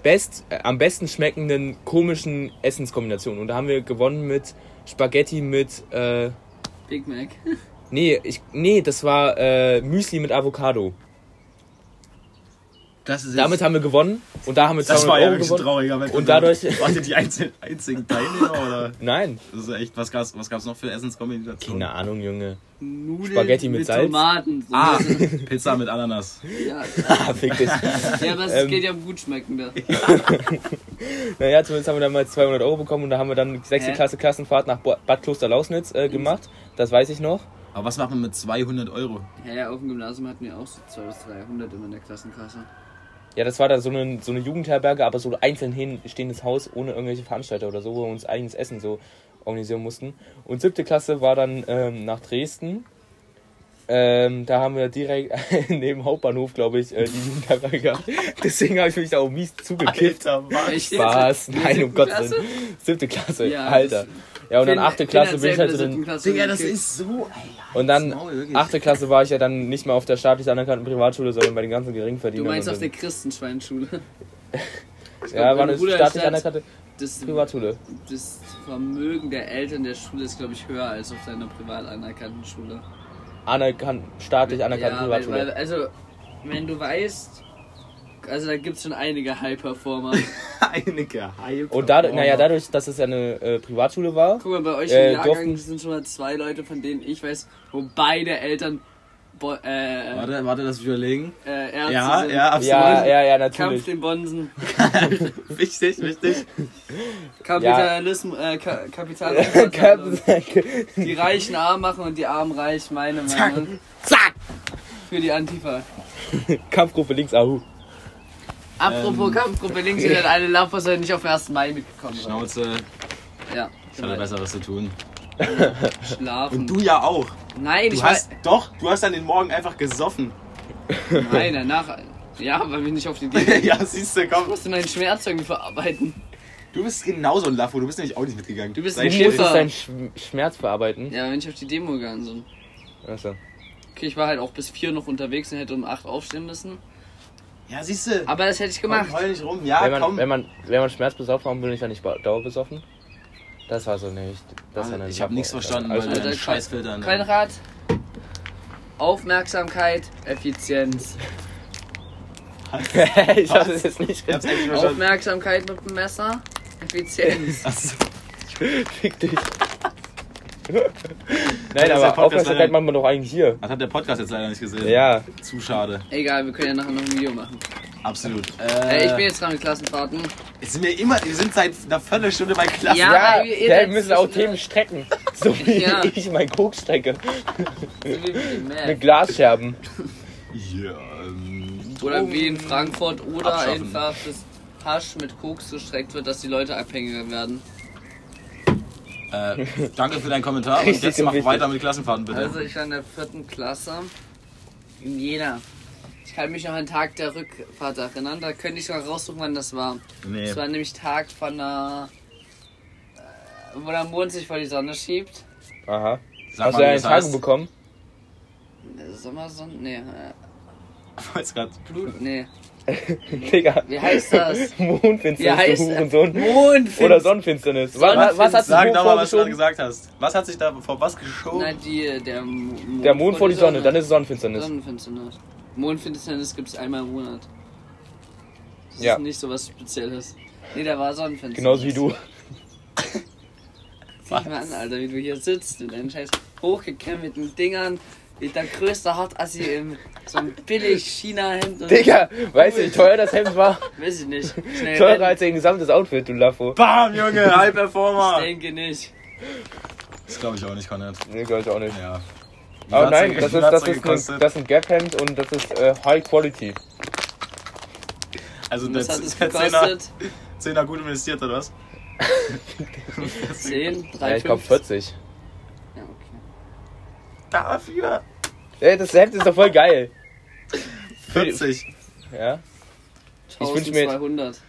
[SPEAKER 3] best, äh, am besten schmeckenden komischen Essenskombinationen. Und da haben wir gewonnen mit Spaghetti mit, äh,
[SPEAKER 1] Big Mac.
[SPEAKER 3] nee, ich, nee, das war äh, Müsli mit Avocado.
[SPEAKER 2] Das ist
[SPEAKER 3] Damit haben wir gewonnen und da haben wir 200
[SPEAKER 2] das war ja
[SPEAKER 3] Euro
[SPEAKER 2] wirklich ein
[SPEAKER 3] gewonnen.
[SPEAKER 2] trauriger Wettbewerb.
[SPEAKER 3] Und dadurch-
[SPEAKER 2] Wart ihr die einzel- einzigen Teilnehmer oder?
[SPEAKER 3] Nein,
[SPEAKER 2] Das ist echt, was gab's, was gab's noch für Essenskombinationen?
[SPEAKER 3] keine Ahnung, Junge.
[SPEAKER 1] Nudeln
[SPEAKER 3] Spaghetti mit Salz.
[SPEAKER 1] Tomaten. So.
[SPEAKER 2] Ah, Pizza mit Ananas.
[SPEAKER 1] Ja,
[SPEAKER 3] Ah, fick dich.
[SPEAKER 1] ja, aber es
[SPEAKER 3] Ähm.
[SPEAKER 1] geht ja um Gutschmeckende.
[SPEAKER 3] Naja, zumindest haben wir damals 200 Euro bekommen und da haben wir dann sechste
[SPEAKER 1] Hä?
[SPEAKER 3] Klasse Klassenfahrt nach Bo- Bad Kloster-Lausnitz äh, gemacht. Das weiß ich noch.
[SPEAKER 2] Aber was macht man mit 200 Euro?
[SPEAKER 1] Ja, ja, auf dem Gymnasium hatten wir auch so 200 bis 300 immer in der Klassenkasse.
[SPEAKER 3] Ja, das war da so eine, so eine Jugendherberge, aber so ein einzeln hinstehendes Haus ohne irgendwelche Veranstalter oder so, wo wir uns eigenes Essen so organisieren mussten. Und siebte Klasse war dann ähm, nach Dresden. Ähm, da haben wir direkt neben Hauptbahnhof, glaube ich, äh, die Jugendherberge gehabt. Deswegen habe ich mich da auch mies
[SPEAKER 1] Ah,
[SPEAKER 3] zugekippt.
[SPEAKER 1] Echt?
[SPEAKER 3] Was?
[SPEAKER 1] In der
[SPEAKER 3] Nein,
[SPEAKER 1] siebten
[SPEAKER 3] um Gottes
[SPEAKER 1] Klasse?
[SPEAKER 3] Willen. Siebte Klasse,
[SPEAKER 1] Ja,
[SPEAKER 3] Alter.
[SPEAKER 1] das-
[SPEAKER 3] Ja, und dann achte Klasse bin ich halt so
[SPEAKER 1] in
[SPEAKER 3] den,
[SPEAKER 1] der siebten
[SPEAKER 2] Digga, das
[SPEAKER 1] Klasse
[SPEAKER 2] ist so. Ey,
[SPEAKER 3] Und dann,
[SPEAKER 2] Maul, wirklich.
[SPEAKER 3] 8. Klasse war ich ja dann nicht mehr auf der staatlich anerkannten Privatschule, sondern bei den ganzen
[SPEAKER 1] Du
[SPEAKER 3] Geringverdienern.
[SPEAKER 1] meinst
[SPEAKER 3] und
[SPEAKER 1] auf der
[SPEAKER 3] so.
[SPEAKER 1] Christenschweinschule.
[SPEAKER 3] Ja, war
[SPEAKER 1] mein
[SPEAKER 3] eine
[SPEAKER 1] Bruder halt-
[SPEAKER 3] staatlich
[SPEAKER 1] stand-
[SPEAKER 3] anerkannte
[SPEAKER 1] Das,
[SPEAKER 3] Privatschule.
[SPEAKER 1] das Vermögen der Eltern der Schule ist, glaube ich, höher als auf deiner privat anerkannten Schule.
[SPEAKER 3] Anerkannt, staatlich anerkannte
[SPEAKER 1] ja, weil,
[SPEAKER 3] Privatschule.
[SPEAKER 1] weil, also, wenn du weißt, also da gibt es schon einige High-Performer.
[SPEAKER 2] Einige Hype.
[SPEAKER 3] und dadurch, naja, dadurch, dass es ja eine äh, Privatschule war,
[SPEAKER 1] Guck mal, bei euch
[SPEAKER 3] Äh,
[SPEAKER 1] im Jahrgang
[SPEAKER 3] durften-
[SPEAKER 1] sind schon mal zwei Leute, von denen ich weiß, wo beide Eltern Bo äh, äh,
[SPEAKER 2] Warte, warte, lass mich überlegen.
[SPEAKER 1] Ärzte
[SPEAKER 2] Ja,
[SPEAKER 1] sind.
[SPEAKER 2] ja, absolut.
[SPEAKER 3] ja, ja, ja,
[SPEAKER 1] Kampf
[SPEAKER 3] natürlich.
[SPEAKER 1] den Bonsen,
[SPEAKER 2] Wichtig, wichtig.
[SPEAKER 1] Kapitalismus, äh, Ka Kapital.
[SPEAKER 3] Kampf-
[SPEAKER 1] die Reichen arm machen und die Armen reich, meine Meinung. Zack! Für die Antifa.
[SPEAKER 3] Kampfgruppe links, ahu.
[SPEAKER 1] Apropos Kampfgruppe links, ihr seid alle Lampos seid nicht auf den 1. Mai mitgekommen. seid.
[SPEAKER 2] Schnauze,
[SPEAKER 1] Ja,
[SPEAKER 2] ich hatte besseres zu tun.
[SPEAKER 1] schlafen.
[SPEAKER 2] Und du ja auch.
[SPEAKER 1] Nein,
[SPEAKER 2] Du
[SPEAKER 1] ich
[SPEAKER 2] hast
[SPEAKER 1] weiß.
[SPEAKER 2] doch, du hast dann den Morgen einfach gesoffen.
[SPEAKER 1] Nein, danach. Ja, weil wir nicht auf die Idee kommen.
[SPEAKER 2] ja, siehst du, komm.
[SPEAKER 1] Ich musste meinen Schmerz irgendwie verarbeiten.
[SPEAKER 2] Du bist genauso ein Laffo, du bist nämlich auch nicht mitgegangen.
[SPEAKER 1] Du bist
[SPEAKER 2] Sei
[SPEAKER 1] ein
[SPEAKER 3] Du
[SPEAKER 2] still.
[SPEAKER 3] musstest
[SPEAKER 1] Schiffer.
[SPEAKER 3] deinen Sch Schmerz verarbeiten.
[SPEAKER 1] Ja, wenn ich auf die Demo gegangen bin.
[SPEAKER 3] Achso.
[SPEAKER 1] Okay, ich war halt auch bis vier noch unterwegs und hätte um acht aufstehen müssen.
[SPEAKER 2] Ja, siehst du.
[SPEAKER 1] Aber das hätte ich gemacht.
[SPEAKER 2] Komm, heul nicht rum. Ja,
[SPEAKER 3] wenn, man,
[SPEAKER 2] Ah, komm.
[SPEAKER 3] wenn, man, wenn man schmerzbesoffen war, bin ich ja nicht ba- dauerbesoffen. Das war so nicht. Das war
[SPEAKER 2] Warte,
[SPEAKER 3] eine
[SPEAKER 2] Ah, ich habe nichts
[SPEAKER 3] Sache.
[SPEAKER 2] verstanden, weil
[SPEAKER 3] Also,
[SPEAKER 2] du
[SPEAKER 1] Alter,
[SPEAKER 2] deinen
[SPEAKER 1] kein-
[SPEAKER 2] Scheißfilter an.
[SPEAKER 1] Kein Rat. Aufmerksamkeit, Effizienz.
[SPEAKER 3] ich habe das jetzt nicht
[SPEAKER 2] Ich hab's echt
[SPEAKER 3] Also-
[SPEAKER 2] verstanden.
[SPEAKER 1] Aufmerksamkeit mit dem Messer, Effizienz.
[SPEAKER 2] Achso.
[SPEAKER 3] Fick dich.
[SPEAKER 2] ist
[SPEAKER 3] Nein,
[SPEAKER 2] der Podcast
[SPEAKER 3] aber Aufmerksamkeit
[SPEAKER 2] leider-
[SPEAKER 3] macht man doch eigentlich hier.
[SPEAKER 2] Das hat der Podcast jetzt leider nicht gesehen.
[SPEAKER 3] Ja,
[SPEAKER 2] Zu schade.
[SPEAKER 1] Egal, wir können ja nachher noch ein Video machen.
[SPEAKER 2] Absolut.
[SPEAKER 1] Äh, ich bin jetzt dran mit Klassenfahrten.
[SPEAKER 2] jetzt sind wir immer, wir sind seit einer Viertelstunde bei Klassen.
[SPEAKER 1] Ja.
[SPEAKER 3] ja,
[SPEAKER 1] aber ihr- ihr
[SPEAKER 3] ja,
[SPEAKER 1] seid
[SPEAKER 3] wir müssen auch
[SPEAKER 1] zwischendrin.
[SPEAKER 3] Themen strecken. So wie
[SPEAKER 1] Ja.
[SPEAKER 3] ich meinen Koks stecke.
[SPEAKER 1] So wie mit dem
[SPEAKER 3] Mit
[SPEAKER 1] Mac.
[SPEAKER 3] Glasscherben.
[SPEAKER 2] Ja, ähm,
[SPEAKER 1] Oder wie in Frankfurt oder
[SPEAKER 2] Abschaffen.
[SPEAKER 1] einfach das Hasch mit Koks gestreckt wird, dass die Leute abhängiger werden.
[SPEAKER 2] äh, danke für deinen Kommentar und
[SPEAKER 3] Richtig
[SPEAKER 2] jetzt mach
[SPEAKER 3] wichtig.
[SPEAKER 2] weiter mit Klassenfahrten bitte.
[SPEAKER 1] Also ich war in der vierten Klasse in Jena. Ich kann mich noch an den Tag der Rückfahrt erinnern. Da könnte ich mal raussuchen, wann das war.
[SPEAKER 2] nee.
[SPEAKER 1] Es war nämlich Tag von der... äh, Wo der Mond sich vor die Sonne schiebt.
[SPEAKER 3] Aha.
[SPEAKER 2] Sag
[SPEAKER 3] Hast
[SPEAKER 2] mal,
[SPEAKER 3] du
[SPEAKER 2] wie
[SPEAKER 3] einen
[SPEAKER 2] das heißt.
[SPEAKER 3] Tagen bekommen?
[SPEAKER 1] Sommersonne? Nee. Äh,
[SPEAKER 2] Ich weiß grad.
[SPEAKER 1] Blut? Nee.
[SPEAKER 3] Digga.
[SPEAKER 1] Wie heißt das? Wie
[SPEAKER 3] Mondfinsternis,
[SPEAKER 1] heißt...
[SPEAKER 3] du Hurensohn.
[SPEAKER 1] Mond.
[SPEAKER 3] Oder Sonnenfinsternis. Was, was hast du
[SPEAKER 2] Sag
[SPEAKER 3] wo
[SPEAKER 2] nochmal, was du gerade
[SPEAKER 3] vorgeschoben?
[SPEAKER 2] gesagt hast. Was hat sich da vor was geschoben?
[SPEAKER 1] Nein, die, äh, der, Mo- Mond
[SPEAKER 3] Der Mond vor die Sonne, dann ist es Sonnenfinsternis.
[SPEAKER 1] Sonnenfinsternis. Mondfinsternis gibt es einmal im Monat. Das
[SPEAKER 3] Ja.
[SPEAKER 1] ist nicht so was Spezielles. Nee, da war Sonnenfinsternis.
[SPEAKER 3] Genauso wie du.
[SPEAKER 1] Sieh mal an, Alter, wie du hier sitzt mit deinen scheiß hochgekrempelten Dingern. Wie der größte Hartassi im so ein billig China-Hemd und
[SPEAKER 3] Digga, weißt du, wie teuer das Hemd war?
[SPEAKER 1] weiß ich nicht. Schnell
[SPEAKER 3] Teurer
[SPEAKER 1] rennen.
[SPEAKER 3] als dein gesamtes Outfit, du Laffo.
[SPEAKER 2] Bam, Junge, High
[SPEAKER 1] Ich
[SPEAKER 2] Performer.
[SPEAKER 1] denke nicht.
[SPEAKER 2] Das glaube ich auch nicht, Konrad.
[SPEAKER 3] Nee, glaub ich auch nicht.
[SPEAKER 2] Ja. Wie
[SPEAKER 3] Aber
[SPEAKER 2] hat's
[SPEAKER 3] nein,
[SPEAKER 2] denn-
[SPEAKER 3] das
[SPEAKER 2] wie
[SPEAKER 3] ist,
[SPEAKER 2] hat's
[SPEAKER 3] das
[SPEAKER 2] denn
[SPEAKER 3] ist, ein,
[SPEAKER 2] gekostet?
[SPEAKER 3] das ist ein Gap-Hemd und das ist äh, High Quality.
[SPEAKER 2] Also
[SPEAKER 1] Und
[SPEAKER 2] der,
[SPEAKER 1] was hat es
[SPEAKER 2] der Zehner,
[SPEAKER 1] gekostet?
[SPEAKER 2] Zehner gut investiert, oder was?
[SPEAKER 1] 10, 3,
[SPEAKER 3] Ja, ich glaube 40.
[SPEAKER 1] Ja, okay.
[SPEAKER 2] Dafür
[SPEAKER 3] Ey, das Hemd ist doch voll geil.
[SPEAKER 2] 40.
[SPEAKER 3] Ja, Ich wünsch mir jetzt-
[SPEAKER 1] 1200.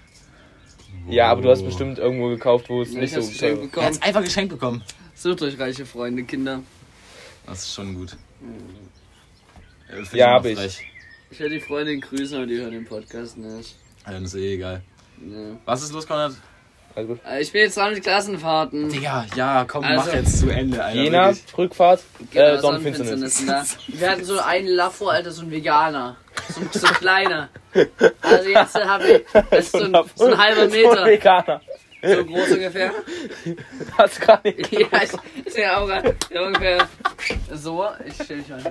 [SPEAKER 3] ja aber du hast bestimmt irgendwo gekauft, wo es
[SPEAKER 1] Ich
[SPEAKER 3] nicht so
[SPEAKER 1] hab's geschenkt
[SPEAKER 3] teuer
[SPEAKER 2] Er
[SPEAKER 1] bekommen.
[SPEAKER 2] hat's einfach geschenkt bekommen.
[SPEAKER 1] Sucht euch reiche Freunde, Kinder.
[SPEAKER 2] Das ist schon gut. Äh, find
[SPEAKER 3] Ja,
[SPEAKER 2] immer
[SPEAKER 3] hab ich.
[SPEAKER 2] frech.
[SPEAKER 1] Ich werde die Freundin grüßen, aber die hört den Podcast nicht.
[SPEAKER 2] Ja, das ist eh egal.
[SPEAKER 1] Nee.
[SPEAKER 2] Was ist los, Konrad?
[SPEAKER 3] Also gut.
[SPEAKER 1] Äh, Ich bin jetzt dran mit Klassenfahrten. Äh,
[SPEAKER 2] Digga, ja, komm,
[SPEAKER 1] Also-
[SPEAKER 2] mach jetzt zu Ende, Alter.
[SPEAKER 3] Jena,
[SPEAKER 2] wirklich.
[SPEAKER 3] Rückfahrt, äh,
[SPEAKER 1] Genau,
[SPEAKER 3] Sonnenfinsternis.
[SPEAKER 1] Sonnenfinsternis, ne? Wir hatten so einen Laffo, Alter, so ein Veganer. So ein so ein kleiner. Also jetzt habe ich das ist so, ein, so ein halber
[SPEAKER 3] So ein
[SPEAKER 1] Meter.
[SPEAKER 3] Veganer.
[SPEAKER 1] So groß ungefähr.
[SPEAKER 3] Hast du gar nicht.
[SPEAKER 1] Ja, ich, ich sehe auch gerade ja, ungefähr so. Ich stelle mich mal so.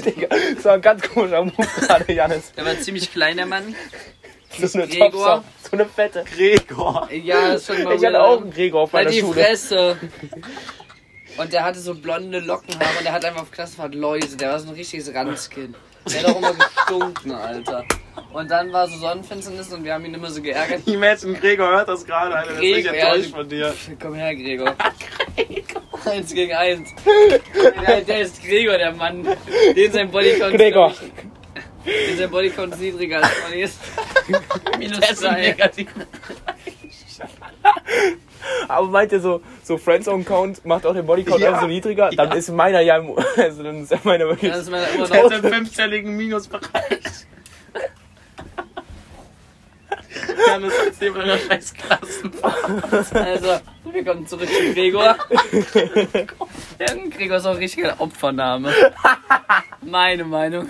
[SPEAKER 3] Digga, das war ein ganz komischer Move gerade, Janis.
[SPEAKER 1] Der war ziemlich klein, der Mann.
[SPEAKER 3] So eine
[SPEAKER 1] Gregor.
[SPEAKER 3] Topsau, so eine fette.
[SPEAKER 2] Gregor.
[SPEAKER 1] Ja, das ist schon mal
[SPEAKER 3] Ich hatte
[SPEAKER 1] weird.
[SPEAKER 3] auch einen Gregor auf meiner
[SPEAKER 1] Halt die
[SPEAKER 3] Schule.
[SPEAKER 1] Fresse! Und der hatte so blonde Lockenhaare und der hat einfach auf Klassenfahrt Läuse. Der war so ein richtiges Randskind. Der hat auch immer gestunken, Alter. Und dann war so Sonnenfinsternis und wir haben ihn immer so geärgert.
[SPEAKER 2] Imagine, Gregor hört das gerade, Alter. Das ist
[SPEAKER 1] Gregor,
[SPEAKER 2] richtig enttäuscht
[SPEAKER 1] ja.
[SPEAKER 2] von dir.
[SPEAKER 1] Komm her, Gregor. Eins gegen eins. Der, der ist Gregor, der Mann. Den sein Bodycount
[SPEAKER 3] Gregor.
[SPEAKER 1] Ist, glaub ich, den sein Bodycount ist niedriger als von ist. Minus drei.
[SPEAKER 3] Aber meint ihr so, so Friendzone-Count macht auch den Bodycount
[SPEAKER 2] Ja.
[SPEAKER 3] einfach so niedriger? Dann ist meiner ja im, also dann ist ja meiner wirklich.
[SPEAKER 1] Das ist mal immer
[SPEAKER 2] Der
[SPEAKER 1] noch.
[SPEAKER 2] ist im fünfstelligen Minusbereich. Dann ist jetzt neben einer scheiß Klassenfahrt.
[SPEAKER 1] Also, wir kommen zurück zu Gregor. Ja, Gregor ist auch ein richtiger Opfername. Meine Meinung.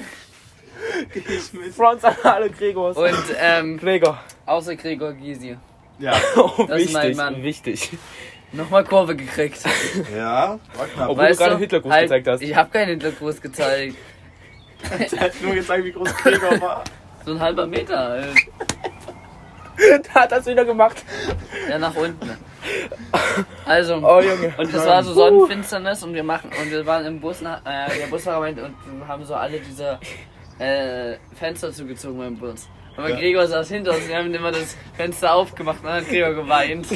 [SPEAKER 2] Ich mit.
[SPEAKER 3] Fronts an alle Gregors.
[SPEAKER 1] Und ähm,
[SPEAKER 3] Gregor.
[SPEAKER 1] außer Gregor Gysi.
[SPEAKER 2] Ja.
[SPEAKER 3] Oh,
[SPEAKER 1] Das ist
[SPEAKER 3] wichtig,
[SPEAKER 1] mein Mann.
[SPEAKER 3] wichtig.
[SPEAKER 1] Nochmal Kurve gekriegt.
[SPEAKER 2] Ja, war knapp.
[SPEAKER 3] Obwohl du gerade Hitlergruß
[SPEAKER 1] halt-
[SPEAKER 3] gezeigt hast.
[SPEAKER 1] Ich habe keinen Hitlergruß gezeigt.
[SPEAKER 2] Der hat nur gezeigt, wie groß Gregor war.
[SPEAKER 1] So ein halber Meter. Halt.
[SPEAKER 3] da hat das wieder gemacht.
[SPEAKER 1] Ja, nach unten. Also,
[SPEAKER 3] Oh, Junge.
[SPEAKER 1] und das war so Sonnenfinsternis und wir machen und wir waren im Bus nach, äh, der Busfahrer meint und wir haben so alle diese äh, Fenster zugezogen beim Bus. Aber
[SPEAKER 2] Ja.
[SPEAKER 1] Gregor saß hinter uns und wir haben immer das Fenster aufgemacht und dann hat Gregor geweint.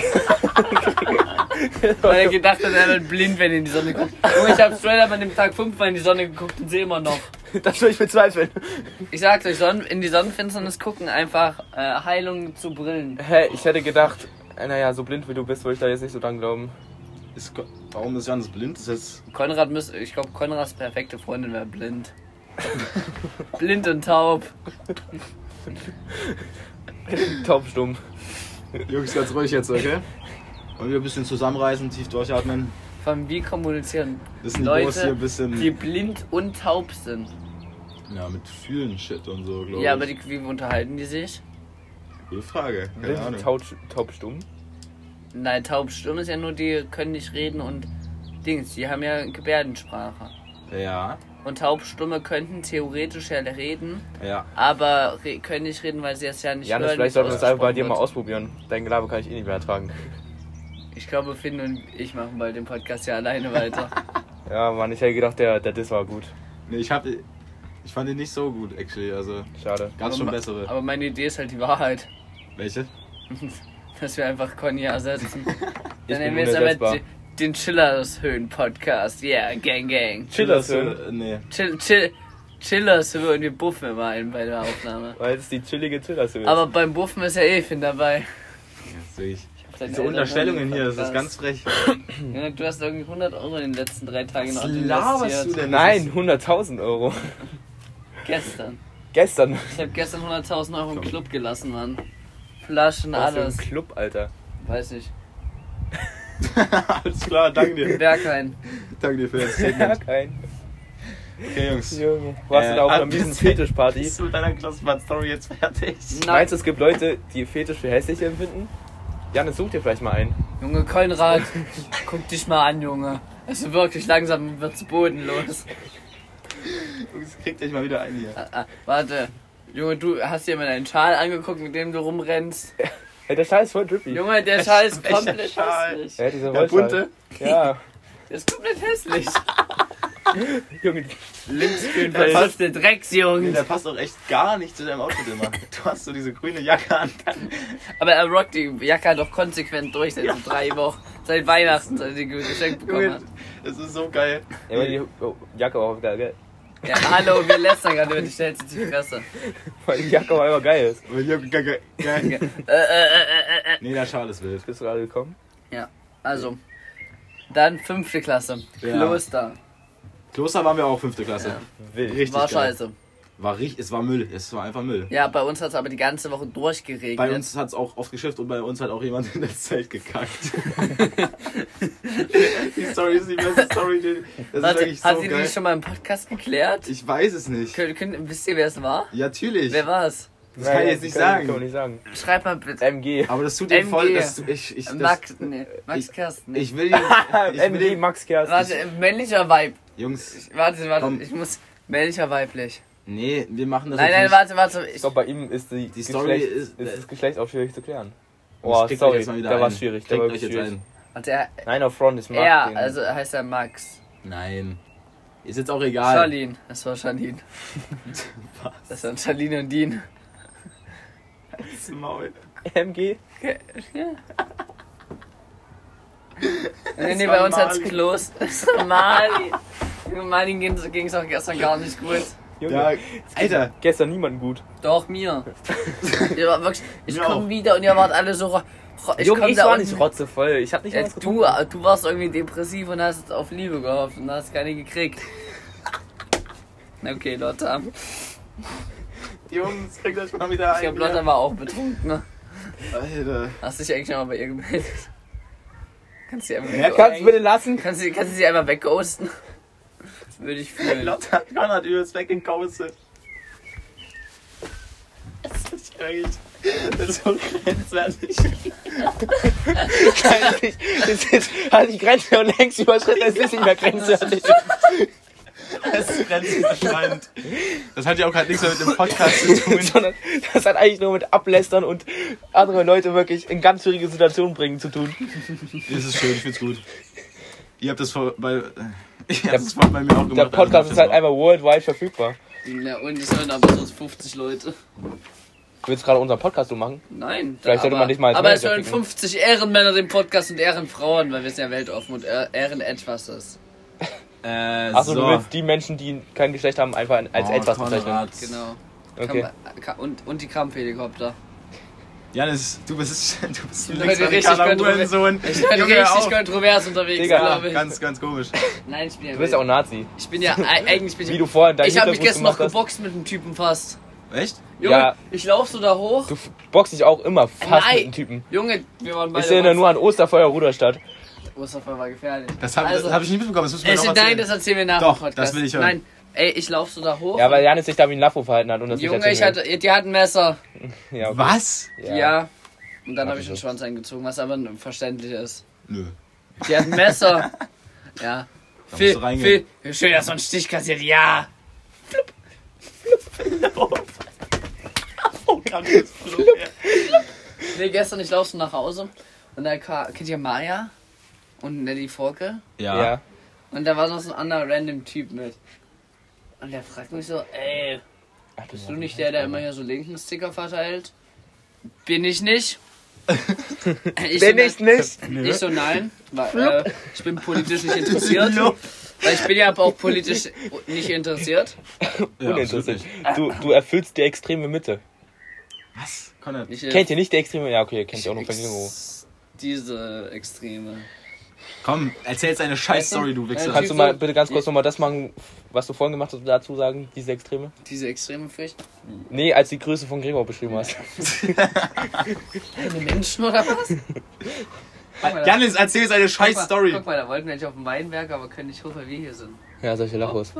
[SPEAKER 1] Weil er gedacht hat, er wird blind, wenn er in die Sonne guckt. Junge, ich habe straight up an dem Tag fünfmal in die Sonne geguckt und sehe immer noch.
[SPEAKER 3] Das will ich bezweifeln.
[SPEAKER 1] Ich sag's euch, Sonnen, in die Sonnenfinsternis gucken einfach äh, Heilung zu Brillen.
[SPEAKER 3] Hä, ich hätte gedacht, äh, naja, so blind wie du bist, würde ich da jetzt nicht so dran glauben.
[SPEAKER 2] Ist, Ko- warum ist Johannes blind? Ist jetzt.
[SPEAKER 1] Konrad müsste, ich glaube, Konrads perfekte Freundin wäre blind. blind und taub.
[SPEAKER 3] Taubstumm.
[SPEAKER 2] Jungs, ganz ruhig jetzt, okay? Wollen wir ein bisschen zusammenreißen, tief durchatmen?
[SPEAKER 1] Von wie kommunizieren
[SPEAKER 2] Das Niveau ist hier
[SPEAKER 1] Leute,
[SPEAKER 2] ein bisschen.
[SPEAKER 3] Hm.
[SPEAKER 1] die blind und taub sind?
[SPEAKER 2] Ja, mit vielen Shit und so, glaube ich.
[SPEAKER 1] Ja, aber die, wie unterhalten die sich?
[SPEAKER 2] Gute Frage. Keine
[SPEAKER 3] Blind,
[SPEAKER 2] Ahnung.
[SPEAKER 3] taub, taubstumm.
[SPEAKER 1] Nein, taub stumm ist ja nur, die können nicht reden und Dings, die haben ja Gebärdensprache.
[SPEAKER 2] Ja,
[SPEAKER 1] Und taubstumme könnten theoretisch ja reden,
[SPEAKER 2] ja.
[SPEAKER 1] aber re können nicht reden, weil sie es ja nicht
[SPEAKER 3] Janis,
[SPEAKER 1] hören. wie
[SPEAKER 3] vielleicht
[SPEAKER 1] es
[SPEAKER 3] sollten wir das einfach bei dir mal
[SPEAKER 1] ausgesprochen
[SPEAKER 3] ausprobieren. Dein Gelaber kann ich eh nicht mehr ertragen.
[SPEAKER 1] wird. Ich glaube, Finn und ich machen bald den Podcast ja alleine weiter.
[SPEAKER 3] Ja, Mann, ich hätte gedacht, der, der Diss war gut.
[SPEAKER 2] Nee, ich hab. Ich fand ihn nicht so gut, actually. Also
[SPEAKER 3] Schade.
[SPEAKER 2] gab's
[SPEAKER 1] Aber
[SPEAKER 2] schon
[SPEAKER 1] ma-
[SPEAKER 2] bessere.
[SPEAKER 1] Aber meine Idee ist halt die Wahrheit.
[SPEAKER 2] Welche?
[SPEAKER 1] Dass wir einfach Conny ersetzen.
[SPEAKER 3] bin
[SPEAKER 1] Dann nennen wir jetzt einfach
[SPEAKER 3] unersetzbar.
[SPEAKER 1] die- den Chillers Höhen Podcast. Yeah, Gang Gang.
[SPEAKER 3] Chillersöhn.
[SPEAKER 2] Äh, Nee.
[SPEAKER 1] Chill, chill, Chillers Höhen, wir buffen immer einen bei der Aufnahme.
[SPEAKER 3] Weil es die chillige Chillersöhn ist.
[SPEAKER 1] Aber beim Buffen ist ja eh Finn dabei.
[SPEAKER 2] Das sehe ich.
[SPEAKER 1] Deine
[SPEAKER 2] Diese
[SPEAKER 1] Eltern hören
[SPEAKER 2] Unterstellungen
[SPEAKER 1] den
[SPEAKER 2] hier, das ist
[SPEAKER 1] Podcast.
[SPEAKER 2] ganz frech.
[SPEAKER 1] Junge, du hast irgendwie 100 Euro in den letzten drei Tagen
[SPEAKER 2] Was
[SPEAKER 1] noch
[SPEAKER 2] laberst du
[SPEAKER 1] investiert.
[SPEAKER 2] denn?
[SPEAKER 3] Nein, 100.000 Euro.
[SPEAKER 1] Gestern.
[SPEAKER 3] Gestern.
[SPEAKER 1] Ich habe gestern 100.000 Euro im
[SPEAKER 2] Komm.
[SPEAKER 1] Club gelassen, Mann. Flaschen,
[SPEAKER 3] Aus dem
[SPEAKER 1] alles.
[SPEAKER 3] Club, Alter.
[SPEAKER 1] Weiß nicht.
[SPEAKER 2] Alles klar, danke dir.
[SPEAKER 1] Berghain.
[SPEAKER 2] danke dir für das
[SPEAKER 3] Ja,
[SPEAKER 2] Statement.
[SPEAKER 3] kein.
[SPEAKER 2] Okay, Jungs.
[SPEAKER 3] Junge. Warst
[SPEAKER 2] Äh,
[SPEAKER 3] du da auf
[SPEAKER 2] ab
[SPEAKER 3] einer miesen
[SPEAKER 2] jetzt-
[SPEAKER 3] Fetischparty?
[SPEAKER 2] Bist du mit deiner Klassenfahrt-Story jetzt fertig?
[SPEAKER 1] Nein.
[SPEAKER 3] Meinst du, es gibt Leute, die Fetisch für hässlich empfinden? Janis, such dir vielleicht mal einen.
[SPEAKER 1] Junge, Konrad, guck dich mal an, Junge. Also wirklich, langsam wird's bodenlos.
[SPEAKER 2] Jungs, kriegt euch mal wieder ein hier.
[SPEAKER 1] Ah, ah, warte. Junge, du hast dir mal deinen Schal angeguckt, mit dem du rumrennst.
[SPEAKER 3] Ey, der Schal ist voll drippy.
[SPEAKER 1] Junge, der Schal ist
[SPEAKER 2] Welcher
[SPEAKER 1] komplett
[SPEAKER 2] Schal?
[SPEAKER 1] hässlich.
[SPEAKER 3] Ja, dieser
[SPEAKER 2] Der
[SPEAKER 3] Rollschal.
[SPEAKER 2] bunte?
[SPEAKER 3] Ja.
[SPEAKER 1] Der ist komplett hässlich.
[SPEAKER 3] Junge,
[SPEAKER 1] Links grün
[SPEAKER 2] Der
[SPEAKER 1] verpasst der Drecksjunge.
[SPEAKER 2] Der passt auch echt gar nicht zu deinem Outfit immer. Du hast so diese grüne Jacke an.
[SPEAKER 1] Aber er rockt die Jacke doch konsequent durch seit so drei Wochen. Seit Weihnachten, seit er die geschenkt bekommen
[SPEAKER 2] Junge,
[SPEAKER 1] hat.
[SPEAKER 2] das ist so geil.
[SPEAKER 3] ja, aber die oh, Jacke war auch geil, gell?
[SPEAKER 1] Ja, hallo, wir lästern gerade über dich, stellst jetzt die Fresse.
[SPEAKER 3] Weil die Jacke war immer geil. Ist.
[SPEAKER 2] Aber Junge, geil, geil.
[SPEAKER 1] Äh, äh, äh, äh, äh.
[SPEAKER 2] Nee, der Schal ist wild.
[SPEAKER 3] Bist du gerade gekommen?
[SPEAKER 1] Also, dann fünfte Klasse.
[SPEAKER 2] Ja.
[SPEAKER 1] Kloster.
[SPEAKER 2] Kloster waren wir auch fünfte Klasse.
[SPEAKER 1] Ja.
[SPEAKER 3] Wild.
[SPEAKER 2] Richtig
[SPEAKER 1] War
[SPEAKER 2] geil.
[SPEAKER 1] scheiße.
[SPEAKER 2] War richtig, es war Müll. Es war einfach Müll.
[SPEAKER 1] Ja, bei uns hat es aber die ganze Woche durchgeregnet.
[SPEAKER 2] Bei uns hat es auch oft geschifft und bei uns hat auch jemand in das Zelt gekackt. die Story ist die beste Story. die- Das
[SPEAKER 1] Warte,
[SPEAKER 2] ist wirklich
[SPEAKER 1] hat
[SPEAKER 2] so
[SPEAKER 1] sie
[SPEAKER 2] geil.
[SPEAKER 1] die schon mal im Podcast geklärt?
[SPEAKER 2] Ich weiß es nicht.
[SPEAKER 1] Könnt, könnt, wisst ihr, wer es war?
[SPEAKER 2] Ja, natürlich.
[SPEAKER 1] Wer war's?
[SPEAKER 2] Das kann ich jetzt nicht sagen.
[SPEAKER 3] Kann man nicht sagen.
[SPEAKER 1] Schreib mal bitte.
[SPEAKER 3] MG.
[SPEAKER 2] Aber das tut dir
[SPEAKER 1] MG.
[SPEAKER 2] voll, dass du, ich, ich, Äh, das,
[SPEAKER 1] Max, nee, Max
[SPEAKER 2] ich-
[SPEAKER 1] Kersten.
[SPEAKER 2] ich will ihn, ich will
[SPEAKER 3] MG,
[SPEAKER 2] ihn,
[SPEAKER 3] Ah, Max Kerst.
[SPEAKER 1] warte, männlicher Vibe.
[SPEAKER 2] Jungs,
[SPEAKER 1] Warte, warte,
[SPEAKER 2] Komm.
[SPEAKER 1] ich muss. Männlicher weiblich.
[SPEAKER 2] nee, wir machen das
[SPEAKER 1] Nein, nein,
[SPEAKER 2] jetzt
[SPEAKER 1] warte, warte. Ich,
[SPEAKER 3] Ich glaube, bei ihm ist die,
[SPEAKER 2] Die Story
[SPEAKER 3] Geschlecht,
[SPEAKER 2] ist-
[SPEAKER 3] das Geschlecht auch schwierig zu klären.
[SPEAKER 2] nicht. Jungs,
[SPEAKER 3] Boah,
[SPEAKER 2] kriegt euch
[SPEAKER 3] sorry,
[SPEAKER 2] jetzt mal wieder
[SPEAKER 3] der war
[SPEAKER 2] ein.
[SPEAKER 3] schwierig. Der
[SPEAKER 2] Kriegt
[SPEAKER 3] war
[SPEAKER 2] euch jetzt
[SPEAKER 3] schwierig.
[SPEAKER 2] ein.
[SPEAKER 1] warte, er,
[SPEAKER 3] Nein, auf Front, ich mag
[SPEAKER 1] er
[SPEAKER 3] den.
[SPEAKER 1] also heißt er Max.
[SPEAKER 2] Nein. Ist jetzt auch
[SPEAKER 3] Ah.
[SPEAKER 2] egal.
[SPEAKER 1] Charlene, das war Charlene. Das waren Charlene und Dean.
[SPEAKER 2] Maul.
[SPEAKER 3] MG?
[SPEAKER 1] Ja. Nee, nee,
[SPEAKER 2] war
[SPEAKER 1] bei uns hat's
[SPEAKER 2] Mali.
[SPEAKER 1] Klos. Das war Mali. Junge, Mali ging es auch gestern gar nicht gut.
[SPEAKER 3] Junge,
[SPEAKER 2] Ja, Alter,
[SPEAKER 3] gestern niemanden gut.
[SPEAKER 1] Doch, mir. Ihr wart wirklich, ich
[SPEAKER 2] Mir
[SPEAKER 1] komm
[SPEAKER 2] auch.
[SPEAKER 1] wieder und ihr wart alle so. ro- ro- Ich
[SPEAKER 3] Junge,
[SPEAKER 1] komm
[SPEAKER 3] ich
[SPEAKER 1] da
[SPEAKER 3] war
[SPEAKER 1] unten-
[SPEAKER 3] nicht rotzevoll. Ich hab nicht mal
[SPEAKER 1] Äh,
[SPEAKER 3] was
[SPEAKER 1] du,
[SPEAKER 3] getrunken.
[SPEAKER 1] äh, du warst irgendwie depressiv und hast auf Liebe gehofft und hast keine gekriegt. Okay, Lotta.
[SPEAKER 2] Jungs, kriegt euch mal wieder ein. äh,
[SPEAKER 1] Ich glaube, Lotta war auch betrunken. ne?
[SPEAKER 2] Alter.
[SPEAKER 1] Hast du dich eigentlich nochmal bei ihr gemeldet? Kannst du sie einfach
[SPEAKER 2] Ja,
[SPEAKER 3] Kannst du bitte lassen?
[SPEAKER 1] Kannst du, kannst du sie einmal wegghosten? Das würde ich fühlen.
[SPEAKER 2] Lotta Konrad übelst weggekoustet. Das ist wirklich das ist so grenzwertig.
[SPEAKER 3] Das ist, hat die Grenze schon längst überschritten, es ist nicht mehr grenzwertig.
[SPEAKER 2] Das ist grenzüberschreitend. Das hat ja auch gerade nichts mehr mit dem Podcast zu tun.
[SPEAKER 3] Sondern das hat eigentlich nur mit Ablästern und andere Leute wirklich in ganz schwierige Situationen bringen zu tun.
[SPEAKER 2] Das ist schön, ich find's gut. Ihr habt das vor, bei, äh, ihr habt das vor bei mir auch gemacht.
[SPEAKER 3] Der
[SPEAKER 2] also
[SPEAKER 3] Podcast
[SPEAKER 2] macht
[SPEAKER 3] ist
[SPEAKER 2] das
[SPEAKER 3] halt
[SPEAKER 2] auch.
[SPEAKER 3] einfach worldwide verfügbar.
[SPEAKER 1] Ja, und es hören aber sonst 50 Leute.
[SPEAKER 3] Willst du gerade unseren Podcast so machen?
[SPEAKER 1] Nein.
[SPEAKER 3] Vielleicht sollte
[SPEAKER 1] aber,
[SPEAKER 3] man dich mal als
[SPEAKER 1] Aber es
[SPEAKER 3] Manager
[SPEAKER 1] hören
[SPEAKER 3] schicken.
[SPEAKER 1] 50 Ehrenmänner den Podcast und Ehrenfrauen, weil wir sind ja weltoffen und Ehr- Ehren etwas ist.
[SPEAKER 2] Äh,
[SPEAKER 3] Achso,
[SPEAKER 2] so.
[SPEAKER 3] du willst die Menschen, die kein Geschlecht haben, einfach als
[SPEAKER 2] Oh,
[SPEAKER 3] etwas
[SPEAKER 2] Konrad.
[SPEAKER 3] bezeichnen.
[SPEAKER 1] Genau.
[SPEAKER 3] Okay.
[SPEAKER 1] Kam- ka- und, und die Kampfhelikopter.
[SPEAKER 2] Janis, du bist, du bist ein
[SPEAKER 1] bin richtig
[SPEAKER 2] linksamerikaner
[SPEAKER 1] kontrovers-
[SPEAKER 2] Uhrensohn.
[SPEAKER 1] Ich bin
[SPEAKER 2] Junge, hör
[SPEAKER 1] richtig
[SPEAKER 2] auf.
[SPEAKER 1] kontrovers unterwegs,
[SPEAKER 3] Digga,
[SPEAKER 1] glaube ich.
[SPEAKER 2] Ganz, ganz komisch.
[SPEAKER 1] Nein, ich bin ja.
[SPEAKER 3] Du bist ja auch
[SPEAKER 1] wild.
[SPEAKER 3] Nazi.
[SPEAKER 1] ich bin ja e- eigentlich bin ich.
[SPEAKER 3] Wie du vorhin deinen
[SPEAKER 1] ich habe mich
[SPEAKER 3] Hintergrund
[SPEAKER 1] gestern noch
[SPEAKER 3] gemacht hast.
[SPEAKER 1] geboxt mit einem Typen fast.
[SPEAKER 2] Echt?
[SPEAKER 1] Junge,
[SPEAKER 3] Ja.
[SPEAKER 1] ich lauf so da hoch.
[SPEAKER 3] Du f- boxt dich auch immer fast
[SPEAKER 1] Nein.
[SPEAKER 3] mit den Typen.
[SPEAKER 1] Junge, wir waren beide.
[SPEAKER 3] Ich erinnere
[SPEAKER 1] Monster.
[SPEAKER 3] nur an Osterfeuer Ruderstadt.
[SPEAKER 1] Osterfall war gefährlich.
[SPEAKER 2] Das habe
[SPEAKER 1] Also,
[SPEAKER 2] hab ich nicht mitbekommen, das müssen wir
[SPEAKER 1] Es,
[SPEAKER 2] noch erzählen.
[SPEAKER 1] nein, das erzählen wir nach
[SPEAKER 2] Doch,
[SPEAKER 1] dem Podcast.
[SPEAKER 2] das will ich hören.
[SPEAKER 1] Nein, ey, ich lauf so da hoch.
[SPEAKER 3] Ja, weil Janis sich da wie ein Laffo verhalten hat und das nicht
[SPEAKER 1] Junge, ich
[SPEAKER 3] erzählen
[SPEAKER 1] hatte, die hatten Messer.
[SPEAKER 3] will. Ja, okay.
[SPEAKER 2] Was?
[SPEAKER 1] Ja. Und dann
[SPEAKER 3] Hab
[SPEAKER 1] habe ich
[SPEAKER 3] ich
[SPEAKER 1] den
[SPEAKER 3] so.
[SPEAKER 1] Schwanz eingezogen, was aber verständlich ist.
[SPEAKER 2] Nö.
[SPEAKER 1] Die hatten Messer. ja.
[SPEAKER 2] Da musst
[SPEAKER 1] Phil,
[SPEAKER 2] du reingehen.
[SPEAKER 1] Phil, schön, dass man einen Stich kassiert. Ja.
[SPEAKER 2] Oh, kann ich jetzt
[SPEAKER 1] Nee, gestern, ich lauf so nach Hause Und da kam, kennt ihr Maya? Und Nelly Forke?
[SPEAKER 2] Ja.
[SPEAKER 3] ja.
[SPEAKER 1] Und da war noch so ein anderer random Typ mit. Und der fragt mich so, ey,
[SPEAKER 3] Ach,
[SPEAKER 1] bist du nicht der, der immer hier so linken Sticker verteilt? Bin ich nicht. ich
[SPEAKER 3] Bin ich nicht?
[SPEAKER 1] Ich so, nein, weil, äh, ich bin politisch nicht interessiert. weil ich bin ja aber auch politisch nicht interessiert.
[SPEAKER 2] Ja, absolut
[SPEAKER 3] Uninteressant.
[SPEAKER 2] nicht.
[SPEAKER 3] Du, du erfüllst die extreme Mitte.
[SPEAKER 2] Was? Konrad.
[SPEAKER 1] Ich, äh,
[SPEAKER 3] Kennt ihr nicht die extreme? Ja, okay, kennt ihr auch noch von irgendwo.
[SPEAKER 1] ex diese Extreme.
[SPEAKER 2] Komm, erzähl jetzt eine Scheiß-Story, du Wichser.
[SPEAKER 1] Also-
[SPEAKER 3] Kannst du mal bitte ganz kurz nochmal das machen, was du vorhin gemacht hast und dazu sagen, diese Extreme?
[SPEAKER 1] Diese extreme Furcht.
[SPEAKER 3] Nee, als die Größe von Gregor beschrieben hast.
[SPEAKER 1] Eine Menschen oder was? Guck mal, da-
[SPEAKER 2] Janis, erzähl jetzt eine
[SPEAKER 1] Guck mal,
[SPEAKER 2] Scheiß-Story.
[SPEAKER 1] guck mal, da wollten wir eigentlich auf dem Weinberg, aber können nicht hoch, weil wir hier sind.
[SPEAKER 3] Ja, solche Lachos.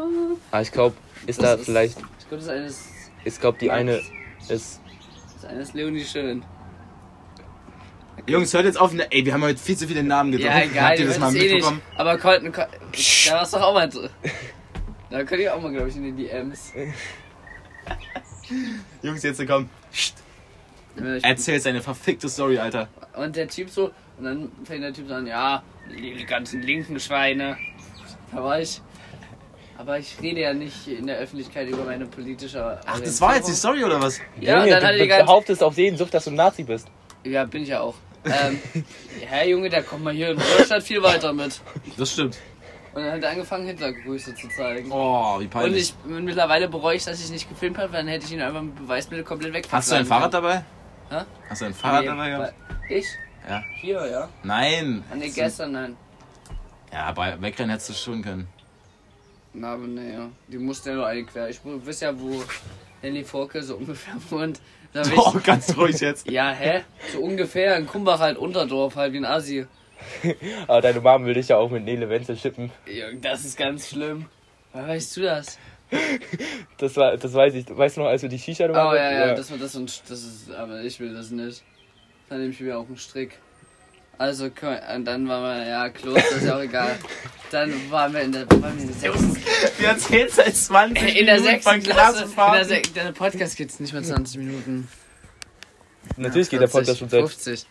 [SPEAKER 3] Aber ich glaube, ist da
[SPEAKER 1] ist-
[SPEAKER 3] vielleicht,
[SPEAKER 1] Ich glaube, das ist eines,
[SPEAKER 3] ich glaube, die eine
[SPEAKER 1] das
[SPEAKER 3] ist.
[SPEAKER 1] ist eines Leonie Schön.
[SPEAKER 2] Jungs, hört jetzt auf. ne, Ey, wir haben heute viel zu viele Namen getroffen.
[SPEAKER 1] Ja, egal,
[SPEAKER 2] Habt ihr das mal
[SPEAKER 1] eh nicht.
[SPEAKER 2] mitbekommen?
[SPEAKER 1] Aber Colton, Col- da warst du doch auch mal drin. Da könnt ihr auch mal, glaube ich, in die DMs.
[SPEAKER 2] Jungs, jetzt komm. Psst. Erzähl jetzt eine verfickte Story, Alter.
[SPEAKER 1] Und der Typ so, und dann fängt der Typ so an, ja, die ganzen linken Schweine. Da war ich. Aber ich rede ja nicht in der Öffentlichkeit über meine politische.
[SPEAKER 2] Ach, das war jetzt die Story oder was?
[SPEAKER 1] Ja, und
[SPEAKER 3] Junge,
[SPEAKER 1] dann hat
[SPEAKER 3] du
[SPEAKER 1] die ganze.
[SPEAKER 3] behauptest auf jeden Sucht, dass du ein Nazi bist.
[SPEAKER 1] Ja, bin ich ja auch. Ähm, Herr Junge, da kommt man hier in Deutschland viel weiter mit.
[SPEAKER 2] Das stimmt.
[SPEAKER 1] Und dann hat er angefangen, Hitlergrüße zu zeigen.
[SPEAKER 2] Oh, wie
[SPEAKER 1] Und
[SPEAKER 2] peinlich.
[SPEAKER 1] ich und mittlerweile bereue ich, dass ich nicht gefilmt habe, weil dann hätte ich ihn einfach mit Beweismittel komplett weg.
[SPEAKER 2] Hast du ein Fahrrad dabei?
[SPEAKER 1] Hä?
[SPEAKER 2] Hast du ein Fahrrad dabei gehabt?
[SPEAKER 1] Ich?
[SPEAKER 2] Ja. Hm.
[SPEAKER 1] Hier, ja.
[SPEAKER 2] Nein.
[SPEAKER 1] An den gestern, nein.
[SPEAKER 2] Ja, bei Wegrennen hättest du schon können.
[SPEAKER 1] Na, aber naja, die musste ja nur eine quer. Ich weiß ja, wo Nelly Forke so ungefähr wohnt. Da hab
[SPEAKER 2] Oh, ganz ruhig jetzt.
[SPEAKER 1] ich, ja, hä? So ungefähr in Kumbach halt, Unterdorf halt, wie in Asi.
[SPEAKER 3] Aber deine Mom will dich ja auch mit Nele Wenzel schippen.
[SPEAKER 1] Jürgen, das ist ganz schlimm. Woher weißt du das?
[SPEAKER 3] Das war, das weiß ich. Weißt du noch, als wir die Shisha
[SPEAKER 1] Oh ja, ja, das war das und das ist, aber ich will das nicht. Dann nehme ich mir auch einen Strick. Also, können wir- und dann waren wir, ja, Kloster ist ja auch egal. Dann waren wir in der, waren wir in der sechsten
[SPEAKER 2] Wir erzählen seit 20
[SPEAKER 1] in der sechsten Klasse. In der,
[SPEAKER 2] Klassenfahrt.
[SPEAKER 1] sech, der Podcast geht nicht mehr 20 Minuten.
[SPEAKER 3] Natürlich geht der
[SPEAKER 1] 40,
[SPEAKER 3] Podcast schon seit.
[SPEAKER 1] 50.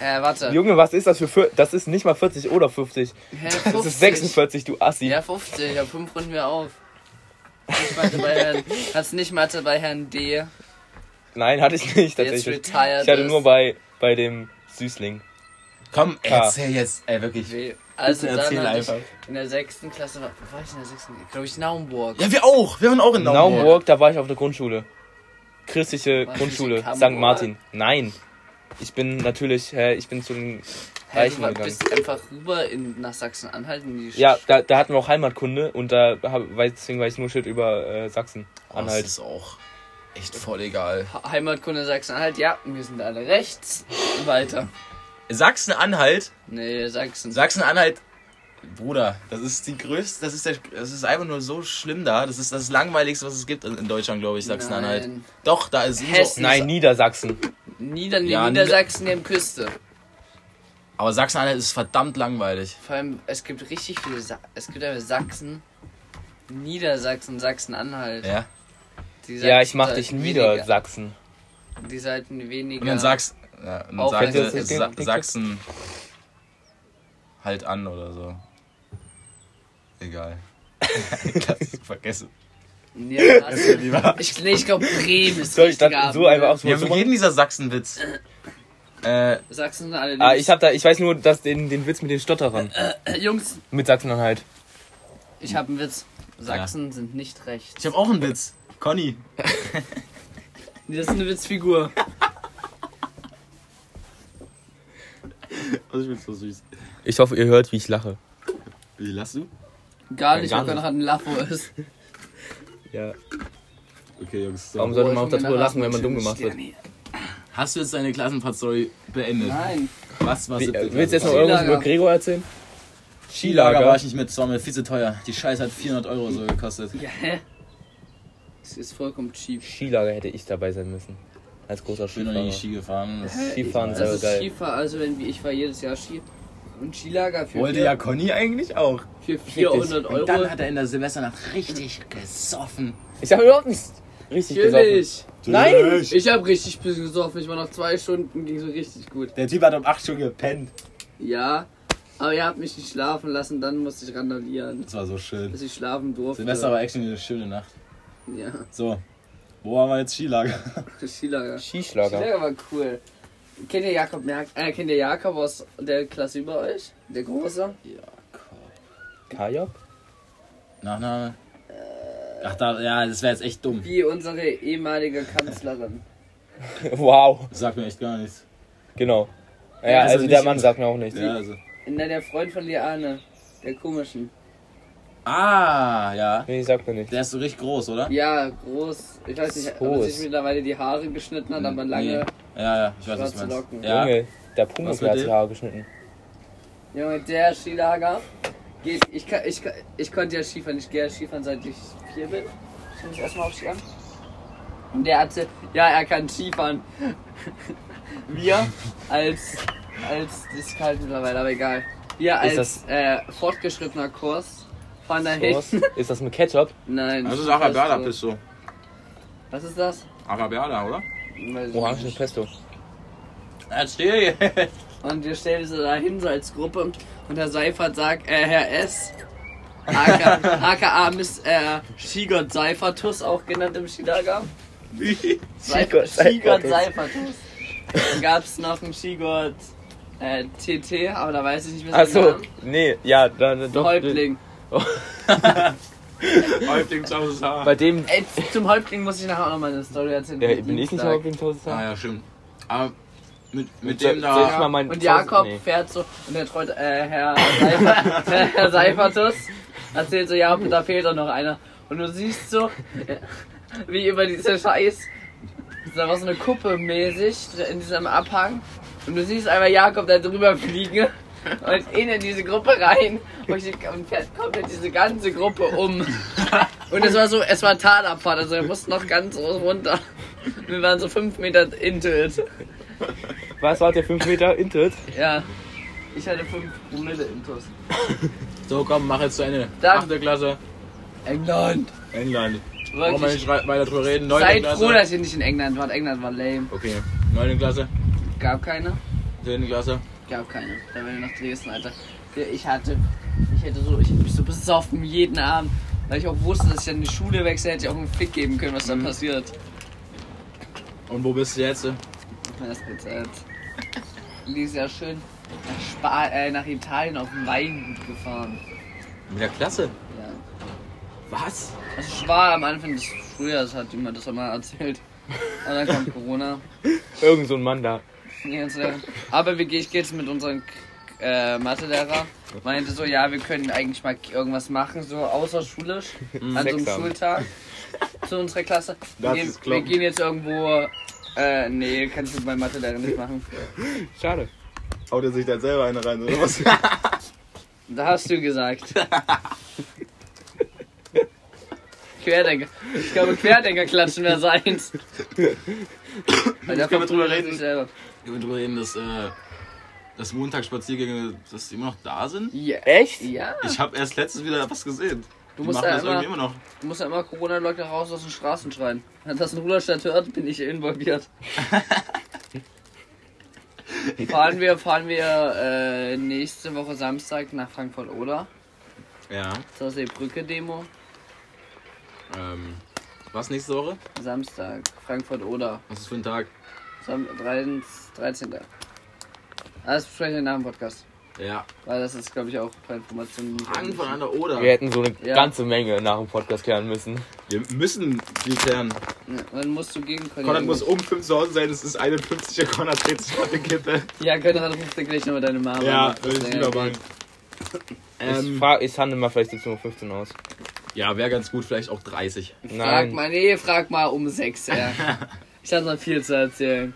[SPEAKER 1] Äh, warte.
[SPEAKER 3] Junge, was ist das für. vier- Das ist nicht mal 40 oder 50.
[SPEAKER 1] Hä,
[SPEAKER 3] Das ist
[SPEAKER 1] 50?
[SPEAKER 3] 46, du Assi.
[SPEAKER 1] Ja, 50. Ab 5 runden wir auf. Nicht Mathe bei Herrn, hat's nicht Mathe bei Herrn D.
[SPEAKER 3] Nein, hatte ich nicht
[SPEAKER 1] der Jetzt
[SPEAKER 3] tatsächlich.
[SPEAKER 1] retired
[SPEAKER 3] Ich hatte
[SPEAKER 1] ist.
[SPEAKER 3] nur bei, bei dem Süßling.
[SPEAKER 2] Komm,
[SPEAKER 3] Ja.
[SPEAKER 2] erzähl jetzt. Ey, wirklich.
[SPEAKER 1] W. Also dann
[SPEAKER 2] Erzähl
[SPEAKER 1] hatte
[SPEAKER 2] einfach.
[SPEAKER 1] ich in der 6. Klasse, war, wo war ich in der 6. glaube ich Naumburg.
[SPEAKER 2] Ja, wir auch. Wir waren auch in Naumburg.
[SPEAKER 3] Naumburg, da war ich auf der Grundschule. Christliche
[SPEAKER 1] Warst du
[SPEAKER 3] Grundschule,
[SPEAKER 1] nicht in
[SPEAKER 3] St.
[SPEAKER 1] Hamburg?
[SPEAKER 3] Martin. Nein. Ich bin natürlich, hä, ich bin zu den
[SPEAKER 1] Hä, du
[SPEAKER 3] Reichen
[SPEAKER 1] war,
[SPEAKER 3] gegangen.
[SPEAKER 1] bist einfach rüber in, nach Sachsen-Anhalt in die
[SPEAKER 3] Ja,
[SPEAKER 1] Stadt.
[SPEAKER 3] da, da hatten wir auch Heimatkunde und da hab, weil- deswegen weiß ich nur Shit über äh, Sachsen.
[SPEAKER 2] Oh, Das
[SPEAKER 3] Anhalt.
[SPEAKER 2] ist auch echt voll egal.
[SPEAKER 1] Ha- Heimatkunde Sachsen-Anhalt, ja, wir sind alle rechts. Weiter.
[SPEAKER 2] Sachsen-Anhalt.
[SPEAKER 1] Nee, Sachsen.
[SPEAKER 2] Sachsen-Anhalt. Bruder, das ist die größte, das ist der, das ist einfach nur so schlimm da. Das ist das langweiligste, was es gibt in in Deutschland, glaube ich, Sachsen-Anhalt.
[SPEAKER 1] Nein.
[SPEAKER 2] Doch, da ist
[SPEAKER 1] Hessen.
[SPEAKER 2] so,
[SPEAKER 3] Nein, Niedersachsen.
[SPEAKER 1] Nieder
[SPEAKER 2] Ja,
[SPEAKER 1] Niedersachsen, neben Küste.
[SPEAKER 2] aber Sachsen-Anhalt ist verdammt langweilig.
[SPEAKER 1] Vor allem, es gibt richtig viele Sa Es gibt einfach Sachsen, Niedersachsen, Sachsen-Anhalt.
[SPEAKER 2] Ja.
[SPEAKER 1] Die
[SPEAKER 3] Ja,
[SPEAKER 1] Sachsen
[SPEAKER 3] ich mach
[SPEAKER 1] sollten
[SPEAKER 3] dich
[SPEAKER 1] weniger-
[SPEAKER 3] Niedersachsen.
[SPEAKER 1] Die sollten weniger.
[SPEAKER 2] Und dann sagst ja, und dann
[SPEAKER 1] Auf-
[SPEAKER 2] sagst
[SPEAKER 1] Kennst du
[SPEAKER 2] du
[SPEAKER 3] das
[SPEAKER 2] Sa
[SPEAKER 3] Ding?
[SPEAKER 2] Sachsen halt an oder so. Egal. ich hab das vergessen.
[SPEAKER 1] Nee, was?
[SPEAKER 2] Lieber.
[SPEAKER 1] ich nee, ich glaube, Bremen ist
[SPEAKER 3] Soll ich
[SPEAKER 1] richtig
[SPEAKER 3] dann
[SPEAKER 1] Abend.
[SPEAKER 3] so
[SPEAKER 1] ne?
[SPEAKER 3] einfach auch so
[SPEAKER 2] Ja, wir reden dieser Sachsenwitz. Äh,
[SPEAKER 1] Sachsen sind alle
[SPEAKER 3] Ah,
[SPEAKER 1] links.
[SPEAKER 3] ich hab da, ich weiß nur, dass den, den Witz mit den Stotterern.
[SPEAKER 1] Jungs,
[SPEAKER 3] Mit Sachsen-Anhalt.
[SPEAKER 1] ich habe einen Witz. Sachsen sind nicht rechts.
[SPEAKER 2] ich habe auch einen Witz. Conny.
[SPEAKER 1] Nee, Das ist eine Witzfigur.
[SPEAKER 2] Also ich bin so süß.
[SPEAKER 3] Ich hoffe, ihr hört, wie ich lache.
[SPEAKER 2] Wie lachst du?
[SPEAKER 1] Gar nicht,
[SPEAKER 2] gar
[SPEAKER 1] ob Konrad ein Laffo ist.
[SPEAKER 3] Ja.
[SPEAKER 2] Okay, Jungs.
[SPEAKER 3] Warum
[SPEAKER 2] So.
[SPEAKER 3] sollte
[SPEAKER 1] Boah,
[SPEAKER 3] man auch
[SPEAKER 1] ich bin
[SPEAKER 3] darüber
[SPEAKER 1] danach
[SPEAKER 3] lachen, wenn man dumm
[SPEAKER 1] natürlich
[SPEAKER 3] gemacht wird?
[SPEAKER 1] gerne.
[SPEAKER 2] Hast du jetzt deine Klassenfahrt-Story beendet?
[SPEAKER 1] Nein.
[SPEAKER 2] Was war
[SPEAKER 3] Wie,
[SPEAKER 2] siebte
[SPEAKER 3] äh, willst du jetzt noch
[SPEAKER 2] Klasse?
[SPEAKER 3] irgendwas
[SPEAKER 1] Skilager.
[SPEAKER 3] über Gregor erzählen?
[SPEAKER 2] Skilager war ich nicht mit, das war mir viel zu teuer. Die Scheiße hat 400 Euro so gekostet.
[SPEAKER 1] Ja, hä? Das ist vollkommen cheap.
[SPEAKER 3] Skilager hätte ich dabei sein müssen. Als großer
[SPEAKER 2] Ich bin noch nie
[SPEAKER 3] Skifahrer.
[SPEAKER 2] Ski gefahren. Das
[SPEAKER 3] Skifahren ist
[SPEAKER 1] Das
[SPEAKER 3] aber
[SPEAKER 1] ist
[SPEAKER 3] geil.
[SPEAKER 1] Skifahren, also wenn wie ich war jedes Jahr Ski. Und Skilager für,
[SPEAKER 2] wollte
[SPEAKER 1] vier,
[SPEAKER 2] ja Conny eigentlich auch.
[SPEAKER 1] für 400 Euro.
[SPEAKER 2] Und dann hat er in der Semesternacht richtig gesoffen.
[SPEAKER 3] Ich sag überhaupt nichts. richtig gesoffen.
[SPEAKER 1] Natürlich.
[SPEAKER 3] Nein!
[SPEAKER 1] Ich hab richtig bis gesoffen. Ich war nach zwei Stunden, ging so richtig gut.
[SPEAKER 4] Der Typ hat um 8 Stunden gepennt.
[SPEAKER 1] Ja, aber ihr habt mich nicht schlafen lassen, dann musste ich randalieren,
[SPEAKER 2] Das war so schön.
[SPEAKER 1] bis ich schlafen durfte.
[SPEAKER 2] Silvester war echt eine schöne Nacht.
[SPEAKER 1] Ja,
[SPEAKER 2] So. Wo haben wir jetzt Skilager?
[SPEAKER 1] das Skilager.
[SPEAKER 3] Skischlager.
[SPEAKER 1] Skilager war cool. Kennt ihr Jakob Merk äh, kennt ihr Jakob aus der Klasse über euch? Der Große?
[SPEAKER 3] Kajak?
[SPEAKER 2] Nachname? Ach, da, ja, das wäre jetzt echt dumm.
[SPEAKER 1] Wie unsere ehemalige Kanzlerin.
[SPEAKER 3] Wow.
[SPEAKER 2] Sagt mir echt gar nichts.
[SPEAKER 3] Genau. Ja,
[SPEAKER 2] also
[SPEAKER 3] also, der
[SPEAKER 2] nicht-
[SPEAKER 3] Mann sagt mir auch nichts.
[SPEAKER 2] Ja, also.
[SPEAKER 1] Na, der Freund von Liane. Der komischen.
[SPEAKER 2] Ah, ja.
[SPEAKER 3] Nee, sagt mir nichts.
[SPEAKER 2] Der ist so richtig groß, oder?
[SPEAKER 1] Ja, groß. Ich weiß nicht, ob er
[SPEAKER 3] Groß.
[SPEAKER 1] sich mittlerweile die Haare geschnitten hat, aber lange.
[SPEAKER 2] Hm, Nee. Ja, ja, ich weiß, was du
[SPEAKER 1] Schwarze Locken.
[SPEAKER 2] meinst. Ja.
[SPEAKER 3] Junge, der Puma
[SPEAKER 2] Was mit
[SPEAKER 3] hat die
[SPEAKER 2] dem?
[SPEAKER 3] Haare geschnitten.
[SPEAKER 1] Junge, der Skilager geht. Ich, kann, ich, kann- ich konnte ja Skifahren, ich gehe ja Skifahren seit ich vier bin. Ich muss erstmal auf Skifahren. Und der hatte, ja, er kann Skifahren. Wir als, als, das ist kalt mittlerweile, aber egal. Wir
[SPEAKER 3] Ist
[SPEAKER 1] als äh, fortgeschrittener Kurs fahren da hin.
[SPEAKER 3] Sowas. Ist das mit Ketchup?
[SPEAKER 1] Nein.
[SPEAKER 2] Das ist
[SPEAKER 1] so.
[SPEAKER 2] Araberda-Pisto.
[SPEAKER 1] Was ist das?
[SPEAKER 2] Araberda, oder?
[SPEAKER 1] Weiß ich
[SPEAKER 3] Orangen
[SPEAKER 1] nicht.
[SPEAKER 3] Pesto.
[SPEAKER 2] Erzähl jetzt.
[SPEAKER 1] Und wir stellen sie da hin, so als Gruppe. Und Herr Seifert sagt, äh, Herr S. aka, aka Miss äh, Skigott Seifertus, auch genannt im Skilager. Seif- Skigott Seifertus. Dann gab es noch einen Skigott äh, TT, aber da weiß ich nicht mehr
[SPEAKER 3] Achso, nee, ja, dann doch.
[SPEAKER 1] Häuptling.
[SPEAKER 2] Häuptling Saus Ah,
[SPEAKER 3] Bei dem.
[SPEAKER 1] Ey, zum Häuptling muss ich nachher auch nochmal eine Story erzählen.
[SPEAKER 3] Ja,
[SPEAKER 1] vom
[SPEAKER 3] bin ich nicht
[SPEAKER 1] Dienstag.
[SPEAKER 3] auf dem Tausend
[SPEAKER 2] Ah, ja, stimmt. Aber mit, mit
[SPEAKER 3] Soll-
[SPEAKER 2] dem
[SPEAKER 3] soll ich mal
[SPEAKER 2] da.
[SPEAKER 3] meinen
[SPEAKER 1] Und
[SPEAKER 3] Tausend-
[SPEAKER 1] Jakob
[SPEAKER 3] nee.
[SPEAKER 1] fährt so und der treut, äh, Herr, Seifert, Herr Seifertus erzählt so, ja, da fehlt doch noch einer. Und du siehst so, äh, wie über diese Scheiß, da war so eine Kuppe mäßig in diesem Abhang. Und du siehst einmal Jakob da drüber fliegen und ihn in diese Gruppe rein und, ich, und fährt komplett diese ganze Gruppe um. Und es war so, es war Talabfahrt, also wir mussten noch ganz runter. Wir waren so fünf Meter into it.
[SPEAKER 3] Was war der 5 Meter Intit?
[SPEAKER 1] Ja. Ich hatte 5 Promille Intus.
[SPEAKER 2] So, komm, mach jetzt zu Ende.
[SPEAKER 1] Dann-
[SPEAKER 2] Achte Klasse.
[SPEAKER 1] England!
[SPEAKER 2] England. Brauchen wir
[SPEAKER 1] Wirklich.
[SPEAKER 2] nicht rei- weiter drüber reden. Neunte
[SPEAKER 1] Seid froh,
[SPEAKER 2] Klasse.
[SPEAKER 1] dass ihr nicht in England wart. England war lame.
[SPEAKER 2] Okay. Neunte Klasse.
[SPEAKER 1] Gab keine?
[SPEAKER 2] Zehnte Klasse.
[SPEAKER 1] Gab keine. Da wären wir nach Dresden, Alter. Ja, Ich hatte. Ich hätte so. Ich hätte mich so besoffen jeden Abend. Weil ich auch wusste, dass ich an die Schule wechsle, hätte ich auch einen Fick geben können, was da passiert.
[SPEAKER 2] Und wo bist du jetzt?
[SPEAKER 1] Das wird's jetzt. Die ist ja schön nach, Spa äh, nach Italien auf dem Weingut gefahren.
[SPEAKER 2] Mit der Klasse.
[SPEAKER 1] Ja.
[SPEAKER 2] Was?
[SPEAKER 1] Also ich war am Anfang des Frühjahrs, hat jemand das einmal erzählt. Und dann kam Corona.
[SPEAKER 3] Irgend so ein Mann da.
[SPEAKER 1] Die ganze Lehrerin. Aber wir, ich gehe jetzt mit unserem äh, Mathelehrer. Meinte so, ja, wir können eigentlich mal irgendwas machen, so außerschulisch, an so einem
[SPEAKER 3] Sexabend.
[SPEAKER 1] Schultag zu unserer Klasse. Wir,
[SPEAKER 2] Mhm. Das
[SPEAKER 1] gehen,
[SPEAKER 2] ist
[SPEAKER 1] wir
[SPEAKER 2] kloppen.
[SPEAKER 1] gehen jetzt irgendwo. Äh, nee, kann ich mit meinem Mathelehrer nicht machen.
[SPEAKER 3] Schade.
[SPEAKER 2] Haut er sich da selber eine rein, oder was?
[SPEAKER 1] Da hast du gesagt. Querdenker. Ich glaube, Querdenker klatschen wäre seins. Weil da
[SPEAKER 2] können wir drüber
[SPEAKER 1] verprügelt
[SPEAKER 2] reden.
[SPEAKER 1] sich selber.
[SPEAKER 2] Wenn wir drüber reden, dass, äh, dass Montagsspaziergänge, dass die immer noch da sind.
[SPEAKER 1] Ja.
[SPEAKER 3] Echt?
[SPEAKER 1] ja.
[SPEAKER 2] Ich habe erst letztens wieder was gesehen.
[SPEAKER 1] Du
[SPEAKER 2] die
[SPEAKER 1] musst
[SPEAKER 2] machen
[SPEAKER 1] ja
[SPEAKER 2] das
[SPEAKER 1] immer-
[SPEAKER 2] irgendwie immer noch.
[SPEAKER 1] Du musst ja immer Corona-Leugner raus aus den Straßen schreien. Wenn das ein Ruderstadt hört, bin ich involviert. fahren wir, fahren wir äh, nächste Woche Samstag nach Frankfurt-Oder
[SPEAKER 2] Ja.
[SPEAKER 1] zur Seebrücke-Demo.
[SPEAKER 2] Ähm, was nächste Woche?
[SPEAKER 1] Samstag, Frankfurt-Oder,
[SPEAKER 2] Was ist für ein Tag?
[SPEAKER 1] Sam 13. Alles besprechen wir nach dem Podcast.
[SPEAKER 2] Ja.
[SPEAKER 1] Weil das ist, glaube ich, auch ein paar Informationen. die wir
[SPEAKER 2] Fragen von
[SPEAKER 1] nicht-
[SPEAKER 2] an der Oder.
[SPEAKER 3] Wir hätten so eine
[SPEAKER 1] Ja.
[SPEAKER 3] ganze Menge nach dem Podcast klären müssen.
[SPEAKER 2] Wir müssen die klären.
[SPEAKER 1] Ja, Dann musst du gegen
[SPEAKER 5] Konrad muss um 5 zu Hause sein, es ist 51 und Konrad dreht sich gerade die Kippe.
[SPEAKER 1] Ja, Konrad ruft dir gleich nochmal deine Mama.
[SPEAKER 5] Ja,
[SPEAKER 1] an.
[SPEAKER 5] würde ich lieber machen.
[SPEAKER 3] ich
[SPEAKER 2] Ähm,
[SPEAKER 3] frage, ich handle mal vielleicht 17.15 Uhr aus.
[SPEAKER 2] ja, wäre ganz gut, vielleicht auch 30.
[SPEAKER 1] Frag
[SPEAKER 3] Nein.
[SPEAKER 1] mal, nee, frag mal um 6, ja. Ich habe noch viel zu erzählen.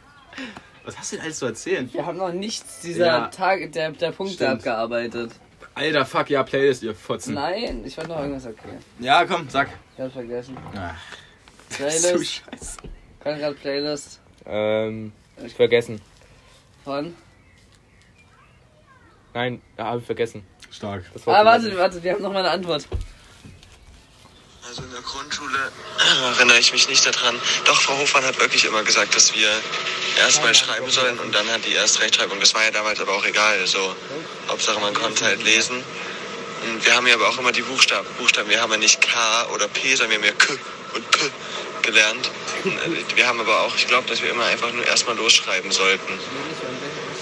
[SPEAKER 2] Was hast du denn alles zu erzählen?
[SPEAKER 1] Wir haben noch nichts dieser
[SPEAKER 2] Ja.
[SPEAKER 1] Tage, der, der Punkte
[SPEAKER 2] Stimmt. Hm.
[SPEAKER 1] abgearbeitet.
[SPEAKER 2] Alter, fuck, ja, Playlist, ihr Fotzen.
[SPEAKER 1] Nein, ich wollte noch irgendwas erklären.
[SPEAKER 2] Ja, komm, sag.
[SPEAKER 1] Ich hab's vergessen.
[SPEAKER 2] Ach, so
[SPEAKER 1] Playlist,
[SPEAKER 2] scheiße.
[SPEAKER 1] Konrad Playlist
[SPEAKER 3] Ähm, ich vergessen.
[SPEAKER 1] von.
[SPEAKER 3] Nein, ja, habe ich vergessen.
[SPEAKER 2] Stark.
[SPEAKER 3] Das
[SPEAKER 1] Ah,
[SPEAKER 3] zu
[SPEAKER 1] warte,
[SPEAKER 3] lang.
[SPEAKER 1] warte, wir haben noch mal eine Antwort.
[SPEAKER 6] Also in der Grundschule erinnere ich mich nicht daran. Doch Frau Hofmann hat wirklich immer gesagt, dass wir erstmal schreiben sollen und dann hat die Erstrechtschreibung. Das war ja damals aber auch egal. Also Hauptsache man konnte halt lesen. Und wir haben ja aber auch immer die Buchstaben. Buchstaben, wir haben ja nicht K oder P, sondern wir haben ja K und P gelernt. Und, äh, Wir haben aber auch, ich glaube, dass wir immer einfach nur erstmal losschreiben sollten.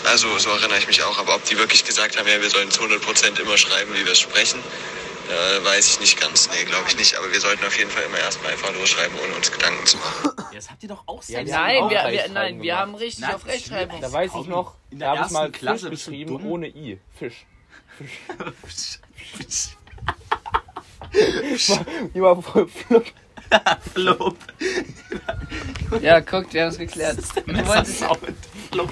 [SPEAKER 6] Also so erinnere ich mich auch. Aber ob die wirklich gesagt haben, ja, wir sollen zu 100% immer schreiben, wie wir es sprechen, äh, weiß ich nicht ganz. Nee, glaube ich nicht. Aber wir sollten auf jeden Fall immer erstmal einfach losschreiben, ohne uns Gedanken zu machen.
[SPEAKER 2] Das habt ihr doch auch
[SPEAKER 3] Ja,
[SPEAKER 2] selbst
[SPEAKER 3] wir haben
[SPEAKER 1] Nein,
[SPEAKER 3] auch
[SPEAKER 1] wir, wir,
[SPEAKER 3] Rechtschreibung
[SPEAKER 1] nein, wir
[SPEAKER 3] gemacht.
[SPEAKER 1] haben richtig
[SPEAKER 2] Nein,
[SPEAKER 1] auf
[SPEAKER 2] das ist
[SPEAKER 1] Rechtschreibung.
[SPEAKER 3] Da weiß ich noch,
[SPEAKER 2] In der
[SPEAKER 3] da habe ich
[SPEAKER 2] ersten
[SPEAKER 3] mal
[SPEAKER 2] Klasse
[SPEAKER 3] Fisch
[SPEAKER 2] bist du
[SPEAKER 3] geschrieben
[SPEAKER 2] dumm.
[SPEAKER 3] ohne I. Fisch. Fisch. Immer voll flupp.
[SPEAKER 2] Flop.
[SPEAKER 1] Ja, guckt, wir haben es geklärt. Du wolltest,
[SPEAKER 2] Flop.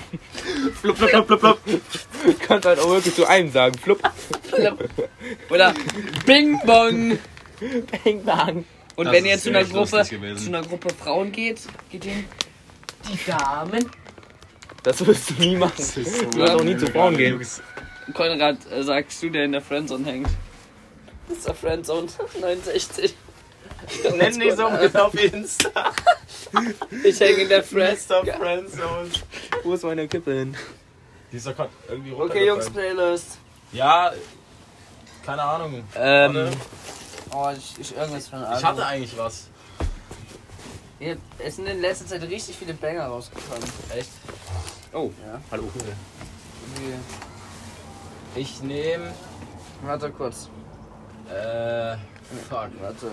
[SPEAKER 2] Flop, flop, flop, flop, flop.
[SPEAKER 3] Kannst halt auch wirklich zu einem sagen. Flupp.
[SPEAKER 1] oder Bing Bong.
[SPEAKER 3] Bang, bang.
[SPEAKER 1] Und
[SPEAKER 2] Das
[SPEAKER 1] wenn ihr
[SPEAKER 2] ist
[SPEAKER 1] zu einer,
[SPEAKER 2] echt
[SPEAKER 1] Gruppe,
[SPEAKER 2] lustig gewesen.
[SPEAKER 1] zu einer Gruppe Frauen geht, geht ihr hin, die Damen.
[SPEAKER 3] Das wirst du nie machen. Du wirst auch nie zu Frauen gehen.
[SPEAKER 1] Konrad, äh, sagst du, der in der Friendzone hängt? Das ist der Friendzone 69.
[SPEAKER 2] Nenn die so auf Insta.
[SPEAKER 1] Ich hänge in der Friendzone.
[SPEAKER 2] Insta Friendzone.
[SPEAKER 3] Wo ist meine Kippe hin?
[SPEAKER 2] Die ist doch gerade irgendwie runter.
[SPEAKER 1] Okay, Jungs, Playlist.
[SPEAKER 2] Ja, keine Ahnung.
[SPEAKER 3] Ähm,
[SPEAKER 1] Oh, ich, ich irgendwas von
[SPEAKER 2] Ich hatte eigentlich was.
[SPEAKER 1] Hier, Es sind in letzter Zeit richtig viele Banger rausgekommen. Echt?
[SPEAKER 3] Oh.
[SPEAKER 1] Ja.
[SPEAKER 3] hallo.
[SPEAKER 1] Wie,
[SPEAKER 2] Ich nehme.
[SPEAKER 1] warte kurz.
[SPEAKER 2] Äh. Fuck.
[SPEAKER 1] Warte.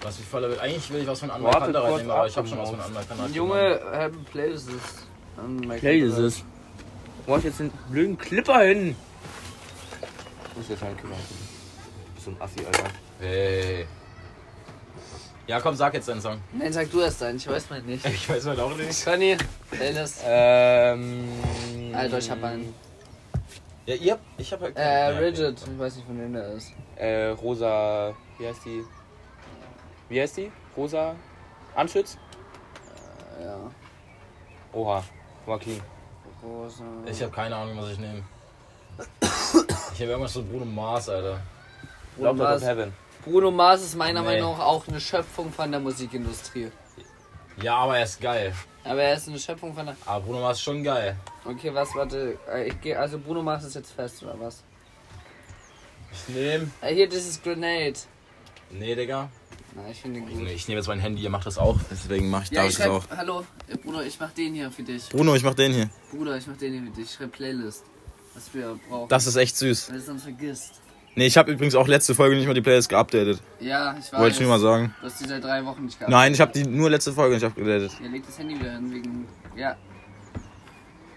[SPEAKER 2] Was ich voll. Eigentlich will ich was von Anwalt
[SPEAKER 3] Wartet
[SPEAKER 2] Kandereit
[SPEAKER 3] kurz
[SPEAKER 2] nehmen, aber ich
[SPEAKER 3] ab,
[SPEAKER 2] habe schon was von Anwalt Kandereit.
[SPEAKER 1] Junge, haben Playlists. an mein Computer.
[SPEAKER 3] Playlists. Wo hab ich jetzt den blöden Clipper hin? Wo ist jetzt mein Clipper? So ein Assi, Alter.
[SPEAKER 2] genommen. Hey. Ja, komm, sag jetzt deinen Song.
[SPEAKER 1] Nein, sag du erst einen, ich weiß mal nicht.
[SPEAKER 2] Ich weiß halt auch nicht.
[SPEAKER 1] Conny, Playlist.
[SPEAKER 3] Ähm.
[SPEAKER 1] Alter, ich hab einen.
[SPEAKER 2] Ja, ihr habt. Ich hab halt.
[SPEAKER 1] Äh,
[SPEAKER 2] Ja,
[SPEAKER 1] Rigid, ich weiß nicht, von wem der ist.
[SPEAKER 3] Äh, Rosa. Wie heißt die? Wie heißt die? Rosa. Anschütz?
[SPEAKER 1] Ja.
[SPEAKER 3] Oha. War clean.
[SPEAKER 1] Rosa.
[SPEAKER 2] Okay. Ich hab keine Ahnung, was ich nehme. Ich habe irgendwas von Bruno Mars, Alter.
[SPEAKER 1] Bruno,
[SPEAKER 3] Doctor of
[SPEAKER 1] Mars.
[SPEAKER 3] Heaven.
[SPEAKER 1] Bruno Mars ist meiner
[SPEAKER 2] Nee.
[SPEAKER 1] Meinung nach auch eine Schöpfung von der Musikindustrie.
[SPEAKER 2] Ja, aber er ist geil.
[SPEAKER 1] Aber er ist eine Schöpfung von der.
[SPEAKER 2] Aber Bruno Mars ist schon geil.
[SPEAKER 1] Okay, was, warte. äh, Ich geh, also Bruno Mars ist jetzt fest, oder was?
[SPEAKER 2] Ich nehme.
[SPEAKER 1] Äh, Hier, das ist Grenade.
[SPEAKER 2] Nee, Digga.
[SPEAKER 1] Na, ich finde den
[SPEAKER 2] Ich
[SPEAKER 1] gut.
[SPEAKER 2] nehme jetzt mein Handy, ihr macht das auch. Deswegen mach ich
[SPEAKER 1] Ja,
[SPEAKER 2] da
[SPEAKER 1] ich
[SPEAKER 2] das auch.
[SPEAKER 1] schreib, hallo, äh, Bruder, ich mach den hier für dich.
[SPEAKER 2] Bruno, ich mach den hier.
[SPEAKER 1] Bruder, ich mach den hier für dich. Ich schreib Playlist, was wir brauchen.
[SPEAKER 2] Das ist echt süß.
[SPEAKER 1] Weil du es sonst vergisst.
[SPEAKER 2] Nee, ich habe übrigens auch letzte Folge nicht mal die Playlist geupdatet.
[SPEAKER 1] Ja, ich weiß.
[SPEAKER 2] Wollte ich nur mal sagen.
[SPEAKER 1] Du hast die seit drei Wochen nicht gehabt.
[SPEAKER 2] Nein, ich habe die nur letzte Folge nicht abgedatet.
[SPEAKER 1] Ihr legt das Handy wieder hin wegen. Ja.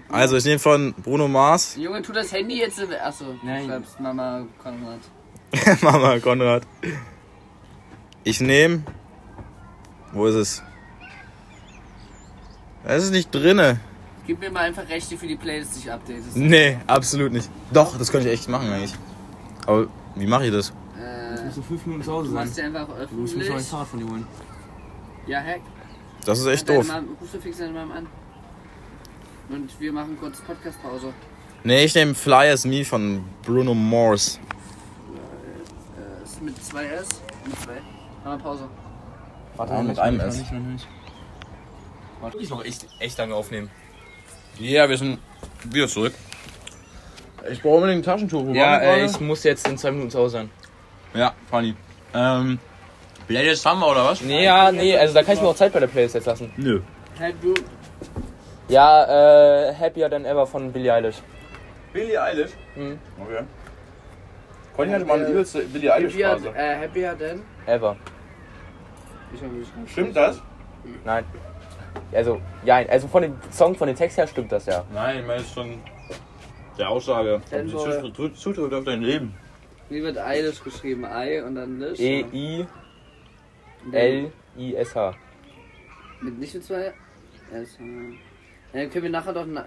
[SPEAKER 2] Also, ich nehme von Bruno Mars,
[SPEAKER 1] Junge, tu das Handy jetzt. in- Achso,
[SPEAKER 3] Nein.
[SPEAKER 1] du schreibst Mama Konrad.
[SPEAKER 2] Mama Konrad. Ich nehme. Wo ist es? Es ist nicht drinne.
[SPEAKER 1] Gib mir mal einfach Rechte für die Playlist, die ich updatest.
[SPEAKER 2] Nee, absolut nicht. Doch, das könnte ich echt machen eigentlich. Aber wie mache ich das?
[SPEAKER 1] Äh,
[SPEAKER 3] So fünf Minuten zu Hause
[SPEAKER 1] du machst die einfach öffentlich.
[SPEAKER 3] von dir holen.
[SPEAKER 1] Ja, heck.
[SPEAKER 2] Das ist echt
[SPEAKER 1] Deine
[SPEAKER 2] doof.
[SPEAKER 1] Mom- Rufst du fix deine Mom an. Und wir machen kurz Podcast-Pause.
[SPEAKER 2] Nee, ich nehme Fly as Me von Bruno Mars.
[SPEAKER 1] Äh, ist mit 2S. Mit 2. Machen wir Pause.
[SPEAKER 3] Warte,
[SPEAKER 2] Ja, mit einem S.
[SPEAKER 3] Warte, ich noch echt, echt lange aufnehmen.
[SPEAKER 2] Ja, wir sind wieder zurück. Ich brauche unbedingt ein Taschentuch. Wo
[SPEAKER 3] Ja,
[SPEAKER 2] waren wir
[SPEAKER 3] äh,
[SPEAKER 2] gerade?
[SPEAKER 3] ich muss jetzt in zwei Minuten zu Hause sein.
[SPEAKER 2] ja, funny. Ähm, Playlist haben wir oder was?
[SPEAKER 3] Nee, ja, nee, also da kann ich mir auch Zeit bei der Playlist jetzt lassen.
[SPEAKER 2] Nö.
[SPEAKER 1] Hey, du.
[SPEAKER 3] Ja, äh, Happier Than Ever von Billie Eilish.
[SPEAKER 2] Billie Eilish?
[SPEAKER 3] Mhm.
[SPEAKER 2] Okay. Conny hatte mal eine übelste Äh, Billie
[SPEAKER 1] Happy hat, äh, happy hat denn?
[SPEAKER 3] Ever.
[SPEAKER 1] Ich hab mich nicht.
[SPEAKER 2] Stimmt das?
[SPEAKER 3] Nein. Also, ja, also von dem Song, von dem Text her stimmt das ja.
[SPEAKER 2] Nein, ich meine schon der Aussage. Ob sie
[SPEAKER 1] Fanboy.
[SPEAKER 2] zutrifft- zu- zutrifft auf dein Leben.
[SPEAKER 1] Wie wird Eilish geschrieben? Ei und dann Lish?
[SPEAKER 3] E,
[SPEAKER 2] E,
[SPEAKER 1] Und dann-
[SPEAKER 3] E-I-L-I-S-H.
[SPEAKER 1] Mit nicht mit zwei? Also, ja, können wir nachher doch. Na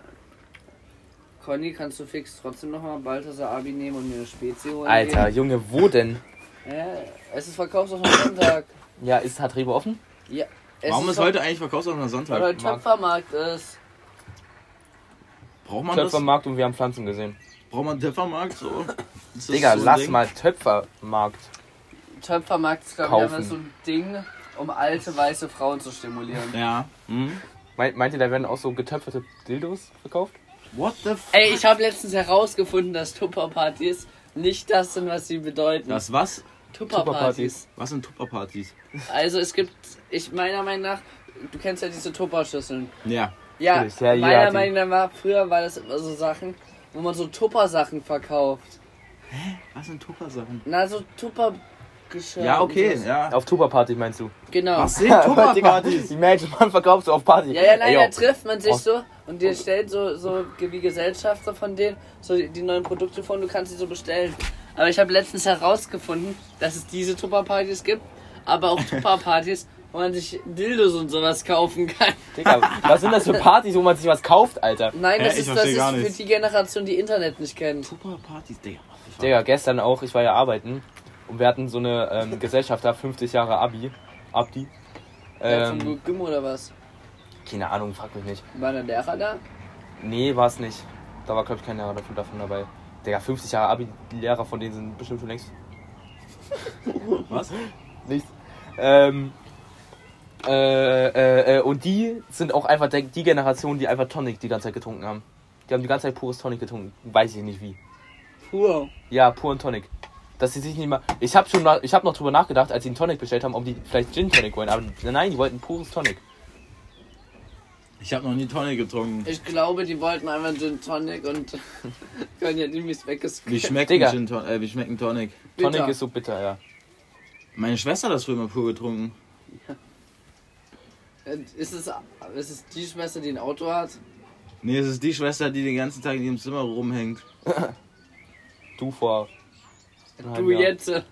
[SPEAKER 1] Conny, kannst du fix trotzdem nochmal Balthasar Abi nehmen und mir eine Spezi holen?
[SPEAKER 3] Alter, Junge, wo denn?
[SPEAKER 1] gehen? Ja, es ist Verkaufsoffen am Sonntag.
[SPEAKER 3] Ja, ist hat Rewe offen?
[SPEAKER 1] Ja, es
[SPEAKER 2] Warum ist
[SPEAKER 1] Ver-
[SPEAKER 2] heute eigentlich Verkaufsoffener Sonntag?
[SPEAKER 1] Weil heute
[SPEAKER 3] Markt?
[SPEAKER 1] Töpfermarkt ist.
[SPEAKER 2] Braucht man das?
[SPEAKER 3] Töpfermarkt und wir haben Pflanzen gesehen.
[SPEAKER 2] Braucht man Töpfermarkt so? Ist das
[SPEAKER 3] Digga,
[SPEAKER 2] so ein
[SPEAKER 3] lass
[SPEAKER 2] Ding?
[SPEAKER 3] mal Töpfermarkt.
[SPEAKER 1] Töpfermarkt ist, glaube ich,
[SPEAKER 3] Kaufen.
[SPEAKER 1] einfach so ein Ding, um alte weiße Frauen zu stimulieren.
[SPEAKER 2] Ja. Mhm.
[SPEAKER 3] Meint, meint ihr, da werden auch so getöpferte Dildos verkauft?
[SPEAKER 2] What the f...
[SPEAKER 1] Ey, ich habe letztens herausgefunden, dass Tupperpartys nicht das sind, was sie bedeuten.
[SPEAKER 2] Das was?
[SPEAKER 1] Tupperpartys.
[SPEAKER 2] Was sind Tupperpartys?
[SPEAKER 1] Also es gibt, ich meiner Meinung nach, du kennst ja diese Tupperschüsseln.
[SPEAKER 2] Ja.
[SPEAKER 1] Ja,
[SPEAKER 3] Natürlich, ja, jeder
[SPEAKER 1] meiner
[SPEAKER 3] hat die.
[SPEAKER 1] Meinung nach war, früher war das immer so Sachen, wo man so Tupper-Sachen verkauft.
[SPEAKER 2] Was sind Tuppersachen?
[SPEAKER 1] Na, so Tupper-Geschirr.
[SPEAKER 2] Ja, okay,
[SPEAKER 1] und so.
[SPEAKER 2] ja.
[SPEAKER 3] Auf Tuba-Party meinst du?
[SPEAKER 1] Genau.
[SPEAKER 2] Was sind Tupperpartys?
[SPEAKER 3] Die Menschen, man verkauft so auf Party.
[SPEAKER 1] Ja, ja, nein,
[SPEAKER 3] Ey,
[SPEAKER 1] da
[SPEAKER 3] yo.
[SPEAKER 1] trifft man sich
[SPEAKER 3] Oh.
[SPEAKER 1] so und dir stellt so, so ge- wie Gesellschafter von denen so die, die neuen Produkte vor und du kannst sie so bestellen. Aber ich habe letztens herausgefunden, dass es diese Tupperpartys gibt, aber auch Tupperpartys, wo man sich Dildos und sowas kaufen kann.
[SPEAKER 3] Digga, was sind das für Partys, wo man sich was kauft, Alter?
[SPEAKER 1] Nein,
[SPEAKER 2] Hä,
[SPEAKER 1] das
[SPEAKER 2] ich
[SPEAKER 1] ist, das
[SPEAKER 2] versteh
[SPEAKER 1] ist
[SPEAKER 2] gar
[SPEAKER 1] für
[SPEAKER 2] nichts.
[SPEAKER 1] die Generation, die Internet nicht kennt.
[SPEAKER 2] Tupperpartys, Digga. what the fuck?
[SPEAKER 3] Digga, gestern auch, ich war ja arbeiten und wir hatten so eine ähm, Gesellschaft da, 50 Jahre Abi. Abdi.
[SPEAKER 1] Ja, Äh, Von
[SPEAKER 3] Ähm,
[SPEAKER 1] Gut Gym oder was?
[SPEAKER 3] keine Ahnung, frag mich nicht.
[SPEAKER 1] War der Lehrer da?
[SPEAKER 3] Nee, war es nicht. Da war, glaube ich, kein Lehrer davon, davon dabei. Digga, 50 Jahre Abi, die Lehrer von denen sind bestimmt schon längst.
[SPEAKER 2] Was?
[SPEAKER 3] Nichts. Ähm, äh, äh, äh, und die sind auch einfach der, die Generation, die einfach Tonic die ganze Zeit getrunken haben. Die haben die ganze Zeit pures Tonic getrunken. Weiß ich nicht wie.
[SPEAKER 1] Pur.
[SPEAKER 3] Ja, puren Tonic. Dass sie sich nicht mal. Ich habe schon mal, ich habe noch drüber nachgedacht, als sie einen Tonic bestellt haben, ob die vielleicht Gin Tonic wollen. Aber nein, die wollten pures Tonic.
[SPEAKER 2] Ich habe noch nie Tonne getrunken.
[SPEAKER 1] Ich glaube, die wollten einfach Gin Tonic und können ja niemals
[SPEAKER 2] Wie
[SPEAKER 1] weggescrollt.
[SPEAKER 2] schmeckt
[SPEAKER 3] Digga.
[SPEAKER 2] ein Gin Ton äh, wie schmeckt ein Tonic?
[SPEAKER 3] Tonic ist so bitter, ja.
[SPEAKER 2] Meine Schwester hat das früher mal pur getrunken.
[SPEAKER 1] Äh, Ist es, ist es die Schwester, die ein Auto hat?
[SPEAKER 2] Nee, es ist die Schwester, die den ganzen Tag in ihrem Zimmer rumhängt.
[SPEAKER 3] Du vor.
[SPEAKER 1] Du jetzt. äh,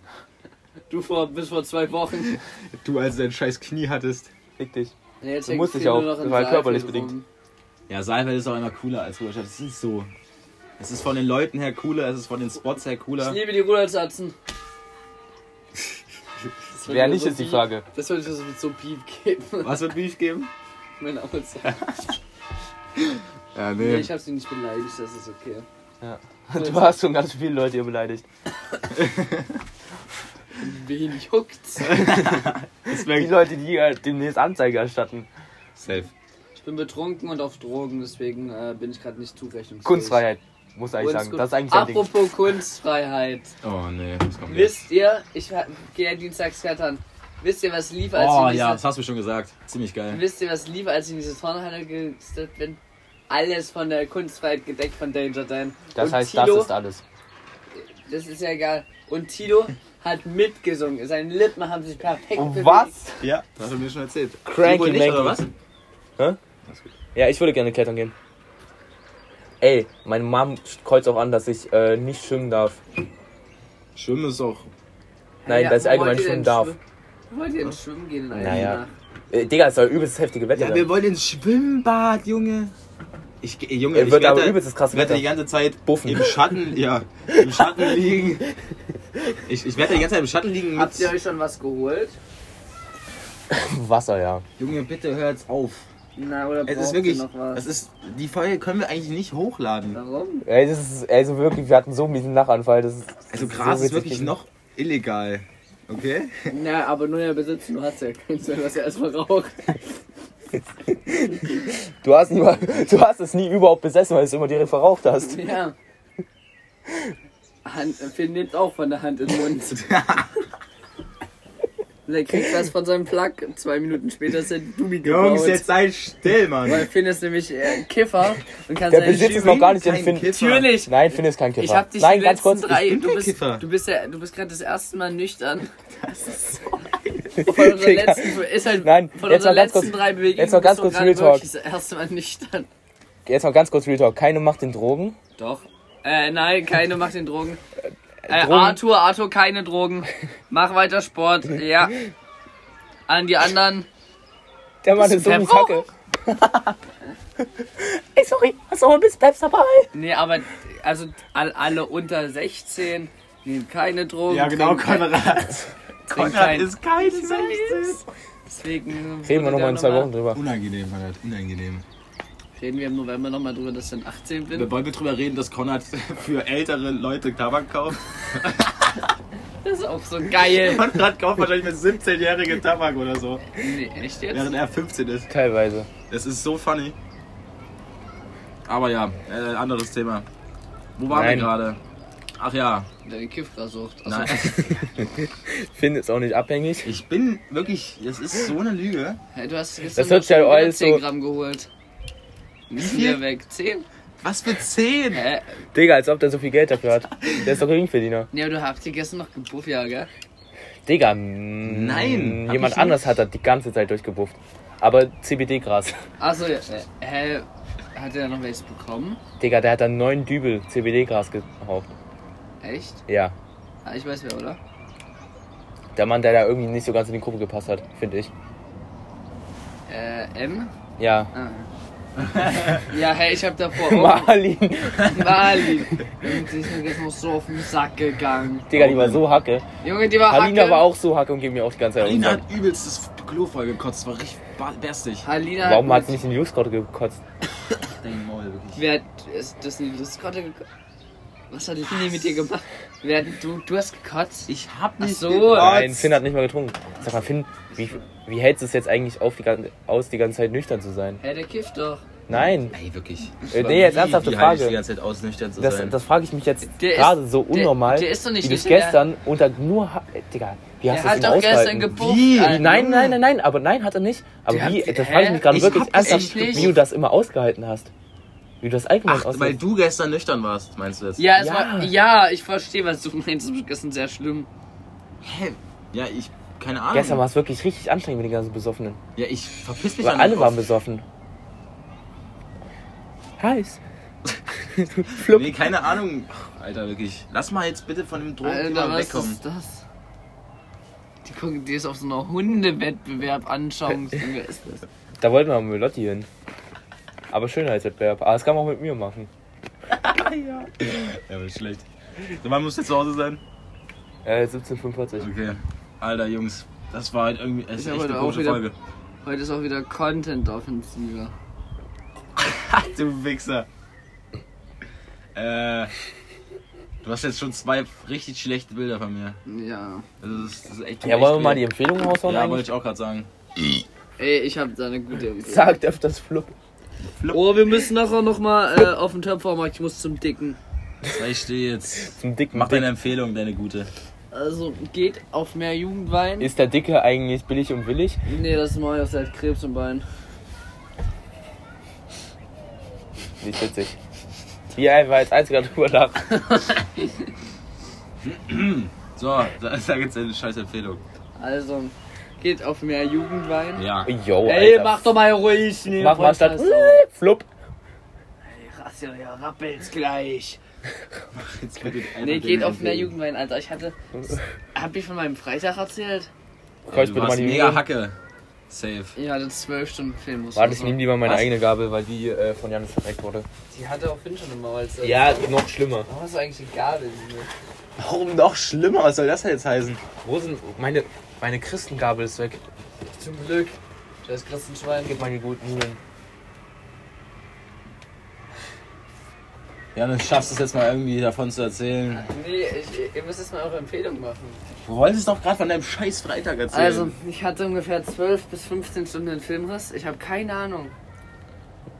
[SPEAKER 1] Du vor, bis vor zwei Wochen.
[SPEAKER 7] Du, als du dein scheiß Knie hattest.
[SPEAKER 3] Fick dich.
[SPEAKER 1] Nee, jetzt
[SPEAKER 3] Du
[SPEAKER 1] hängt
[SPEAKER 3] musst
[SPEAKER 1] viel
[SPEAKER 3] dich auch,
[SPEAKER 1] nur noch in
[SPEAKER 3] weil
[SPEAKER 1] Saalfeld
[SPEAKER 3] körperlich
[SPEAKER 1] rum.
[SPEAKER 3] bedingt.
[SPEAKER 2] Ja, Saalfeld ist auch immer cooler als Ruderstadt. Es ist so. Es ist von den Leuten her cooler, es ist von den Spots her
[SPEAKER 1] Ich
[SPEAKER 2] cooler.
[SPEAKER 1] liebe die Rudersatzen.
[SPEAKER 3] Wer nicht, ist die Frage.
[SPEAKER 1] Das würde ich das mit so Piep geben.
[SPEAKER 2] Was wird Beef geben?
[SPEAKER 1] Mein Aussage.
[SPEAKER 7] Ja,
[SPEAKER 1] Nee, ich hab sie nicht beleidigt, das ist okay.
[SPEAKER 3] Du hast schon ganz viele Leute hier beleidigt.
[SPEAKER 1] Wen juckt's?
[SPEAKER 2] Das
[SPEAKER 3] Die
[SPEAKER 2] wär-
[SPEAKER 3] Leute, die äh, demnächst Anzeige erstatten.
[SPEAKER 2] Safe.
[SPEAKER 1] Ich bin betrunken und auf Drogen, deswegen äh, bin ich gerade nicht zurechnungsfähig.
[SPEAKER 3] Kunstfreiheit, muss eigentlich sagen.
[SPEAKER 1] Kunst-
[SPEAKER 3] Das ist eigentlich sein Ding.
[SPEAKER 1] Apropos Kunstfreiheit.
[SPEAKER 7] Oh, nee, das kommt nicht.
[SPEAKER 1] Wisst ihr, ich gehe ja dienstags klettern. Wisst ihr, was lief, als
[SPEAKER 2] Oh
[SPEAKER 1] ich in
[SPEAKER 2] ja, das
[SPEAKER 1] diese,
[SPEAKER 2] hast du schon gesagt. Ziemlich geil.
[SPEAKER 1] wisst ihr, was lief, als ich in diese Turnhalle gesteppt bin? Alles von der Kunstfreiheit gedeckt von Danger Dan.
[SPEAKER 3] Das
[SPEAKER 1] Und
[SPEAKER 3] heißt, das
[SPEAKER 1] Tilo,
[SPEAKER 3] ist alles.
[SPEAKER 1] das ist ja egal. Und Tilo hat mitgesungen. Seine Lippen haben sich perfekt
[SPEAKER 3] Und
[SPEAKER 1] bewegt.
[SPEAKER 3] Oh, was?
[SPEAKER 2] Ja, das hast du mir schon erzählt.
[SPEAKER 3] Cranky
[SPEAKER 2] Wohl nicht,
[SPEAKER 3] Manky.
[SPEAKER 2] oder was?
[SPEAKER 3] Ja, ich würde gerne klettern gehen. Ey, meine Mom kreuzt auch an, dass ich äh, nicht schwimmen darf.
[SPEAKER 7] Schwimmen ist auch.
[SPEAKER 3] Nein,
[SPEAKER 1] Ja,
[SPEAKER 3] dass ich
[SPEAKER 1] wo
[SPEAKER 3] allgemein
[SPEAKER 1] wollt ihr
[SPEAKER 3] schwimmen
[SPEAKER 1] denn
[SPEAKER 3] darf.
[SPEAKER 1] Wo Wollt ihr denn schwimmen gehen in einer
[SPEAKER 3] Naja.
[SPEAKER 1] Nacht?
[SPEAKER 3] Äh, Digga, es war übelst heftige Wetter.
[SPEAKER 2] Ja,
[SPEAKER 3] dann.
[SPEAKER 2] wir wollen ins Schwimmbad, Junge. Ich, äh, Junge,
[SPEAKER 3] Ey,
[SPEAKER 2] ich
[SPEAKER 3] wird
[SPEAKER 2] werde,
[SPEAKER 3] aber übelst das krasse
[SPEAKER 2] ich werde die
[SPEAKER 3] Wetter.
[SPEAKER 2] ganze Zeit
[SPEAKER 3] Buffen.
[SPEAKER 2] im Schatten, ja, im Schatten liegen. Ich, ich werde die ganze Zeit im Schatten liegen
[SPEAKER 1] Habt ihr
[SPEAKER 2] mit...
[SPEAKER 1] euch schon was geholt?
[SPEAKER 3] Wasser, ja.
[SPEAKER 2] Junge, bitte hört's auf.
[SPEAKER 1] Na, oder
[SPEAKER 2] Es
[SPEAKER 1] braucht
[SPEAKER 2] ist
[SPEAKER 1] ihr
[SPEAKER 2] wirklich,
[SPEAKER 1] noch was?
[SPEAKER 2] es ist, die Folge können wir eigentlich nicht hochladen.
[SPEAKER 1] Warum?
[SPEAKER 3] Ey, das ist, ey, so wirklich, wir hatten so einen miesen Lachanfall. Das ist, das
[SPEAKER 2] Also
[SPEAKER 3] so
[SPEAKER 2] Gras ist
[SPEAKER 3] witzig
[SPEAKER 2] wirklich
[SPEAKER 3] gewesen.
[SPEAKER 2] noch illegal. Okay?
[SPEAKER 1] Na, aber nur ja besitzen, du hast ja keins, wenn du hast ja erstmal raucht.
[SPEAKER 3] Du hast, nie, mal- du hast es nie überhaupt besessen, weil du es immer direkt verraucht hast.
[SPEAKER 1] Ja. Hand, Finn nimmt auch von der Hand in den Mund. Der kriegt was von seinem Plug. Zwei Minuten später ist der Dubi
[SPEAKER 2] Jungs,
[SPEAKER 1] gebaut.
[SPEAKER 2] jetzt seid still, Mann.
[SPEAKER 1] Weil Finn ist nämlich äh, Kiffer und kann
[SPEAKER 3] Der
[SPEAKER 1] seine
[SPEAKER 3] besitzt es
[SPEAKER 1] Jury-
[SPEAKER 3] noch gar nicht, den
[SPEAKER 2] Kein
[SPEAKER 3] Finn.
[SPEAKER 2] Kiffer.
[SPEAKER 1] Natürlich!
[SPEAKER 3] Nein, Finn ist kein Kiffer.
[SPEAKER 1] Ich hab dich
[SPEAKER 3] Nein,
[SPEAKER 1] die
[SPEAKER 3] ganz
[SPEAKER 1] ganz
[SPEAKER 3] kurz.
[SPEAKER 1] drei.
[SPEAKER 2] bin
[SPEAKER 1] du
[SPEAKER 2] kein
[SPEAKER 1] bist,
[SPEAKER 2] Kiffer.
[SPEAKER 1] du bist ja, du bist gerade das erste Mal nüchtern. Von unseren
[SPEAKER 3] Digga.
[SPEAKER 1] letzten, ist halt,
[SPEAKER 3] Nein,
[SPEAKER 1] von
[SPEAKER 3] jetzt
[SPEAKER 1] unseren
[SPEAKER 3] noch ganz
[SPEAKER 1] letzten
[SPEAKER 3] kurz-
[SPEAKER 1] drei Bewegungen
[SPEAKER 3] jetzt noch ganz
[SPEAKER 1] bist
[SPEAKER 3] kurz
[SPEAKER 1] du gerade
[SPEAKER 3] Real Talk.
[SPEAKER 1] wirklich das erste Mal nüchtern.
[SPEAKER 3] Ich jetzt mal ganz kurz Real Talk. Keine macht den Drogen.
[SPEAKER 1] Doch. Äh, nein, keine macht den Drogen. Äh,
[SPEAKER 3] Drogen.
[SPEAKER 1] Arthur, Arthur, keine Drogen. Mach weiter Sport. Ja. An die anderen.
[SPEAKER 3] Der Mann
[SPEAKER 1] Bist
[SPEAKER 3] ist so
[SPEAKER 1] du
[SPEAKER 3] eine Kacke.
[SPEAKER 1] verbraucht?
[SPEAKER 3] Ey, sorry, hast du auch ein bisschen Peps dabei?
[SPEAKER 1] Nee, aber also all, alle unter 16 nehmen keine Drogen.
[SPEAKER 2] Ja, genau,
[SPEAKER 1] trinken-
[SPEAKER 2] Konrad.
[SPEAKER 1] trinken
[SPEAKER 2] Konrad
[SPEAKER 1] kein-
[SPEAKER 2] ist kein 16.
[SPEAKER 1] Deswegen
[SPEAKER 3] Reden wir
[SPEAKER 1] wurde
[SPEAKER 3] nochmal
[SPEAKER 1] da
[SPEAKER 3] in zwei Wochen drüber.
[SPEAKER 2] Unangenehm, Konrad, unangenehm.
[SPEAKER 1] Reden wir im November nochmal drüber, dass ich dann 18 bin.
[SPEAKER 2] Wir wollen wir drüber reden, dass Konrad für ältere Leute Tabak kauft?
[SPEAKER 1] das auf so geil.
[SPEAKER 2] Konrad kauft wahrscheinlich mit 17-jährigen Tabak oder so,
[SPEAKER 1] Nee, echt jetzt?
[SPEAKER 2] während er 15 ist.
[SPEAKER 3] Teilweise.
[SPEAKER 2] Das ist so funny. Aber ja, äh, anderes Thema. Wo waren
[SPEAKER 3] Nein.
[SPEAKER 2] wir gerade? Ach ja,
[SPEAKER 1] Deine Kiffrasucht. Also,
[SPEAKER 2] nein.
[SPEAKER 3] Finn ist auch nicht abhängig.
[SPEAKER 2] Ich bin wirklich, das ist so eine Lüge.
[SPEAKER 1] hey, du hast gestern
[SPEAKER 3] Das hört
[SPEAKER 1] noch
[SPEAKER 3] sich halt
[SPEAKER 1] schon wieder
[SPEAKER 3] alles
[SPEAKER 1] 10
[SPEAKER 3] so-
[SPEAKER 1] Gramm geholt. Müssen
[SPEAKER 2] viel?
[SPEAKER 1] wir weg. 10?
[SPEAKER 2] Was für 10?
[SPEAKER 1] Hä?
[SPEAKER 3] Digga, als ob der so viel Geld dafür hat. Der ist doch Geringverdiener.
[SPEAKER 1] Nee, aber du habt dir gestern noch gebufft, ja, gell?
[SPEAKER 3] Digga, mm,
[SPEAKER 2] Nein, hab
[SPEAKER 3] Jemand
[SPEAKER 2] ich nicht.
[SPEAKER 3] anders hat das die ganze Zeit durchgebufft. Aber CBD-Gras.
[SPEAKER 1] Achso, äh, hä? Hat er noch welches bekommen?
[SPEAKER 3] Digga, der hat dann neun Dübel CBD-Gras geraucht.
[SPEAKER 1] Echt?
[SPEAKER 3] Ja.
[SPEAKER 1] Ah, ich weiß wer, oder?
[SPEAKER 3] Der Mann, der da irgendwie nicht so ganz in die Gruppe gepasst hat, finde ich.
[SPEAKER 1] Äh, M?
[SPEAKER 3] Ja.
[SPEAKER 1] Ah. ja, hey, ich hab davor auch
[SPEAKER 3] Marlin.
[SPEAKER 1] Mali. Und die ist mir jetzt noch so auf den Sack gegangen.
[SPEAKER 3] Digga, die war so hacke.
[SPEAKER 1] Junge, die war Oh.
[SPEAKER 3] Halina
[SPEAKER 1] Ah, Hacke.
[SPEAKER 3] war auch so hacke und ging mir auch die ganze Zeit auf den
[SPEAKER 2] Alina
[SPEAKER 3] Sack.
[SPEAKER 2] hat übelst das Klo voll gekotzt, das war richtig ba- berstig.
[SPEAKER 1] Halina
[SPEAKER 3] Warum
[SPEAKER 1] hat
[SPEAKER 3] hat
[SPEAKER 1] Oh,
[SPEAKER 3] sie nicht in die Jungsgrotte gekotzt?
[SPEAKER 2] Dein Maul, wirklich.
[SPEAKER 1] Wer hat ist das in die Discord gekommen? Was hat Lini mit dir gemacht? Wer hat, du, du hast gekotzt?
[SPEAKER 2] Ich hab
[SPEAKER 1] Ach
[SPEAKER 2] nicht
[SPEAKER 1] so.
[SPEAKER 3] Nein,
[SPEAKER 2] gekotzt.
[SPEAKER 3] Finn hat nicht mal getrunken. Sag mal, Finn, wie, wie hältst du es jetzt eigentlich auf die, gan- aus, die ganze Zeit nüchtern zu sein?
[SPEAKER 1] Hä, der kifft doch.
[SPEAKER 3] Nein.
[SPEAKER 2] Ey, wirklich.
[SPEAKER 3] Äh, nee, jetzt ernsthafte
[SPEAKER 2] Wie halte ich
[SPEAKER 3] Frage.
[SPEAKER 2] die ganze Zeit aus, nüchtern zu
[SPEAKER 3] Das,
[SPEAKER 2] sein.
[SPEAKER 3] das frage ich mich jetzt
[SPEAKER 1] Der ist-
[SPEAKER 3] gerade so
[SPEAKER 1] der-
[SPEAKER 3] unnormal,
[SPEAKER 1] der ist doch nicht
[SPEAKER 3] wie du es
[SPEAKER 1] nüchtern,
[SPEAKER 3] gestern unter nur... Ha äh, Digga, wie hast
[SPEAKER 1] Der
[SPEAKER 3] du das
[SPEAKER 1] hat
[SPEAKER 3] denn
[SPEAKER 1] doch gestern
[SPEAKER 3] ausgehalten?
[SPEAKER 1] gebufft.
[SPEAKER 2] Wie?
[SPEAKER 1] Alter.
[SPEAKER 3] Nein, nein, nein, nein, aber nein, hat er nicht. Aber
[SPEAKER 1] Der
[SPEAKER 3] wie,
[SPEAKER 1] hat-
[SPEAKER 3] das frage ich
[SPEAKER 1] hä?
[SPEAKER 3] mich gerade
[SPEAKER 2] Ich
[SPEAKER 3] wirklich
[SPEAKER 2] hab das
[SPEAKER 1] echt
[SPEAKER 3] ernsthaft,
[SPEAKER 1] nicht.
[SPEAKER 3] wie du das immer ausgehalten hast. Wie du das allgemein
[SPEAKER 2] Ach, weil
[SPEAKER 3] ausgehalten
[SPEAKER 2] du gestern nüchtern warst, meinst du das?
[SPEAKER 1] Ja, es
[SPEAKER 3] Ja.
[SPEAKER 1] war. Ja, ich verstehe, was du meinst. Das ist gestern sehr schlimm.
[SPEAKER 2] Hä? Ja, ich, keine Ahnung.
[SPEAKER 3] Gestern war es wirklich richtig anstrengend mit den ganzen Besoffenen.
[SPEAKER 2] Ja, ich verpiss mich
[SPEAKER 3] Weil
[SPEAKER 2] dann
[SPEAKER 3] alle
[SPEAKER 2] auch.
[SPEAKER 3] waren besoffen. Heiß. Flupp.
[SPEAKER 2] Nee, keine Ahnung. Ach, Alter, wirklich. Lass mal jetzt bitte von dem
[SPEAKER 1] Alter,
[SPEAKER 2] Drogenthema
[SPEAKER 1] was
[SPEAKER 2] wegkommen.
[SPEAKER 1] ist das? Die gucken dir ist auf so einer Hundewettbewerb anschauen. Junge, ist das.
[SPEAKER 3] Da wollten wir mit Lotti hin. Aber Schönheitswettbewerb. Ah, das kann man auch mit mir machen.
[SPEAKER 2] Ja, wird schlecht. So, wann musst du zu Hause sein?
[SPEAKER 3] Äh, 1745.
[SPEAKER 2] Okay. Alter, Jungs. Das war halt irgendwie es ist
[SPEAKER 1] Ich hab
[SPEAKER 2] echt eine
[SPEAKER 1] heute auch
[SPEAKER 2] komische
[SPEAKER 1] wieder-
[SPEAKER 2] Folge.
[SPEAKER 1] Heute ist auch wieder Content-Offensive.
[SPEAKER 2] Du Wichser. Äh. Du hast jetzt schon zwei richtig schlechte Bilder von mir.
[SPEAKER 1] Ja.
[SPEAKER 2] Also, das ist, das ist echt.
[SPEAKER 3] Ja,
[SPEAKER 2] echt
[SPEAKER 3] wollen wir mal die
[SPEAKER 2] weh.
[SPEAKER 3] Empfehlungen raushauen
[SPEAKER 2] Ja, wollte
[SPEAKER 3] eigentlich?
[SPEAKER 2] ich auch gerade sagen.
[SPEAKER 1] Ey, ich hab da eine gute Empfehlung.
[SPEAKER 3] Sagt öfters Flupp.
[SPEAKER 1] Oh, wir müssen nachher nochmal äh, auf den Töpfermarkt. Ich muss zum Dicken.
[SPEAKER 2] So, Ich stehe jetzt.
[SPEAKER 3] Zum dicken
[SPEAKER 2] Mach deine
[SPEAKER 3] Dick.
[SPEAKER 2] Empfehlung, deine gute.
[SPEAKER 1] Also geht auf mehr Jugendwein.
[SPEAKER 3] Ist der Dicke eigentlich billig und willig?
[SPEAKER 1] nee, das ist neu, das hat Krebs im Bein.
[SPEAKER 3] Nicht witzig. Wie einfach als einziger drüber lacht.
[SPEAKER 2] So, da- sag jetzt deine scheiß Empfehlung.
[SPEAKER 1] Also, geht auf mehr Jugendwein.
[SPEAKER 2] Ja.
[SPEAKER 3] Yo,
[SPEAKER 1] Ey,
[SPEAKER 3] Alter.
[SPEAKER 1] mach doch mal ruhig. Nee,
[SPEAKER 3] Mach mal statt
[SPEAKER 1] Ey,
[SPEAKER 3] Flupp.
[SPEAKER 1] Rassel, ja, rappelt's gleich.
[SPEAKER 2] Jetzt bitte einfach
[SPEAKER 1] Nee, geht
[SPEAKER 2] deine
[SPEAKER 1] auf mehr
[SPEAKER 2] Empfehlung.
[SPEAKER 1] Jugendwein, Alter. Ich hatte. Hab ich von meinem Freitag erzählt?
[SPEAKER 3] Komm, ich
[SPEAKER 2] Du
[SPEAKER 3] bitte mal
[SPEAKER 2] warst
[SPEAKER 3] die
[SPEAKER 2] mega
[SPEAKER 3] Mega
[SPEAKER 2] Hacke. Safe.
[SPEAKER 1] Ich hatte zwölf Stunden Film. muss
[SPEAKER 3] Warte, ich
[SPEAKER 1] sagen.
[SPEAKER 3] nehme lieber meine
[SPEAKER 2] Was?
[SPEAKER 3] eigene Gabel, weil die äh, von Janis verreckt wurde.
[SPEAKER 1] Die hatte auch Finn schon im Maul. Also.
[SPEAKER 3] Ja, noch schlimmer.
[SPEAKER 1] Warum hast du eigentlich eine Gabel? Junge?
[SPEAKER 2] Warum noch schlimmer? Was soll das jetzt heißen?
[SPEAKER 3] Wo sind meine, meine Christengabel ist weg.
[SPEAKER 1] Zum Glück. Da ist gerade ein Schwein.
[SPEAKER 3] Gib meine guten Nudeln.
[SPEAKER 2] Ja, dann schaffst du es jetzt mal irgendwie davon zu erzählen.
[SPEAKER 1] Nee, ich, ihr müsst jetzt mal eure Empfehlung machen.
[SPEAKER 2] Du wolltest doch gerade von deinem scheiß Freitag erzählen.
[SPEAKER 1] Also, ich hatte ungefähr 12 bis 15 Stunden den Filmriss. Ich habe keine Ahnung.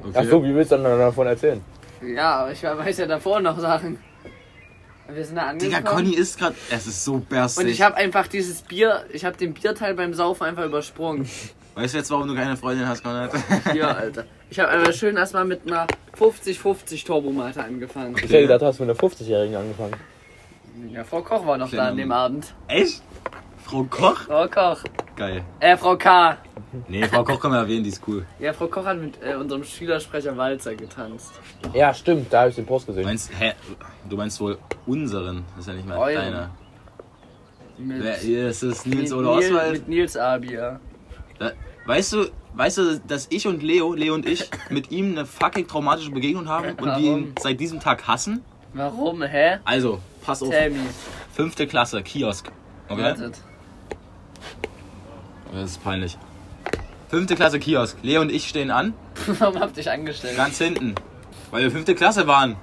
[SPEAKER 2] okay.
[SPEAKER 3] Ach so, wie willst du dann davon erzählen?
[SPEAKER 1] Ja, aber ich weiß ja davor noch Sachen. Wir sind da angekommen.
[SPEAKER 2] Digga, Conny ist gerade. Es ist so berstig.
[SPEAKER 1] und ich habe einfach dieses Bier, ich habe den Bierteil beim Saufen einfach übersprungen.
[SPEAKER 2] Weißt du jetzt, warum du keine Freundin hast, Konrad?
[SPEAKER 1] Ja, Alter. Ich habe einfach schön erstmal mit einer 50-50 Turbomate angefangen.
[SPEAKER 3] Ich hätte gedacht, du hast mit einer 50-Jährigen angefangen.
[SPEAKER 1] Ja, Frau Koch war noch da an dem Abend.
[SPEAKER 2] Echt? Frau Koch?
[SPEAKER 1] Frau Koch.
[SPEAKER 2] Geil.
[SPEAKER 1] Äh, Frau K.
[SPEAKER 2] Nee, Frau Koch können wir erwähnen, die ist cool.
[SPEAKER 1] Ja, Frau Koch hat mit äh, unserem Schülersprecher Walzer getanzt.
[SPEAKER 3] Ja, stimmt, da habe ich den Post gesehen.
[SPEAKER 2] Meinst, hä? Du meinst wohl unseren? Das ist ja nicht mal
[SPEAKER 1] Euren.
[SPEAKER 2] deiner.
[SPEAKER 1] Mit,
[SPEAKER 2] Wer, es ist
[SPEAKER 1] mit,
[SPEAKER 2] Nils
[SPEAKER 1] Nil-
[SPEAKER 2] oder Oswald.
[SPEAKER 1] mit Nils Abier.
[SPEAKER 2] Da- Weißt du, weißt du, dass ich und Leo, Leo und ich, mit ihm eine fucking traumatische Begegnung haben und wir ihn
[SPEAKER 1] Warum?
[SPEAKER 2] seit diesem Tag hassen?
[SPEAKER 1] Warum, hä?
[SPEAKER 2] Also, pass auf.
[SPEAKER 1] Tell me.
[SPEAKER 2] Fünfte Klasse, Kiosk. Okay?
[SPEAKER 1] Wartet.
[SPEAKER 2] Das ist peinlich. Fünfte Klasse, Kiosk. Leo und ich stehen an,
[SPEAKER 1] Warum habt ihr dich angestellt?
[SPEAKER 2] ganz hinten. Weil wir fünfte Klasse waren.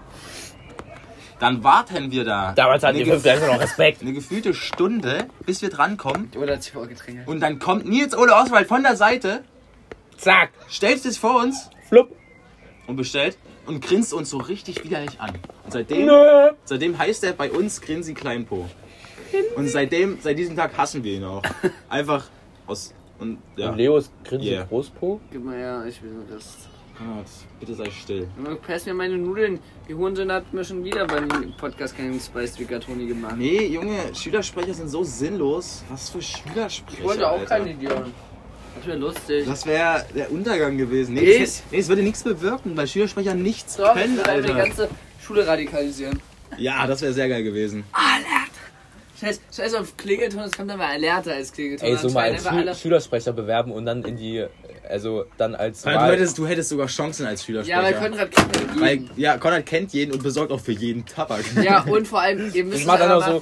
[SPEAKER 2] Dann warten wir da.
[SPEAKER 3] Damals hatten
[SPEAKER 2] Eine
[SPEAKER 3] die Fünfte
[SPEAKER 2] gef-
[SPEAKER 3] einfach noch Respekt.
[SPEAKER 2] Eine gefühlte Stunde, bis wir drankommen.
[SPEAKER 1] Oder hat sich vorgedrängelt.
[SPEAKER 2] Und dann kommt Nils Ole Oswald von der Seite,
[SPEAKER 3] Zack,
[SPEAKER 2] stellt es vor uns
[SPEAKER 3] flupp.
[SPEAKER 2] und bestellt und grinst uns so richtig widerlich an. Und seitdem,
[SPEAKER 3] Nö.
[SPEAKER 2] seitdem heißt er bei uns Grinsi Kleinpo. Und seitdem, seit diesem Tag hassen wir ihn auch. Einfach aus. Und ja.
[SPEAKER 3] Und Leos grinsen
[SPEAKER 2] Yeah.
[SPEAKER 3] Großpo.
[SPEAKER 1] Gib mal her, ich will nur das.
[SPEAKER 2] Konrad, Bitte sei still.
[SPEAKER 1] Pass mir meine Nudeln. Die Hurensohn hat mir schon wieder beim Podcast keinen Spice Trigger Toni gemacht.
[SPEAKER 2] Nee, Junge, Schülersprecher sind so sinnlos. Was für Schülersprecher?
[SPEAKER 8] Ich wollte auch
[SPEAKER 2] Alter.
[SPEAKER 8] keinen Idioten.
[SPEAKER 1] Das wäre lustig.
[SPEAKER 2] Das wäre der Untergang gewesen. Nee,
[SPEAKER 1] Ich?
[SPEAKER 2] das, hätte- nee, es würde nichts bewirken, weil Schülersprecher nichts
[SPEAKER 8] Doch, ich
[SPEAKER 2] können,
[SPEAKER 8] will einfach die
[SPEAKER 2] Alter.
[SPEAKER 8] ganze Schule radikalisieren.
[SPEAKER 2] Ja, das wäre sehr geil gewesen.
[SPEAKER 1] Scheiß, scheiß auf Klingelton, es kommt aber alerter als Klingelton.
[SPEAKER 3] Ey, so mal
[SPEAKER 1] Anscheinend
[SPEAKER 3] als
[SPEAKER 1] war
[SPEAKER 3] Schü Schülersprecher bewerben und dann in die, also dann als
[SPEAKER 2] Weil du, hättest, du hättest sogar Chancen als
[SPEAKER 1] Ja,
[SPEAKER 2] Schülersprecher.
[SPEAKER 1] aber Konrad kennt ja jeden.
[SPEAKER 2] weil, ja, Konrad kennt jeden und besorgt auch für jeden Tabak.
[SPEAKER 1] Ja, und vor allem, ihr müsst
[SPEAKER 3] Ich mach dann auch
[SPEAKER 1] einfach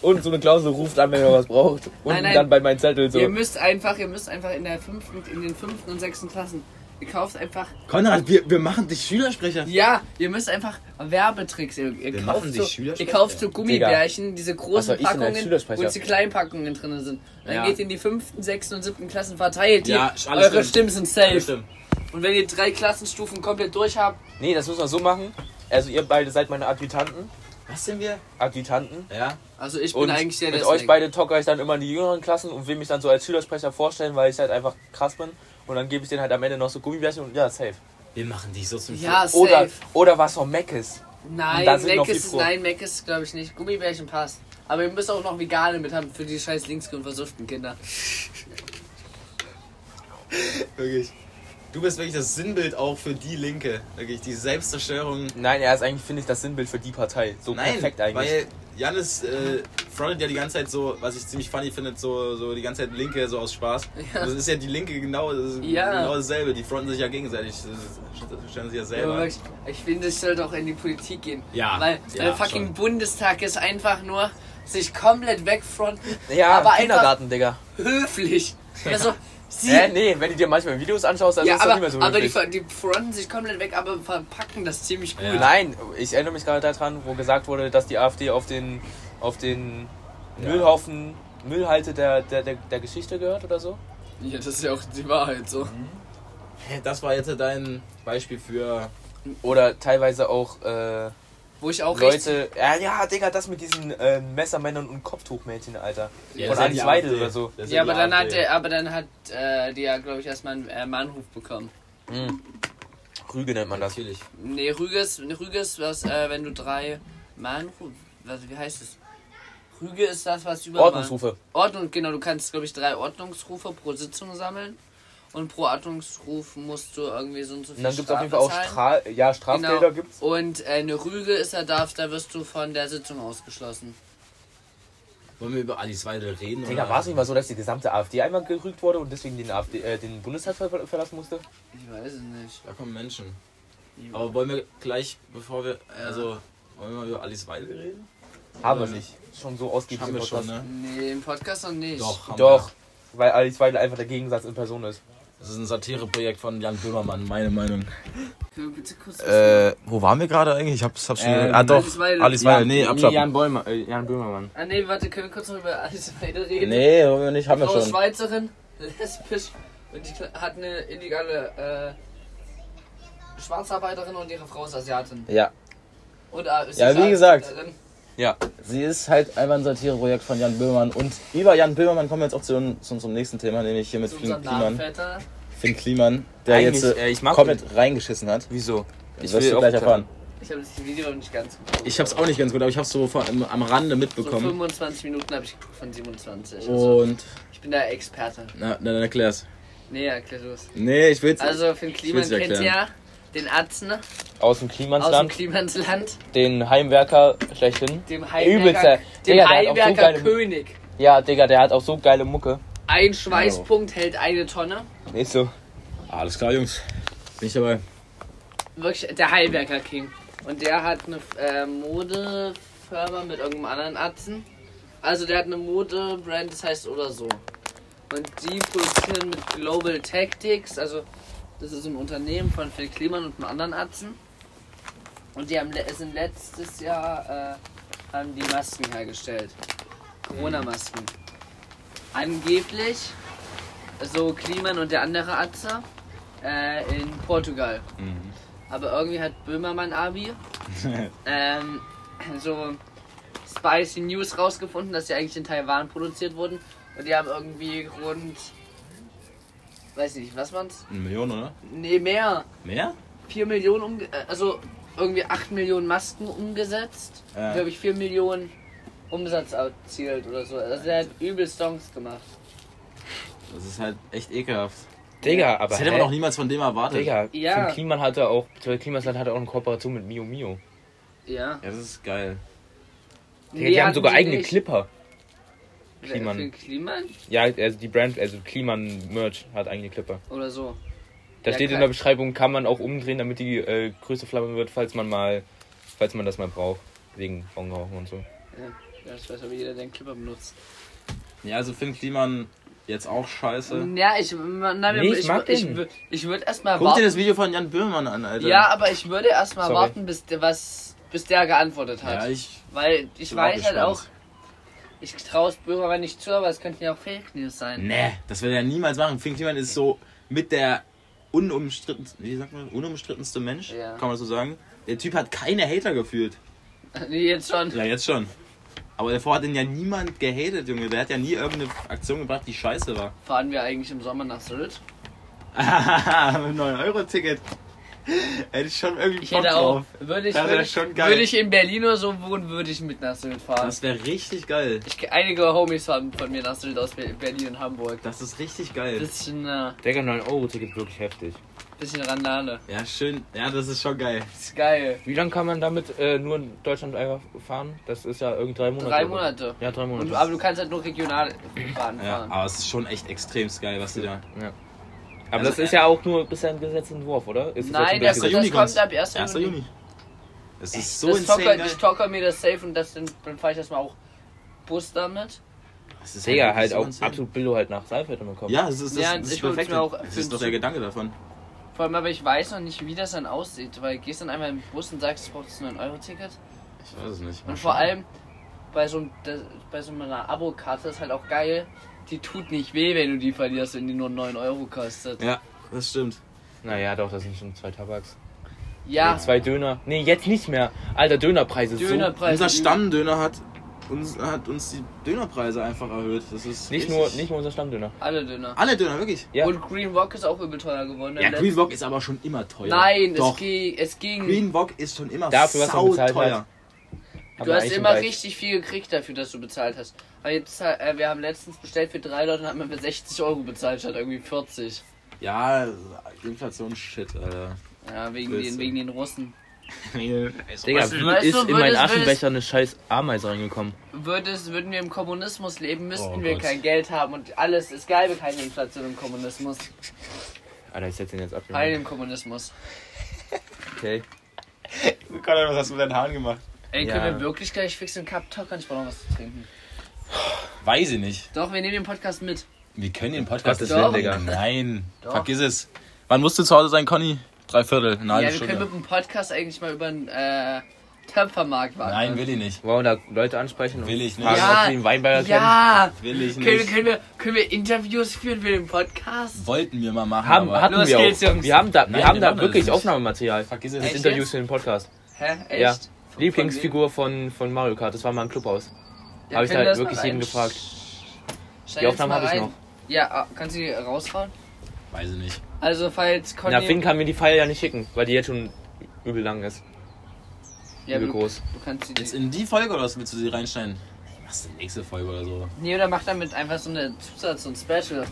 [SPEAKER 3] so, und so eine Klausel ruft an, wenn ihr was braucht. Und
[SPEAKER 1] Nein, nein.
[SPEAKER 3] dann bei meinem Zettel so.
[SPEAKER 1] Ihr müsst einfach, ihr müsst einfach in der fünften, in den fünften und sechsten Klassen, ihr kauft einfach,
[SPEAKER 2] Konrad, wir, wir machen dich Schülersprecher.
[SPEAKER 1] ja, ihr müsst einfach Werbetricks, ihr, ihr
[SPEAKER 2] Wir
[SPEAKER 1] kauft
[SPEAKER 2] machen
[SPEAKER 1] so,
[SPEAKER 2] dich Schülersprecher.
[SPEAKER 1] ihr kauft so Gummibärchen, diese
[SPEAKER 3] Was soll
[SPEAKER 1] großen
[SPEAKER 3] ich denn als
[SPEAKER 1] Packungen,
[SPEAKER 3] Schülersprecher?
[SPEAKER 1] wo jetzt die kleinen Packungen drin sind. Dann
[SPEAKER 2] Ja.
[SPEAKER 1] geht ihr in die fünften, sechsten und siebten Klassen verteilt, die,
[SPEAKER 2] Ja, alles
[SPEAKER 1] eure
[SPEAKER 2] stimmt.
[SPEAKER 1] Stimmen sind safe.
[SPEAKER 2] Stimmt.
[SPEAKER 1] Und wenn ihr drei Klassenstufen komplett durch habt,
[SPEAKER 3] Nee, das muss man so machen. Also ihr beide seid meine Adjutanten.
[SPEAKER 2] Was sind wir?
[SPEAKER 3] Adjutanten.
[SPEAKER 2] Ja.
[SPEAKER 1] also ich bin
[SPEAKER 3] Und
[SPEAKER 1] eigentlich der, der
[SPEAKER 3] mit
[SPEAKER 1] es
[SPEAKER 3] euch
[SPEAKER 1] leckt.
[SPEAKER 3] beide tocker ich dann immer in die jüngeren Klassen und will mich dann so als Schülersprecher vorstellen, weil ich halt einfach krass bin. Und dann gebe ich denen halt am Ende noch so Gummibärchen und ja, safe.
[SPEAKER 2] Wir machen dich so zum
[SPEAKER 1] Ja, safe.
[SPEAKER 3] Oder, oder was vom Mac ist. Und da
[SPEAKER 1] Nein,
[SPEAKER 3] sind noch
[SPEAKER 1] Mac
[SPEAKER 3] viel
[SPEAKER 1] ist,
[SPEAKER 3] Pro.
[SPEAKER 1] nein, Mac ist, glaube ich nicht. Gummibärchen passt. Aber ihr müsst auch noch Vegane mit haben für die scheiß linksgrün versuchten Kinder.
[SPEAKER 2] Wirklich. Du bist wirklich das Sinnbild auch für die Linke. Wirklich, die Selbstzerstörung.
[SPEAKER 3] Nein, er ist eigentlich, finde ich, das Sinnbild für die Partei. So
[SPEAKER 2] Nein,
[SPEAKER 3] perfekt eigentlich.
[SPEAKER 2] weil Janis äh, frontet ja die ganze Zeit so, was ich ziemlich funny finde, so, so die ganze Zeit Linke, so aus Spaß. Das ist ja die Linke genau, das ist
[SPEAKER 1] Ja.
[SPEAKER 2] genau dasselbe. Die fronten sich ja gegenseitig, das ist- stellen sich ja
[SPEAKER 1] Aber
[SPEAKER 2] selber.
[SPEAKER 1] wirklich, ich finde, es sollte auch in die Politik gehen.
[SPEAKER 2] Ja,
[SPEAKER 1] Weil
[SPEAKER 2] ja,
[SPEAKER 1] der fucking
[SPEAKER 2] schon.
[SPEAKER 1] Bundestag ist einfach nur sich komplett wegfronten,
[SPEAKER 3] ja,
[SPEAKER 1] aber einfach
[SPEAKER 3] Kindergarten, Digga.
[SPEAKER 1] höflich. Also, sie.
[SPEAKER 3] Äh, nee, wenn du dir manchmal Videos anschaust, dann
[SPEAKER 1] ja,
[SPEAKER 3] ist das
[SPEAKER 1] aber,
[SPEAKER 3] nicht mehr so
[SPEAKER 1] aber die,
[SPEAKER 3] höflich.
[SPEAKER 1] ver- die fronten sich komplett weg, aber verpacken das ziemlich gut.
[SPEAKER 2] Ja.
[SPEAKER 3] Nein, ich erinnere mich gerade daran, wo gesagt wurde, dass die AfD auf den, auf den Müllhaufen, Müllhalte der, der, der, der Geschichte gehört oder so.
[SPEAKER 1] Ja, das ist ja auch die Wahrheit so.
[SPEAKER 2] Das war jetzt dein Beispiel für.
[SPEAKER 3] Oder teilweise auch äh,
[SPEAKER 1] Wo ich auch richtig.
[SPEAKER 3] Leute. Ja, ja, Digga, das mit diesen äh, Messermännern und Kopftuchmädchen, Alter. Von Alice Weidel oder so.
[SPEAKER 2] Das ist
[SPEAKER 1] Ja,
[SPEAKER 2] die
[SPEAKER 1] aber dann hat
[SPEAKER 2] AfD.
[SPEAKER 1] der, aber dann hat äh, die ja, glaube ich, erstmal einen, äh, einen Anruf bekommen.
[SPEAKER 3] Rüge nennt man das.
[SPEAKER 2] Natürlich.
[SPEAKER 1] Nee, Rüges, Rüges, was, äh, wenn du drei Mahnrufe, was, wie heißt es? Rüge ist das, was über
[SPEAKER 3] Ordnungsrufe.
[SPEAKER 1] Ordnung, genau, du kannst, glaube ich, drei Ordnungsrufe pro Sitzung sammeln. Und pro Ordnungsruf musst du irgendwie so und so viel
[SPEAKER 3] Und dann gibt es
[SPEAKER 1] Strafe
[SPEAKER 3] auf jeden Fall auch
[SPEAKER 1] zahlen.
[SPEAKER 3] Stra ja, Strafgelder
[SPEAKER 1] Genau.
[SPEAKER 3] gibt's.
[SPEAKER 1] Und äh, eine Rüge ist er darf, da wirst du von der Sitzung ausgeschlossen.
[SPEAKER 2] Wollen wir über Alice Weidel reden?
[SPEAKER 3] Digga,
[SPEAKER 2] oder?
[SPEAKER 3] war es nicht mal so, dass die gesamte AfD einmal gerügt wurde und deswegen den, AfD, äh, den Bundestag ver verlassen musste?
[SPEAKER 1] Ich weiß es nicht.
[SPEAKER 2] Da kommen Menschen. Aber wollen wir gleich, bevor wir. Also, wollen wir mal über Alice Weidel reden?
[SPEAKER 3] Haben wir
[SPEAKER 2] Ähm,
[SPEAKER 3] nicht. Schon so ausgiebig
[SPEAKER 2] Haben
[SPEAKER 3] im
[SPEAKER 2] wir schon,
[SPEAKER 3] Podcast.
[SPEAKER 2] ne?
[SPEAKER 1] Nee, im Podcast noch nicht.
[SPEAKER 2] Doch, haben
[SPEAKER 3] Doch,
[SPEAKER 2] Wir.
[SPEAKER 3] weil Alice Weidel einfach der Gegensatz in Person ist.
[SPEAKER 2] Das ist ein Satireprojekt von Jan Böhmermann, meine Meinung.
[SPEAKER 1] Können wir bitte kurz.
[SPEAKER 2] Äh, wo waren wir gerade eigentlich? Ich hab's, hab's schon.
[SPEAKER 3] Ähm,
[SPEAKER 2] ah, doch.
[SPEAKER 1] Alice Weidel.
[SPEAKER 2] Alice Weidel, nee, abschaffen.
[SPEAKER 3] Bäumer, äh, Jan Böhmermann.
[SPEAKER 1] Ah, nee, warte, können wir kurz noch über alles weiter reden?
[SPEAKER 2] Nee, wollen wir nicht, haben wir
[SPEAKER 1] Frau
[SPEAKER 2] schon.
[SPEAKER 1] Schweizerin, lesbisch und die Kle- hat eine illegale äh, Schwarzarbeiterin und ihre Frau ist Asiatin.
[SPEAKER 2] Ja,
[SPEAKER 1] Und, äh, ist
[SPEAKER 2] Ja,
[SPEAKER 1] sie
[SPEAKER 2] wie gesagt.
[SPEAKER 1] Schwarzarbeiterin.
[SPEAKER 3] Ja,
[SPEAKER 2] sie ist halt einfach ein Satireprojekt von Jan Böhmermann. Und über Jan Böhmermann kommen wir jetzt auch zu, zu unserem nächsten Thema, nämlich hier mit
[SPEAKER 1] Zu
[SPEAKER 2] Finn
[SPEAKER 1] unserem
[SPEAKER 2] Kliman.
[SPEAKER 1] Namenvetter.
[SPEAKER 2] Finn Kliman, der
[SPEAKER 3] Eigentlich,
[SPEAKER 2] jetzt
[SPEAKER 3] äh,
[SPEAKER 2] äh,
[SPEAKER 3] ich mag
[SPEAKER 2] komplett reingeschissen hat.
[SPEAKER 3] wieso?
[SPEAKER 2] Das wirst du gleich erfahren.
[SPEAKER 1] Ich habe das Video nicht ganz geguckt.
[SPEAKER 2] Ich hab's auch nicht ganz gut, aber ich hab's so vor, am, am Rande
[SPEAKER 1] So
[SPEAKER 2] mitbekommen.
[SPEAKER 1] 25 Minuten habe ich geguckt von 27.
[SPEAKER 3] Oh.
[SPEAKER 1] Also,
[SPEAKER 2] Und.
[SPEAKER 1] ich bin da Experte.
[SPEAKER 2] Na, dann erklär's.
[SPEAKER 1] Nee, erklär los.
[SPEAKER 2] Nee, ich will's.
[SPEAKER 1] Also, Finn Kliman
[SPEAKER 2] will's dir
[SPEAKER 1] kennt ja
[SPEAKER 2] erklären.
[SPEAKER 1] den Atzen
[SPEAKER 3] Aus dem
[SPEAKER 1] aus dem
[SPEAKER 3] Klimansland,
[SPEAKER 1] Klimansland,
[SPEAKER 3] den Heimwerker schlechthin.
[SPEAKER 1] dem
[SPEAKER 3] Übelster.
[SPEAKER 1] Heimwerker, dem
[SPEAKER 3] Digga, der hat auch so
[SPEAKER 1] Heimwerker
[SPEAKER 3] geile-
[SPEAKER 1] König.
[SPEAKER 3] Ja, Digga, der hat auch so geile Mucke.
[SPEAKER 1] Ein
[SPEAKER 3] Genau.
[SPEAKER 1] Schweißpunkt hält eine Tonne.
[SPEAKER 3] Ist so.
[SPEAKER 2] Alles klar, Jungs. Bin ich dabei.
[SPEAKER 1] Wirklich der Heilwerker King. Und der hat eine äh, Modefirma mit irgendeinem anderen Atzen. Also der hat eine Modebrand, das heißt oder so. Und die produzieren mit Global Tactics, also das ist ein Unternehmen von Phil Kliman und einem anderen Atzen. Und die haben le- sind letztes Jahr äh, haben die Masken hergestellt. Corona-Masken. Angeblich, so Kliman und der andere Atze, äh, in Portugal. Aber irgendwie hat Böhmermann Abi ähm, so Spicy News rausgefunden, dass sie eigentlich in Taiwan produziert wurden. Und die haben irgendwie rund, weiß ich nicht, was waren's?
[SPEAKER 2] Eine Million, oder?
[SPEAKER 1] Nee, mehr.
[SPEAKER 2] Mehr?
[SPEAKER 1] 4 Millionen, umge äh, also irgendwie 8 Millionen Masken umgesetzt.
[SPEAKER 2] Ja.
[SPEAKER 1] Ja. Glaube ich, 4 Millionen Umsatz erzielt oder so. Also er hat übel Songs gemacht.
[SPEAKER 2] Das ist halt echt ekelhaft.
[SPEAKER 3] Digga, aber.
[SPEAKER 2] Das hätte
[SPEAKER 3] hä?
[SPEAKER 2] man doch niemals von dem erwartet.
[SPEAKER 3] Digga,
[SPEAKER 1] Ja.
[SPEAKER 3] Finn Kliman hatte auch, Finn Klimasland hatte auch eine Kooperation mit Mio Mio.
[SPEAKER 1] Ja.
[SPEAKER 2] Ja, das ist geil.
[SPEAKER 3] Digga, die haben sogar eigene
[SPEAKER 1] Clips.
[SPEAKER 3] Clipper. Kliman.
[SPEAKER 1] Kliman. Kliman
[SPEAKER 3] Ja, also die Brand, also Kliman Merch hat eigene Clipper.
[SPEAKER 1] oder so.
[SPEAKER 3] Da
[SPEAKER 1] Ja,
[SPEAKER 3] steht in
[SPEAKER 1] klar.
[SPEAKER 3] der Beschreibung, kann man auch umdrehen, damit die äh, größte Flamme wird, falls man mal, falls man das mal braucht. Wegen Bongerauchen und so.
[SPEAKER 1] Ja, ich weiß, aber jeder den Clipper benutzt.
[SPEAKER 2] Ja, also Finn Kliman jetzt auch scheiße.
[SPEAKER 1] Ja, ich, na,
[SPEAKER 3] Nee, ich
[SPEAKER 1] ich,
[SPEAKER 3] mag
[SPEAKER 1] ich,
[SPEAKER 3] den.
[SPEAKER 1] wür- ich würde erstmal
[SPEAKER 2] Guck dir
[SPEAKER 1] warten.
[SPEAKER 2] das Video von Jan Böhmermann an, Alter.
[SPEAKER 1] Ja, aber ich würde erstmal
[SPEAKER 3] Sorry.
[SPEAKER 1] warten, bis der was bis der geantwortet hat.
[SPEAKER 2] Ja, ich
[SPEAKER 1] Weil ich
[SPEAKER 2] bin auch
[SPEAKER 1] weiß halt
[SPEAKER 2] gespannt.
[SPEAKER 1] auch, ich traue es Bürger nicht zu, aber es könnten ja auch Fake News sein.
[SPEAKER 2] Nee, ne, das wird er niemals machen. Finn Kliman ist so mit der unumstrittenste, wie sagt man, unumstrittenste Mensch,
[SPEAKER 1] Ja.
[SPEAKER 2] kann man so sagen. Der Typ hat keine Hater gefühlt.
[SPEAKER 1] Nee, jetzt schon.
[SPEAKER 2] Ja, jetzt schon. Aber davor hat ihn ja niemand gehatet, Junge. Der hat ja nie irgendeine Aktion gebracht, die scheiße war.
[SPEAKER 1] Fahren wir eigentlich im Sommer nach Sylt?
[SPEAKER 2] Ah, Mit 9-Euro-Ticket. Hätte ich schon irgendwie
[SPEAKER 1] Ich
[SPEAKER 2] Bock
[SPEAKER 1] hätte auch.
[SPEAKER 2] drauf.
[SPEAKER 1] Würde ich,
[SPEAKER 2] Das wär
[SPEAKER 1] würde, ich,
[SPEAKER 2] schon geil.
[SPEAKER 1] würde ich in Berlin oder so wohnen, würde ich mit nach Sylt fahren.
[SPEAKER 2] Das wäre richtig geil.
[SPEAKER 1] Ich, einige Homies haben von mir nach Sylt aus Be- Berlin und Hamburg.
[SPEAKER 2] Das ist richtig geil.
[SPEAKER 1] Bisschen, äh,
[SPEAKER 3] Digga, 9-Euro-Ticket wirklich heftig.
[SPEAKER 1] bisschen Randale.
[SPEAKER 2] Ja, schön. Ja, das ist schon geil.
[SPEAKER 1] Ist geil.
[SPEAKER 3] Wie lange kann man damit äh, nur in Deutschland einfach fahren? Das ist ja irgendwie drei Monate.
[SPEAKER 1] Drei
[SPEAKER 3] oder?
[SPEAKER 1] Monate.
[SPEAKER 3] Ja, drei Monate.
[SPEAKER 1] Und, aber du kannst halt nur regional fahren.
[SPEAKER 2] Ja,
[SPEAKER 1] fahren.
[SPEAKER 2] aber es ist schon echt extremst geil, was du da.
[SPEAKER 3] Aber
[SPEAKER 2] Also,
[SPEAKER 3] das ist ja auch nur bisher ein Gesetzentwurf, oder? Ist das
[SPEAKER 1] Nein,
[SPEAKER 3] jetzt
[SPEAKER 1] das,
[SPEAKER 2] der-
[SPEAKER 3] ein
[SPEAKER 1] das
[SPEAKER 3] Gesetz?
[SPEAKER 2] Juni
[SPEAKER 1] kommt
[SPEAKER 2] kommt's.
[SPEAKER 1] ab 1.
[SPEAKER 2] 1. Juni. Das ist so
[SPEAKER 1] das
[SPEAKER 2] insane
[SPEAKER 1] Tocker,
[SPEAKER 2] geil.
[SPEAKER 1] ich tocker mir das safe und das, dann, dann fahre ich erstmal auch Bus damit.
[SPEAKER 2] Das ist
[SPEAKER 3] Digga,
[SPEAKER 2] wirklich
[SPEAKER 3] halt
[SPEAKER 2] so
[SPEAKER 3] auch
[SPEAKER 2] insane.
[SPEAKER 3] absolut Billo halt nach Seifert und kommt.
[SPEAKER 2] Ja, das ist, das,
[SPEAKER 1] Ja,
[SPEAKER 2] das
[SPEAKER 1] ich
[SPEAKER 2] ist
[SPEAKER 1] hol's
[SPEAKER 2] perfekt.
[SPEAKER 1] mir auch
[SPEAKER 2] Das
[SPEAKER 1] für
[SPEAKER 2] ist doch der Gedanke davon.
[SPEAKER 1] Vor allem, aber ich weiß noch nicht, wie das dann aussieht, weil gehst dann einmal im Bus und sagst, du brauchst ein 9-Euro-Ticket.
[SPEAKER 2] Ich weiß es nicht.
[SPEAKER 1] Und vor allem bei so, einem- das- bei so einer Abo-Karte ist halt auch geil, die tut nicht weh, wenn du die verlierst, wenn die nur 9 Euro kostet.
[SPEAKER 2] Ja, das stimmt.
[SPEAKER 3] Naja, doch, das sind schon zwei Tabaks.
[SPEAKER 1] Ja,
[SPEAKER 3] Zwei Döner. Nee, jetzt nicht mehr. Alter, Dönerpreise sind so.
[SPEAKER 1] Dönerpreis.
[SPEAKER 2] Unser Stammdöner hat uns, hat uns die Dönerpreise einfach erhöht. Das ist
[SPEAKER 3] Nicht
[SPEAKER 2] richtig-
[SPEAKER 3] nur, nicht nur unser Stammdöner.
[SPEAKER 1] Alle Döner.
[SPEAKER 2] Alle Döner, wirklich.
[SPEAKER 3] Ja.
[SPEAKER 1] Und Green Rock ist auch übel teuer geworden.
[SPEAKER 2] Ja,
[SPEAKER 1] Der
[SPEAKER 2] Green Wok ist aber schon immer teuer.
[SPEAKER 1] Nein, es
[SPEAKER 2] doch.
[SPEAKER 1] ging, es ging.
[SPEAKER 2] Green Wok ist schon immer
[SPEAKER 3] Dafür, was man bezahlt
[SPEAKER 2] sauteuer.
[SPEAKER 3] hat.
[SPEAKER 1] Du hast immer richtig viel gekriegt dafür, dass du bezahlt hast. Aber jetzt, äh, wir haben letztens bestellt für drei Leute und haben wir 60 Euro bezahlt statt irgendwie 40.
[SPEAKER 2] Ja, Inflationsshit, Alter.
[SPEAKER 1] Ja, wegen
[SPEAKER 2] Grüße.
[SPEAKER 1] den, wegen den Russen.
[SPEAKER 3] Digga, wie
[SPEAKER 1] Weißt du,
[SPEAKER 3] ist in
[SPEAKER 1] würdest-
[SPEAKER 3] meinen
[SPEAKER 1] würdest-
[SPEAKER 3] Aschenbecher eine scheiß Ameise reingekommen?
[SPEAKER 1] Würdest, würden wir im Kommunismus leben, müssten
[SPEAKER 2] Oh
[SPEAKER 1] wir
[SPEAKER 2] Gott.
[SPEAKER 1] kein Geld haben und alles. Es gäbe keine Inflation im Kommunismus.
[SPEAKER 3] Alter, ich setz den jetzt ab.
[SPEAKER 1] Heil
[SPEAKER 3] Junge.
[SPEAKER 1] im Kommunismus.
[SPEAKER 3] Okay.
[SPEAKER 2] Conor, was hast du mit deinen Haaren gemacht?
[SPEAKER 1] Ey,
[SPEAKER 3] Ja.
[SPEAKER 1] können wir wirklich gleich fix den Cup talkern? Ich brauche noch was zu trinken.
[SPEAKER 2] Weiß ich nicht.
[SPEAKER 1] Doch, wir nehmen den Podcast mit.
[SPEAKER 2] Wir können den Podcast
[SPEAKER 3] Gottes
[SPEAKER 2] nicht
[SPEAKER 1] Willen,
[SPEAKER 2] machen.
[SPEAKER 3] Digga.
[SPEAKER 2] Nein,
[SPEAKER 1] Doch.
[SPEAKER 2] vergiss es. Wann musst du zu Hause sein, Conny? Drei Viertel, eine halbe
[SPEAKER 1] ja, wir können
[SPEAKER 2] Stunde.
[SPEAKER 1] mit dem Podcast eigentlich mal über den äh, Töpfermarkt warten.
[SPEAKER 2] Nein, will ich nicht.
[SPEAKER 3] Wollen wir da Leute ansprechen und
[SPEAKER 2] Will ich nicht.
[SPEAKER 3] fragen,
[SPEAKER 1] Ja.
[SPEAKER 3] ob sie den Weinberger kennen?
[SPEAKER 1] Ja!
[SPEAKER 2] Will ich
[SPEAKER 1] Können, wir-
[SPEAKER 2] nicht.
[SPEAKER 1] können, wir, können wir Interviews führen für den Podcast?
[SPEAKER 2] Wollten wir mal machen,
[SPEAKER 3] Haben,
[SPEAKER 2] aber
[SPEAKER 3] hatten
[SPEAKER 1] Los
[SPEAKER 3] wir
[SPEAKER 1] geht's,
[SPEAKER 3] auch.
[SPEAKER 1] Jungs.
[SPEAKER 3] Wir haben da,
[SPEAKER 2] Nein,
[SPEAKER 3] wir haben
[SPEAKER 2] wir
[SPEAKER 3] da
[SPEAKER 2] machen das
[SPEAKER 3] wirklich
[SPEAKER 2] nicht.
[SPEAKER 3] Aufnahmematerial.
[SPEAKER 2] vergiss es.
[SPEAKER 3] Das
[SPEAKER 1] Echt
[SPEAKER 3] Interviews
[SPEAKER 1] jetzt?
[SPEAKER 3] für den Podcast.
[SPEAKER 1] Hä? Echt?
[SPEAKER 3] Ja.
[SPEAKER 1] Von-
[SPEAKER 3] Lieblingsfigur von, von Mario Kart, das war mal im Clubhaus.
[SPEAKER 1] von wem? Ja,
[SPEAKER 3] Habe ich
[SPEAKER 1] können
[SPEAKER 3] da
[SPEAKER 1] wir das
[SPEAKER 3] wirklich
[SPEAKER 1] mal
[SPEAKER 3] jeden
[SPEAKER 1] rein-
[SPEAKER 3] gefragt.
[SPEAKER 1] Schneid
[SPEAKER 3] Die
[SPEAKER 1] jetzt
[SPEAKER 3] Aufnahmen
[SPEAKER 1] mal
[SPEAKER 3] habe ich
[SPEAKER 1] rein.
[SPEAKER 3] noch.
[SPEAKER 1] Ja, ah, kannst du die rausfahren?
[SPEAKER 2] Weiß ich nicht.
[SPEAKER 1] Also falls Conny...
[SPEAKER 3] Na, Finn kann mir die Pfeile ja nicht schicken, weil die jetzt schon übel lang ist.
[SPEAKER 1] ja,
[SPEAKER 3] übel
[SPEAKER 1] du,
[SPEAKER 3] groß.
[SPEAKER 1] du kannst die...
[SPEAKER 2] Jetzt in die Folge oder was willst du sie reinschneiden? Ey, Machst du nächste Folge oder so?
[SPEAKER 1] nee, oder mach damit einfach so eine Zusatz- und Special.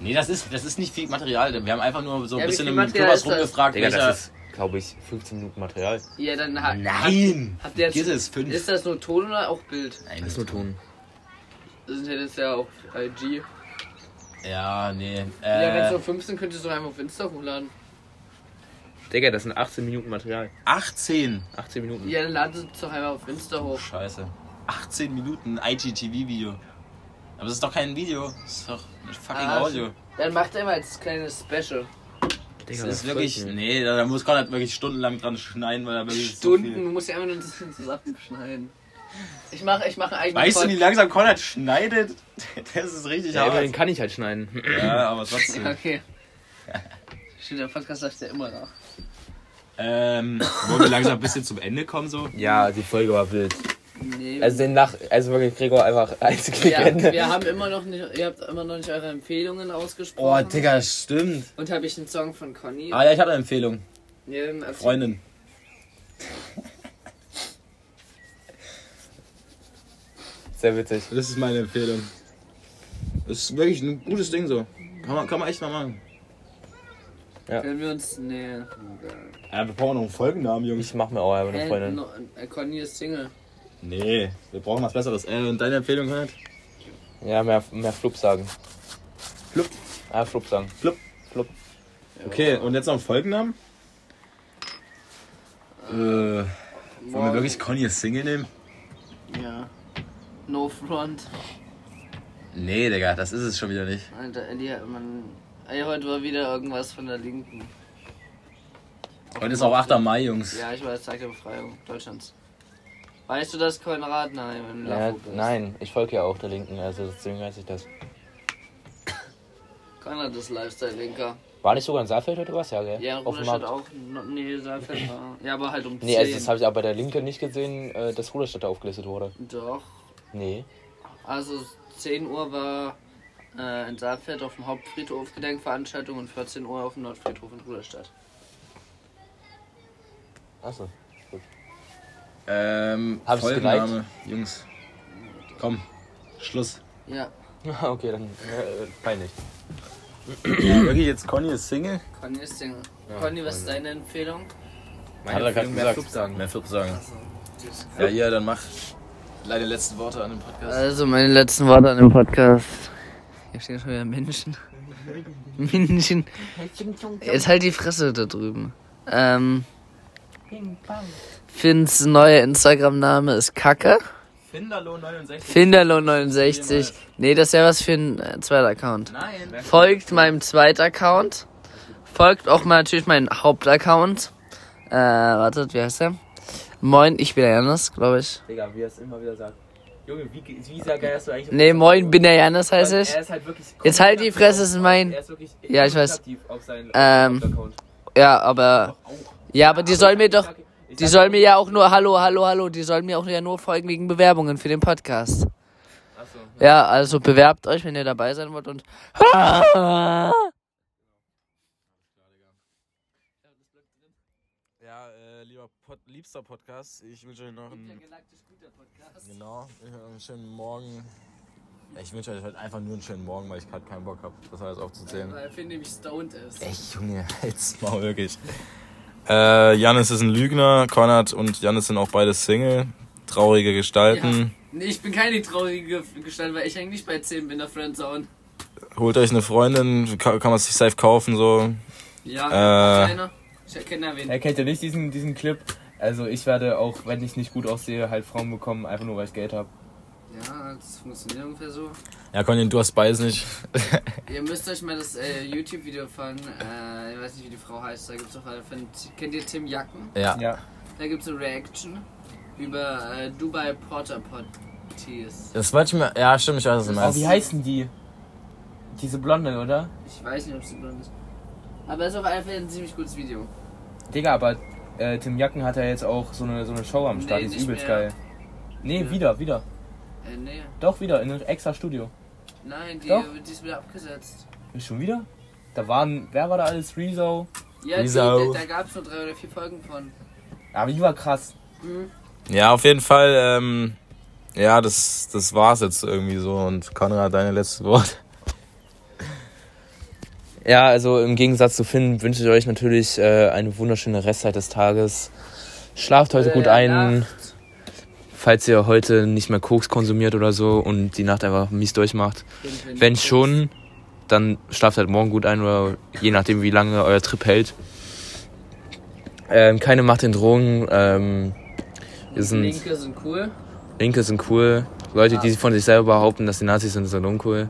[SPEAKER 2] Nee, das ist, das ist nicht viel Material. Wir haben einfach nur so ein
[SPEAKER 1] Ja, wie
[SPEAKER 2] bisschen
[SPEAKER 1] viel
[SPEAKER 2] im
[SPEAKER 1] Material
[SPEAKER 2] Kürbis
[SPEAKER 1] ist das?
[SPEAKER 2] rumgefragt.
[SPEAKER 3] Digga,
[SPEAKER 2] welcher-
[SPEAKER 3] das ist, glaube ich, 15 Minuten Material.
[SPEAKER 1] Ja, dann... Ha
[SPEAKER 2] Nein!
[SPEAKER 1] Habt ihr jetzt-
[SPEAKER 2] Vergiss es, fünf.
[SPEAKER 1] Ist das nur Ton oder auch Bild?
[SPEAKER 2] Nein,
[SPEAKER 3] Das ist nur Ton.
[SPEAKER 1] Das ist ja, das ist ja auf IG.
[SPEAKER 2] Ja, nee.
[SPEAKER 1] ja, wenn
[SPEAKER 2] Äh,
[SPEAKER 1] es nur 15 könntest du einfach auf Insta hochladen.
[SPEAKER 3] Digga, das sind 18 Minuten Material.
[SPEAKER 2] 18.
[SPEAKER 3] 18 Minuten.
[SPEAKER 1] Ja, dann laden es doch einfach auf Insta hoch.
[SPEAKER 2] Scheiße. 18 Minuten IGTV-Video. Aber das ist doch kein Video. Das ist doch ein fucking
[SPEAKER 1] Ah,
[SPEAKER 2] Audio.
[SPEAKER 1] Dann macht er mal als kleines Special.
[SPEAKER 2] Das
[SPEAKER 3] Digga,
[SPEAKER 2] ist wirklich. Nee, da da muss Konrad wirklich stundenlang dran schneiden, weil er wirklich. so
[SPEAKER 1] Stunden,
[SPEAKER 2] viel-
[SPEAKER 1] du musst ja einfach nur das zusammenschneiden. Ich mache ich mach einen eigenen
[SPEAKER 2] Weißt du,
[SPEAKER 1] Pod-
[SPEAKER 2] wie langsam Konrad schneidet? Das ist richtig
[SPEAKER 3] Ja, aber den
[SPEAKER 2] hart.
[SPEAKER 3] kann ich halt schneiden.
[SPEAKER 2] Ja, aber trotzdem.
[SPEAKER 1] Ja, okay. Stimmt, der Podcast läuft ja immer noch.
[SPEAKER 2] Ähm, wollen wir langsam ein bisschen zum Ende kommen so?
[SPEAKER 3] Ja, die Folge war wild.
[SPEAKER 1] Nee.
[SPEAKER 3] Also den Lach, also wirklich Gregor einfach einzig
[SPEAKER 1] ja, wir
[SPEAKER 3] ja,
[SPEAKER 1] haben immer noch nicht, ihr habt immer noch nicht eure Empfehlungen
[SPEAKER 2] Oh,
[SPEAKER 1] ausgesprochen.
[SPEAKER 2] Digga, stimmt.
[SPEAKER 1] Und habe ich einen Song von Conny.
[SPEAKER 2] Ah ja, ich habe eine Empfehlung.
[SPEAKER 1] Ähm, also-
[SPEAKER 2] Freundin.
[SPEAKER 3] Sehr witzig.
[SPEAKER 2] Das ist meine Empfehlung. Das ist wirklich ein gutes Ding so. Kann man, kann man echt mal machen.
[SPEAKER 1] Können wir uns. Nee.
[SPEAKER 2] Ja, wir brauchen noch einen Folgennamen, Jungs.
[SPEAKER 3] Ich mach mir auch einfach eine
[SPEAKER 1] Äh,
[SPEAKER 3] Freundin.
[SPEAKER 1] no, äh, Conny ist Single.
[SPEAKER 2] Nee, wir brauchen was Besseres. Äh, und deine Empfehlung halt?
[SPEAKER 3] Ja, mehr, mehr Flup sagen.
[SPEAKER 2] Flup.
[SPEAKER 3] Ah, Flup sagen.
[SPEAKER 2] Okay, und jetzt noch einen Folgennamen? Äh, wollen wir wirklich Conny als Single nehmen?
[SPEAKER 1] Ja. No Front.
[SPEAKER 2] Nee, Digga, das ist es schon wieder nicht.
[SPEAKER 1] Alter, die hat man. Ey, heute war wieder irgendwas von der Linken.
[SPEAKER 2] Heute ist auch 8. Mai, Jungs.
[SPEAKER 1] Ja, ich weiß, Tag der Befreiung Deutschlands. Weißt du das, Konrad? Nein, wenn du
[SPEAKER 3] Ja,
[SPEAKER 1] Lafo bist.
[SPEAKER 3] nein, ich folge ja auch der Linken, also deswegen weiß ich das.
[SPEAKER 1] Konrad ist Lifestyle-Linker.
[SPEAKER 3] War nicht sogar in Saalfeld heute was? Ja, gell?
[SPEAKER 1] Ja,
[SPEAKER 3] Auf dem
[SPEAKER 1] Ruderstadt
[SPEAKER 3] Markt.
[SPEAKER 1] auch. No- Nee, Saalfeld war. Ja, aber halt um 10.
[SPEAKER 3] Nee, also das habe ich aber bei der Linken nicht gesehen, äh, dass Ruderstadt da aufgelistet wurde.
[SPEAKER 1] Doch.
[SPEAKER 3] Nee.
[SPEAKER 1] Also 10 Uhr war äh, in Saalfeld auf dem Hauptfriedhof Gedenkveranstaltung und 14 Uhr auf dem Nordfriedhof in Ruderstadt.
[SPEAKER 3] Achso.
[SPEAKER 2] Ähm,
[SPEAKER 3] Hab ich's
[SPEAKER 2] Folgenname, Jungs. Komm, Schluss.
[SPEAKER 1] Ja,
[SPEAKER 3] Ah, okay, dann äh, peinlich.
[SPEAKER 2] Ja, wirklich, jetzt Conny ist Single?
[SPEAKER 1] Conny ist Single. Conny, was ist deine Empfehlung?
[SPEAKER 3] Hat er gerade
[SPEAKER 2] mehr
[SPEAKER 3] gesagt.
[SPEAKER 2] Flip sagen. Mehr Flip sagen. Ja, ja, dann mach deine letzten Worte an den Podcast.
[SPEAKER 1] Also meine letzten Worte an dem Podcast. Hier stehen schon wieder Menschen. Menschen. Jetzt halt die Fresse da drüben. Ähm. Finns neuer Instagram-Name ist Kacke.
[SPEAKER 2] Finderlo69.
[SPEAKER 1] Finderlo69. Nee, das ist ja was für ein äh, zweiter Account.
[SPEAKER 2] Nein.
[SPEAKER 1] Folgt meinem zweiten Account. Folgt auch mal natürlich meinen Hauptaccount. Äh, wartet, wie heißt der? Moin, ich bin der Janis, glaube ich.
[SPEAKER 3] Digga, wie er es immer wieder sagt. Junge, wie, wie sagt er, dass du eigentlich...
[SPEAKER 1] Nee, Moin, bin der Janis heiße ich.
[SPEAKER 3] Er ist halt wirklich...
[SPEAKER 1] Jetzt halt die Fresse, ist mein.
[SPEAKER 3] Er ist wirklich...
[SPEAKER 1] Ja, ich weiß.
[SPEAKER 3] aktiv Auf seinen
[SPEAKER 1] Ähm,
[SPEAKER 3] Account.
[SPEAKER 1] Ja, aber. Ja, aber die sollen mir doch.
[SPEAKER 3] Ich
[SPEAKER 1] Die
[SPEAKER 3] sag-
[SPEAKER 1] sollen mir ja auch nur. Hallo, hallo, hallo. Die sollen mir auch ja nur folgen wegen Bewerbungen für den Podcast.
[SPEAKER 3] Achso.
[SPEAKER 1] Ja, also bewerbt euch, wenn ihr dabei sein wollt und.
[SPEAKER 2] Ja, äh, lieber Pod liebster Podcast, ich wünsche euch noch einen, genau, einen schönen Morgen. Ich wünsche euch heute einfach nur einen schönen Morgen, weil ich gerade keinen Bock habe, das alles aufzuzählen.
[SPEAKER 1] Weil Finn nämlich stoned ist.
[SPEAKER 2] Ey, Junge, halt's mal wirklich. Äh, Janis ist ein Lügner, Konrad und Janis sind auch beide Single. Traurige Gestalten.
[SPEAKER 1] Nee, ich bin keine traurige Gestalt, weil ich hänge nicht bei 10 in der Friendzone.
[SPEAKER 2] Holt euch eine Freundin, ka- kann man sich safe kaufen, so.
[SPEAKER 1] Ja,
[SPEAKER 2] Äh.
[SPEAKER 1] keiner. Ich kenne da wen.
[SPEAKER 3] Er kennt ja nicht diesen, diesen Clip. Also ich werde auch, wenn ich nicht gut aussehe, halt Frauen bekommen, einfach nur weil ich Geld habe.
[SPEAKER 1] Ja, das funktioniert ungefähr so.
[SPEAKER 2] Ja, Conny, du hast beides nicht.
[SPEAKER 1] Ihr müsst euch mal das äh, YouTube-Video von, äh, ich weiß nicht, wie die Frau heißt, da gibt's doch äh, von, kennt ihr Tim Jacken?
[SPEAKER 2] ja.
[SPEAKER 3] Ja.
[SPEAKER 1] Da gibt's eine Reaction über äh, Dubai Porter Potties.
[SPEAKER 2] Das wollte ich mir. Ja, stimmt, ich weiß, was du
[SPEAKER 3] Oh,
[SPEAKER 2] meinst.
[SPEAKER 3] wie heißen die? Diese Blonde, oder?
[SPEAKER 1] Ich weiß nicht, ob sie blond ist. Aber es ist auf jeden Fall ein ziemlich gutes Video.
[SPEAKER 3] Digga, aber äh, Tim Jacken hat ja jetzt auch so eine, so eine Show am Start,
[SPEAKER 1] Nee,
[SPEAKER 3] die ist
[SPEAKER 1] nicht
[SPEAKER 3] übelst
[SPEAKER 1] mehr.
[SPEAKER 3] geil. Nee, wieder, wieder.
[SPEAKER 1] Äh, nee.
[SPEAKER 3] Doch, wieder, in einem extra Studio.
[SPEAKER 1] Nein, die,
[SPEAKER 3] Doch.
[SPEAKER 1] die ist wieder abgesetzt.
[SPEAKER 3] Schon wieder? Da waren, wer war da alles? Rezo.
[SPEAKER 1] Ja, die,
[SPEAKER 2] Wieso?
[SPEAKER 1] da, da gab's nur drei oder vier Folgen von.
[SPEAKER 3] Aber die war krass.
[SPEAKER 2] Ja, auf jeden Fall, ähm, ja, das, das war's jetzt irgendwie so. Und Konrad, deine letzten Worte.
[SPEAKER 3] Ja, also im Gegensatz zu Finn wünsche ich euch natürlich äh, eine wunderschöne Restzeit des Tages. Schlaft heute
[SPEAKER 1] Äh,
[SPEAKER 3] Also gut
[SPEAKER 1] ja,
[SPEAKER 3] ein,
[SPEAKER 1] Nacht.
[SPEAKER 3] falls ihr heute nicht mehr Koks konsumiert oder so und die Nacht einfach mies durchmacht. Wenn schon, dann schlaft halt morgen gut ein oder je nachdem, wie lange euer Trip hält. Ähm, keine macht den Drogen. Ähm, wir sind,
[SPEAKER 1] Linke sind cool.
[SPEAKER 3] Linke sind cool. Leute, die von sich selber behaupten, dass die Nazis sind, sind uncool.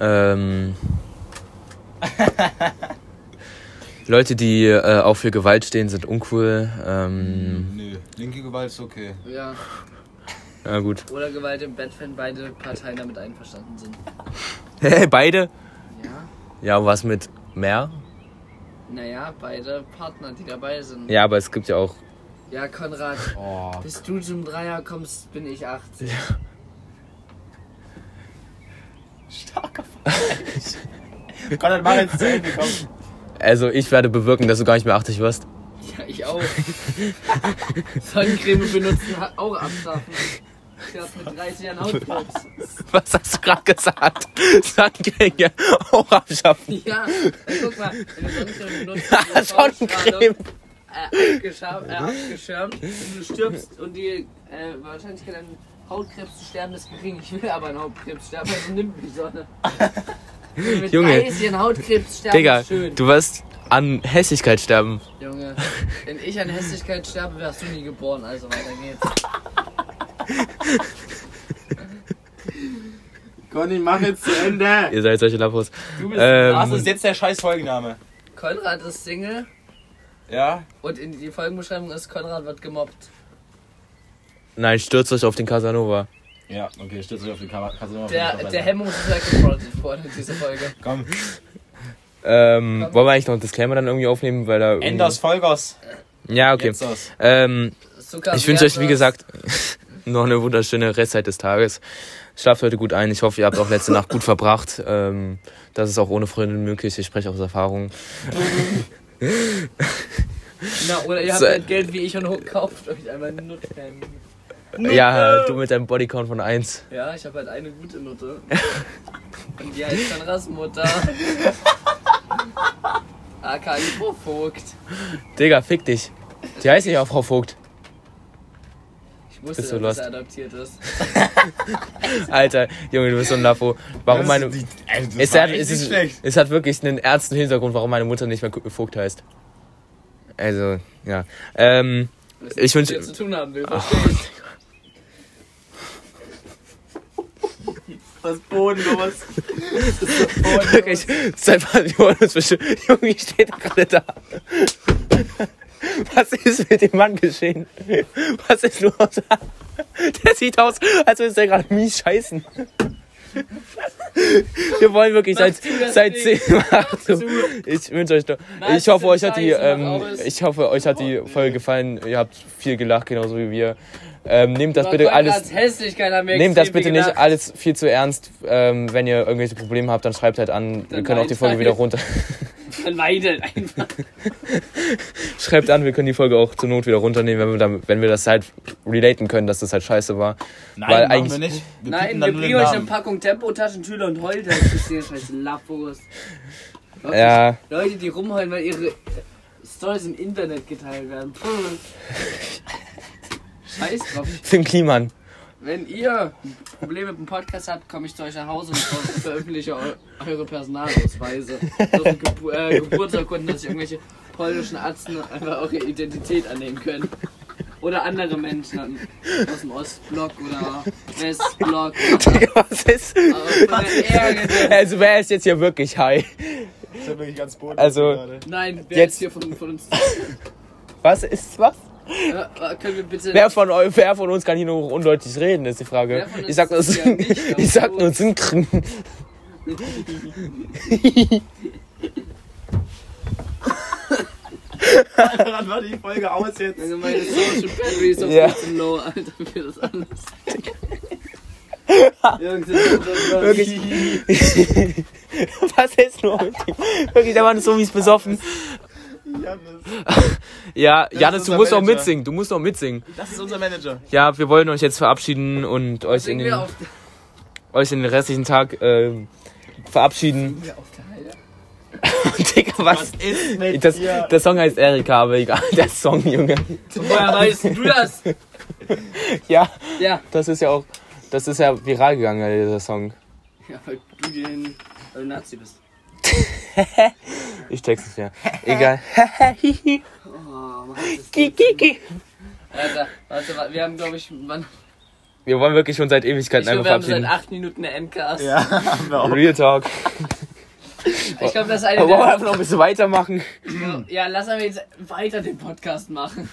[SPEAKER 3] Ähm, Leute, die äh, auch für Gewalt stehen, sind uncool. Ähm,
[SPEAKER 9] Nö, linke Gewalt ist okay.
[SPEAKER 1] Ja.
[SPEAKER 3] Na gut.
[SPEAKER 1] Oder Gewalt im Bett, wenn beide Parteien damit einverstanden sind.
[SPEAKER 3] Hä, beide? Ja. Ja, was mit mehr?
[SPEAKER 1] Naja, beide Partner, die dabei sind.
[SPEAKER 3] Ja, aber es gibt ja auch.
[SPEAKER 1] Ja, Konrad,
[SPEAKER 9] Oh,
[SPEAKER 1] bis du zum Dreier kommst, bin ich 80.
[SPEAKER 4] Konrad, mach jetzt zu Ende, komm.
[SPEAKER 3] Also, ich werde bewirken, dass du gar nicht mehr 80 wirst.
[SPEAKER 1] Ja, ich auch. Sonnencreme benutzen hat auch abschaffen. Ich hab mit 30 Jahren Hautkrebs.
[SPEAKER 3] Was hast du gerade gesagt? Sonnencreme auch abschaffen.
[SPEAKER 1] Ja, guck mal, wenn du Sonnencreme benutzt,
[SPEAKER 3] Ja,
[SPEAKER 1] ist die
[SPEAKER 3] Sonnencreme.
[SPEAKER 1] UV-Strahlung, Äh, abgeschirmt, äh, abgeschirmt und du stirbst und die äh, Wahrscheinlichkeit an Hautkrebs zu sterben ist gering. Ich will aber an Hautkrebs sterben, also nimmt die Sonne. Wenn du Mit
[SPEAKER 3] Junge.
[SPEAKER 1] 30 an Hautkrebs sterben
[SPEAKER 3] Digga,
[SPEAKER 1] ist schön.
[SPEAKER 3] du wirst an Hässlichkeit sterben.
[SPEAKER 1] Junge, wenn ich an Hässlichkeit sterbe, wärst du nie geboren, also weiter geht's.
[SPEAKER 4] Conny, mach jetzt zu Ende.
[SPEAKER 3] Ihr seid solche Lappos.
[SPEAKER 4] Du bist.
[SPEAKER 3] Ähm.
[SPEAKER 4] Lars ist jetzt der scheiß Folgenname.
[SPEAKER 1] Konrad ist Single
[SPEAKER 4] Ja?
[SPEAKER 1] und in die Folgenbeschreibung ist Konrad wird gemobbt.
[SPEAKER 3] Nein, stürzt euch auf den Casanova.
[SPEAKER 4] Ja, okay, stürzt euch auf die Kamera.
[SPEAKER 1] Der, der Hemmung ist ja gefrontet worden in dieser Folge.
[SPEAKER 4] Komm,
[SPEAKER 3] Ähm, wollen wir eigentlich noch einen Disclaimer dann irgendwie aufnehmen, weil da. irgendwie-
[SPEAKER 4] Enders Folgers.
[SPEAKER 3] Ja, okay.
[SPEAKER 4] Jetzt Also aus.
[SPEAKER 3] Ähm,
[SPEAKER 1] Zucker
[SPEAKER 3] ich wünsche euch, wie
[SPEAKER 1] Werthers.
[SPEAKER 3] gesagt, noch eine wunderschöne Restzeit des Tages. Schlaft heute gut ein. Ich hoffe, ihr habt auch letzte Nacht gut verbracht. Ähm, das ist auch ohne Freundin möglich. Ich spreche aus Erfahrung.
[SPEAKER 1] Na, oder ihr habt
[SPEAKER 3] So.
[SPEAKER 1] halt Geld wie ich und ho- kauft euch einmal eine Nutte.
[SPEAKER 3] Ja, du mit deinem Bodycount von 1.
[SPEAKER 1] Ja, ich habe halt eine gute Nutte. Und die heißt Konrads Mutter. AK Vogt.
[SPEAKER 3] Digga, fick dich. Die heißt nicht auch Frau Vogt.
[SPEAKER 1] Ich wusste,
[SPEAKER 3] Bist du
[SPEAKER 1] dass
[SPEAKER 3] lost?
[SPEAKER 1] er adoptiert ist.
[SPEAKER 3] Alter, Junge, du bist so ein Laffo. Warum meine. Es hat, es, ist,
[SPEAKER 4] schlecht.
[SPEAKER 3] es hat wirklich einen ernsten Hintergrund, warum meine Mutter nicht mehr Vogt heißt. Also, ja. Ähm,
[SPEAKER 1] Das
[SPEAKER 3] ich Oh.
[SPEAKER 1] nichts
[SPEAKER 3] wünsche.
[SPEAKER 1] mit dir zu tun haben will, verstehe ich.
[SPEAKER 4] Was bodenlos.
[SPEAKER 3] Wirklich, seit wann Jonas bestimmt. Junge, ich stehe gerade da. Was ist mit dem Mann geschehen? Was ist los? Der sieht aus, als würde er gerade mies scheißen. Wir wollen wirklich seit,
[SPEAKER 1] zu, das
[SPEAKER 3] seit
[SPEAKER 1] Ding.
[SPEAKER 3] 10 Mach zu. Ich wünsche euch doch.
[SPEAKER 1] Mach
[SPEAKER 3] Ich hoffe,
[SPEAKER 1] zu,
[SPEAKER 3] euch hat die,
[SPEAKER 1] Scheiße,
[SPEAKER 3] ähm,
[SPEAKER 1] mach aus.
[SPEAKER 3] ich hoffe, euch hat die Folge gefallen. Ihr habt viel gelacht, genauso wie wir. Ähm, nehmt das bitte alles.
[SPEAKER 1] Konrads Hässlichkeit haben wir
[SPEAKER 3] Nehmt das
[SPEAKER 1] extrem
[SPEAKER 3] bitte
[SPEAKER 1] viel
[SPEAKER 3] nicht
[SPEAKER 1] gedacht.
[SPEAKER 3] alles viel zu ernst. Ähm, wenn ihr irgendwelche Probleme habt, dann schreibt halt an. Wir
[SPEAKER 1] Dann
[SPEAKER 3] können auch die
[SPEAKER 1] weint
[SPEAKER 3] Folge
[SPEAKER 1] halt.
[SPEAKER 3] wieder runter.
[SPEAKER 1] Dann weidelt einfach.
[SPEAKER 3] schreibt an, wir können die Folge auch zur Not wieder runternehmen, wenn wir, dann, wenn wir das halt relaten können, dass das halt scheiße war.
[SPEAKER 4] Nein,
[SPEAKER 3] Weil
[SPEAKER 4] machen
[SPEAKER 3] eigentlich-
[SPEAKER 4] wir nicht. Wir piepen
[SPEAKER 1] Nein,
[SPEAKER 4] dann
[SPEAKER 1] wir
[SPEAKER 4] nur
[SPEAKER 1] bringen
[SPEAKER 4] den
[SPEAKER 1] euch eine
[SPEAKER 4] Namen.
[SPEAKER 1] Packung Tempotaschentücher und heult euch das hier scheiß Lappos. Wirklich,
[SPEAKER 3] Ja,
[SPEAKER 1] Leute, die rumheulen, weil ihre Stories im Internet geteilt werden. Scheiß drauf.
[SPEAKER 3] Tim Kliman.
[SPEAKER 1] Wenn ihr Probleme mit dem Podcast habt, komme ich zu euch nach Hause und veröffentliche eu eure Personalausweise. Eure Gebu äh, Geburtsurkunden, dass sich irgendwelche polnischen Arzten einfach eure Identität annehmen können. Oder andere Menschen an- aus dem Ostblock oder Westblock. Äh,
[SPEAKER 3] Digga, was ist?
[SPEAKER 1] Aber Ärger.
[SPEAKER 3] Also wer ist jetzt hier wirklich high?
[SPEAKER 4] Das ist wirklich ganz bodenlos
[SPEAKER 3] Also-
[SPEAKER 4] gerade.
[SPEAKER 1] Nein, wer
[SPEAKER 3] Jetzt-
[SPEAKER 1] ist hier von, von uns?
[SPEAKER 3] Was ist was?
[SPEAKER 1] Äh, können wir bitte.
[SPEAKER 3] Wer von, eu- wer von uns kann hier nur undeutlich reden, ist die Frage.
[SPEAKER 1] Wer von uns
[SPEAKER 3] Ich sag nur,
[SPEAKER 1] ist ja nicht
[SPEAKER 3] ich sag
[SPEAKER 1] auf
[SPEAKER 3] nur Sinkren.
[SPEAKER 4] Konrad, mach die Folge aus jetzt.
[SPEAKER 1] Also meine Social Battery ist auf
[SPEAKER 3] Ja.
[SPEAKER 1] 14 Low, Alter, für das alles. Irgendein
[SPEAKER 3] Wirklich. Was ist nur mit ihm? Wirklich, der Mann ist so mies besoffen. Ja, Janis, du
[SPEAKER 4] unser
[SPEAKER 3] musst auch
[SPEAKER 4] Manager.
[SPEAKER 3] mitsingen. Du musst auch mitsingen.
[SPEAKER 4] Das ist unser Manager.
[SPEAKER 3] Ja, wir wollen euch jetzt verabschieden und euch in
[SPEAKER 1] Singen
[SPEAKER 3] den,
[SPEAKER 1] wir auf,
[SPEAKER 3] euch in den restlichen Tag ähm, verabschieden.
[SPEAKER 1] wir auf der Heide?
[SPEAKER 3] Digga, was?
[SPEAKER 4] Ist mit
[SPEAKER 3] Das,
[SPEAKER 4] dir.
[SPEAKER 3] der Song heißt Erika, aber egal. Der Song, Junge.
[SPEAKER 1] Woher weißt du das?
[SPEAKER 3] Ja,
[SPEAKER 1] Ja.
[SPEAKER 3] das ist ja auch. Das ist ja viral gegangen, Alter, dieser Song.
[SPEAKER 1] Ja, weil du den weil du Nazi bist.
[SPEAKER 3] Ich check's nicht mehr. Egal.
[SPEAKER 1] Oh, Mann, das ist Alter, warte, warte, wir haben, glaube ich, Mann,
[SPEAKER 3] Wir wollen wirklich schon seit
[SPEAKER 1] ich
[SPEAKER 3] Ewigkeiten
[SPEAKER 1] glaub,
[SPEAKER 3] einfach
[SPEAKER 1] wir haben seit
[SPEAKER 3] verabschieden.
[SPEAKER 1] 8 Minuten eine MKs.
[SPEAKER 4] Ja, haben wir auch.
[SPEAKER 3] Real Talk.
[SPEAKER 1] Ich glaube, das ist eine
[SPEAKER 3] Aber wollen wir einfach
[SPEAKER 1] der.
[SPEAKER 3] noch ein bisschen weitermachen?
[SPEAKER 1] Ja, lass aber jetzt weiter den Podcast machen.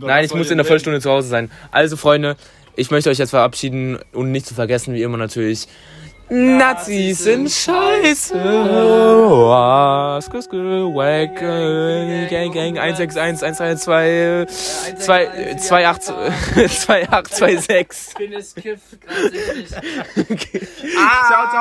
[SPEAKER 3] Nein, ich muss in einer Viertelstunde zu Hause sein. Also, Freunde, ich möchte euch jetzt verabschieden und nicht zu vergessen, wie immer natürlich. Nazis sind scheiße. Was? Kuss, kuss, Wack. äh, Gang, gang. 161, 132, 2, 28, 2826.
[SPEAKER 1] Bin es Kiff, ganz ehrlich.
[SPEAKER 4] Ciao, ciao.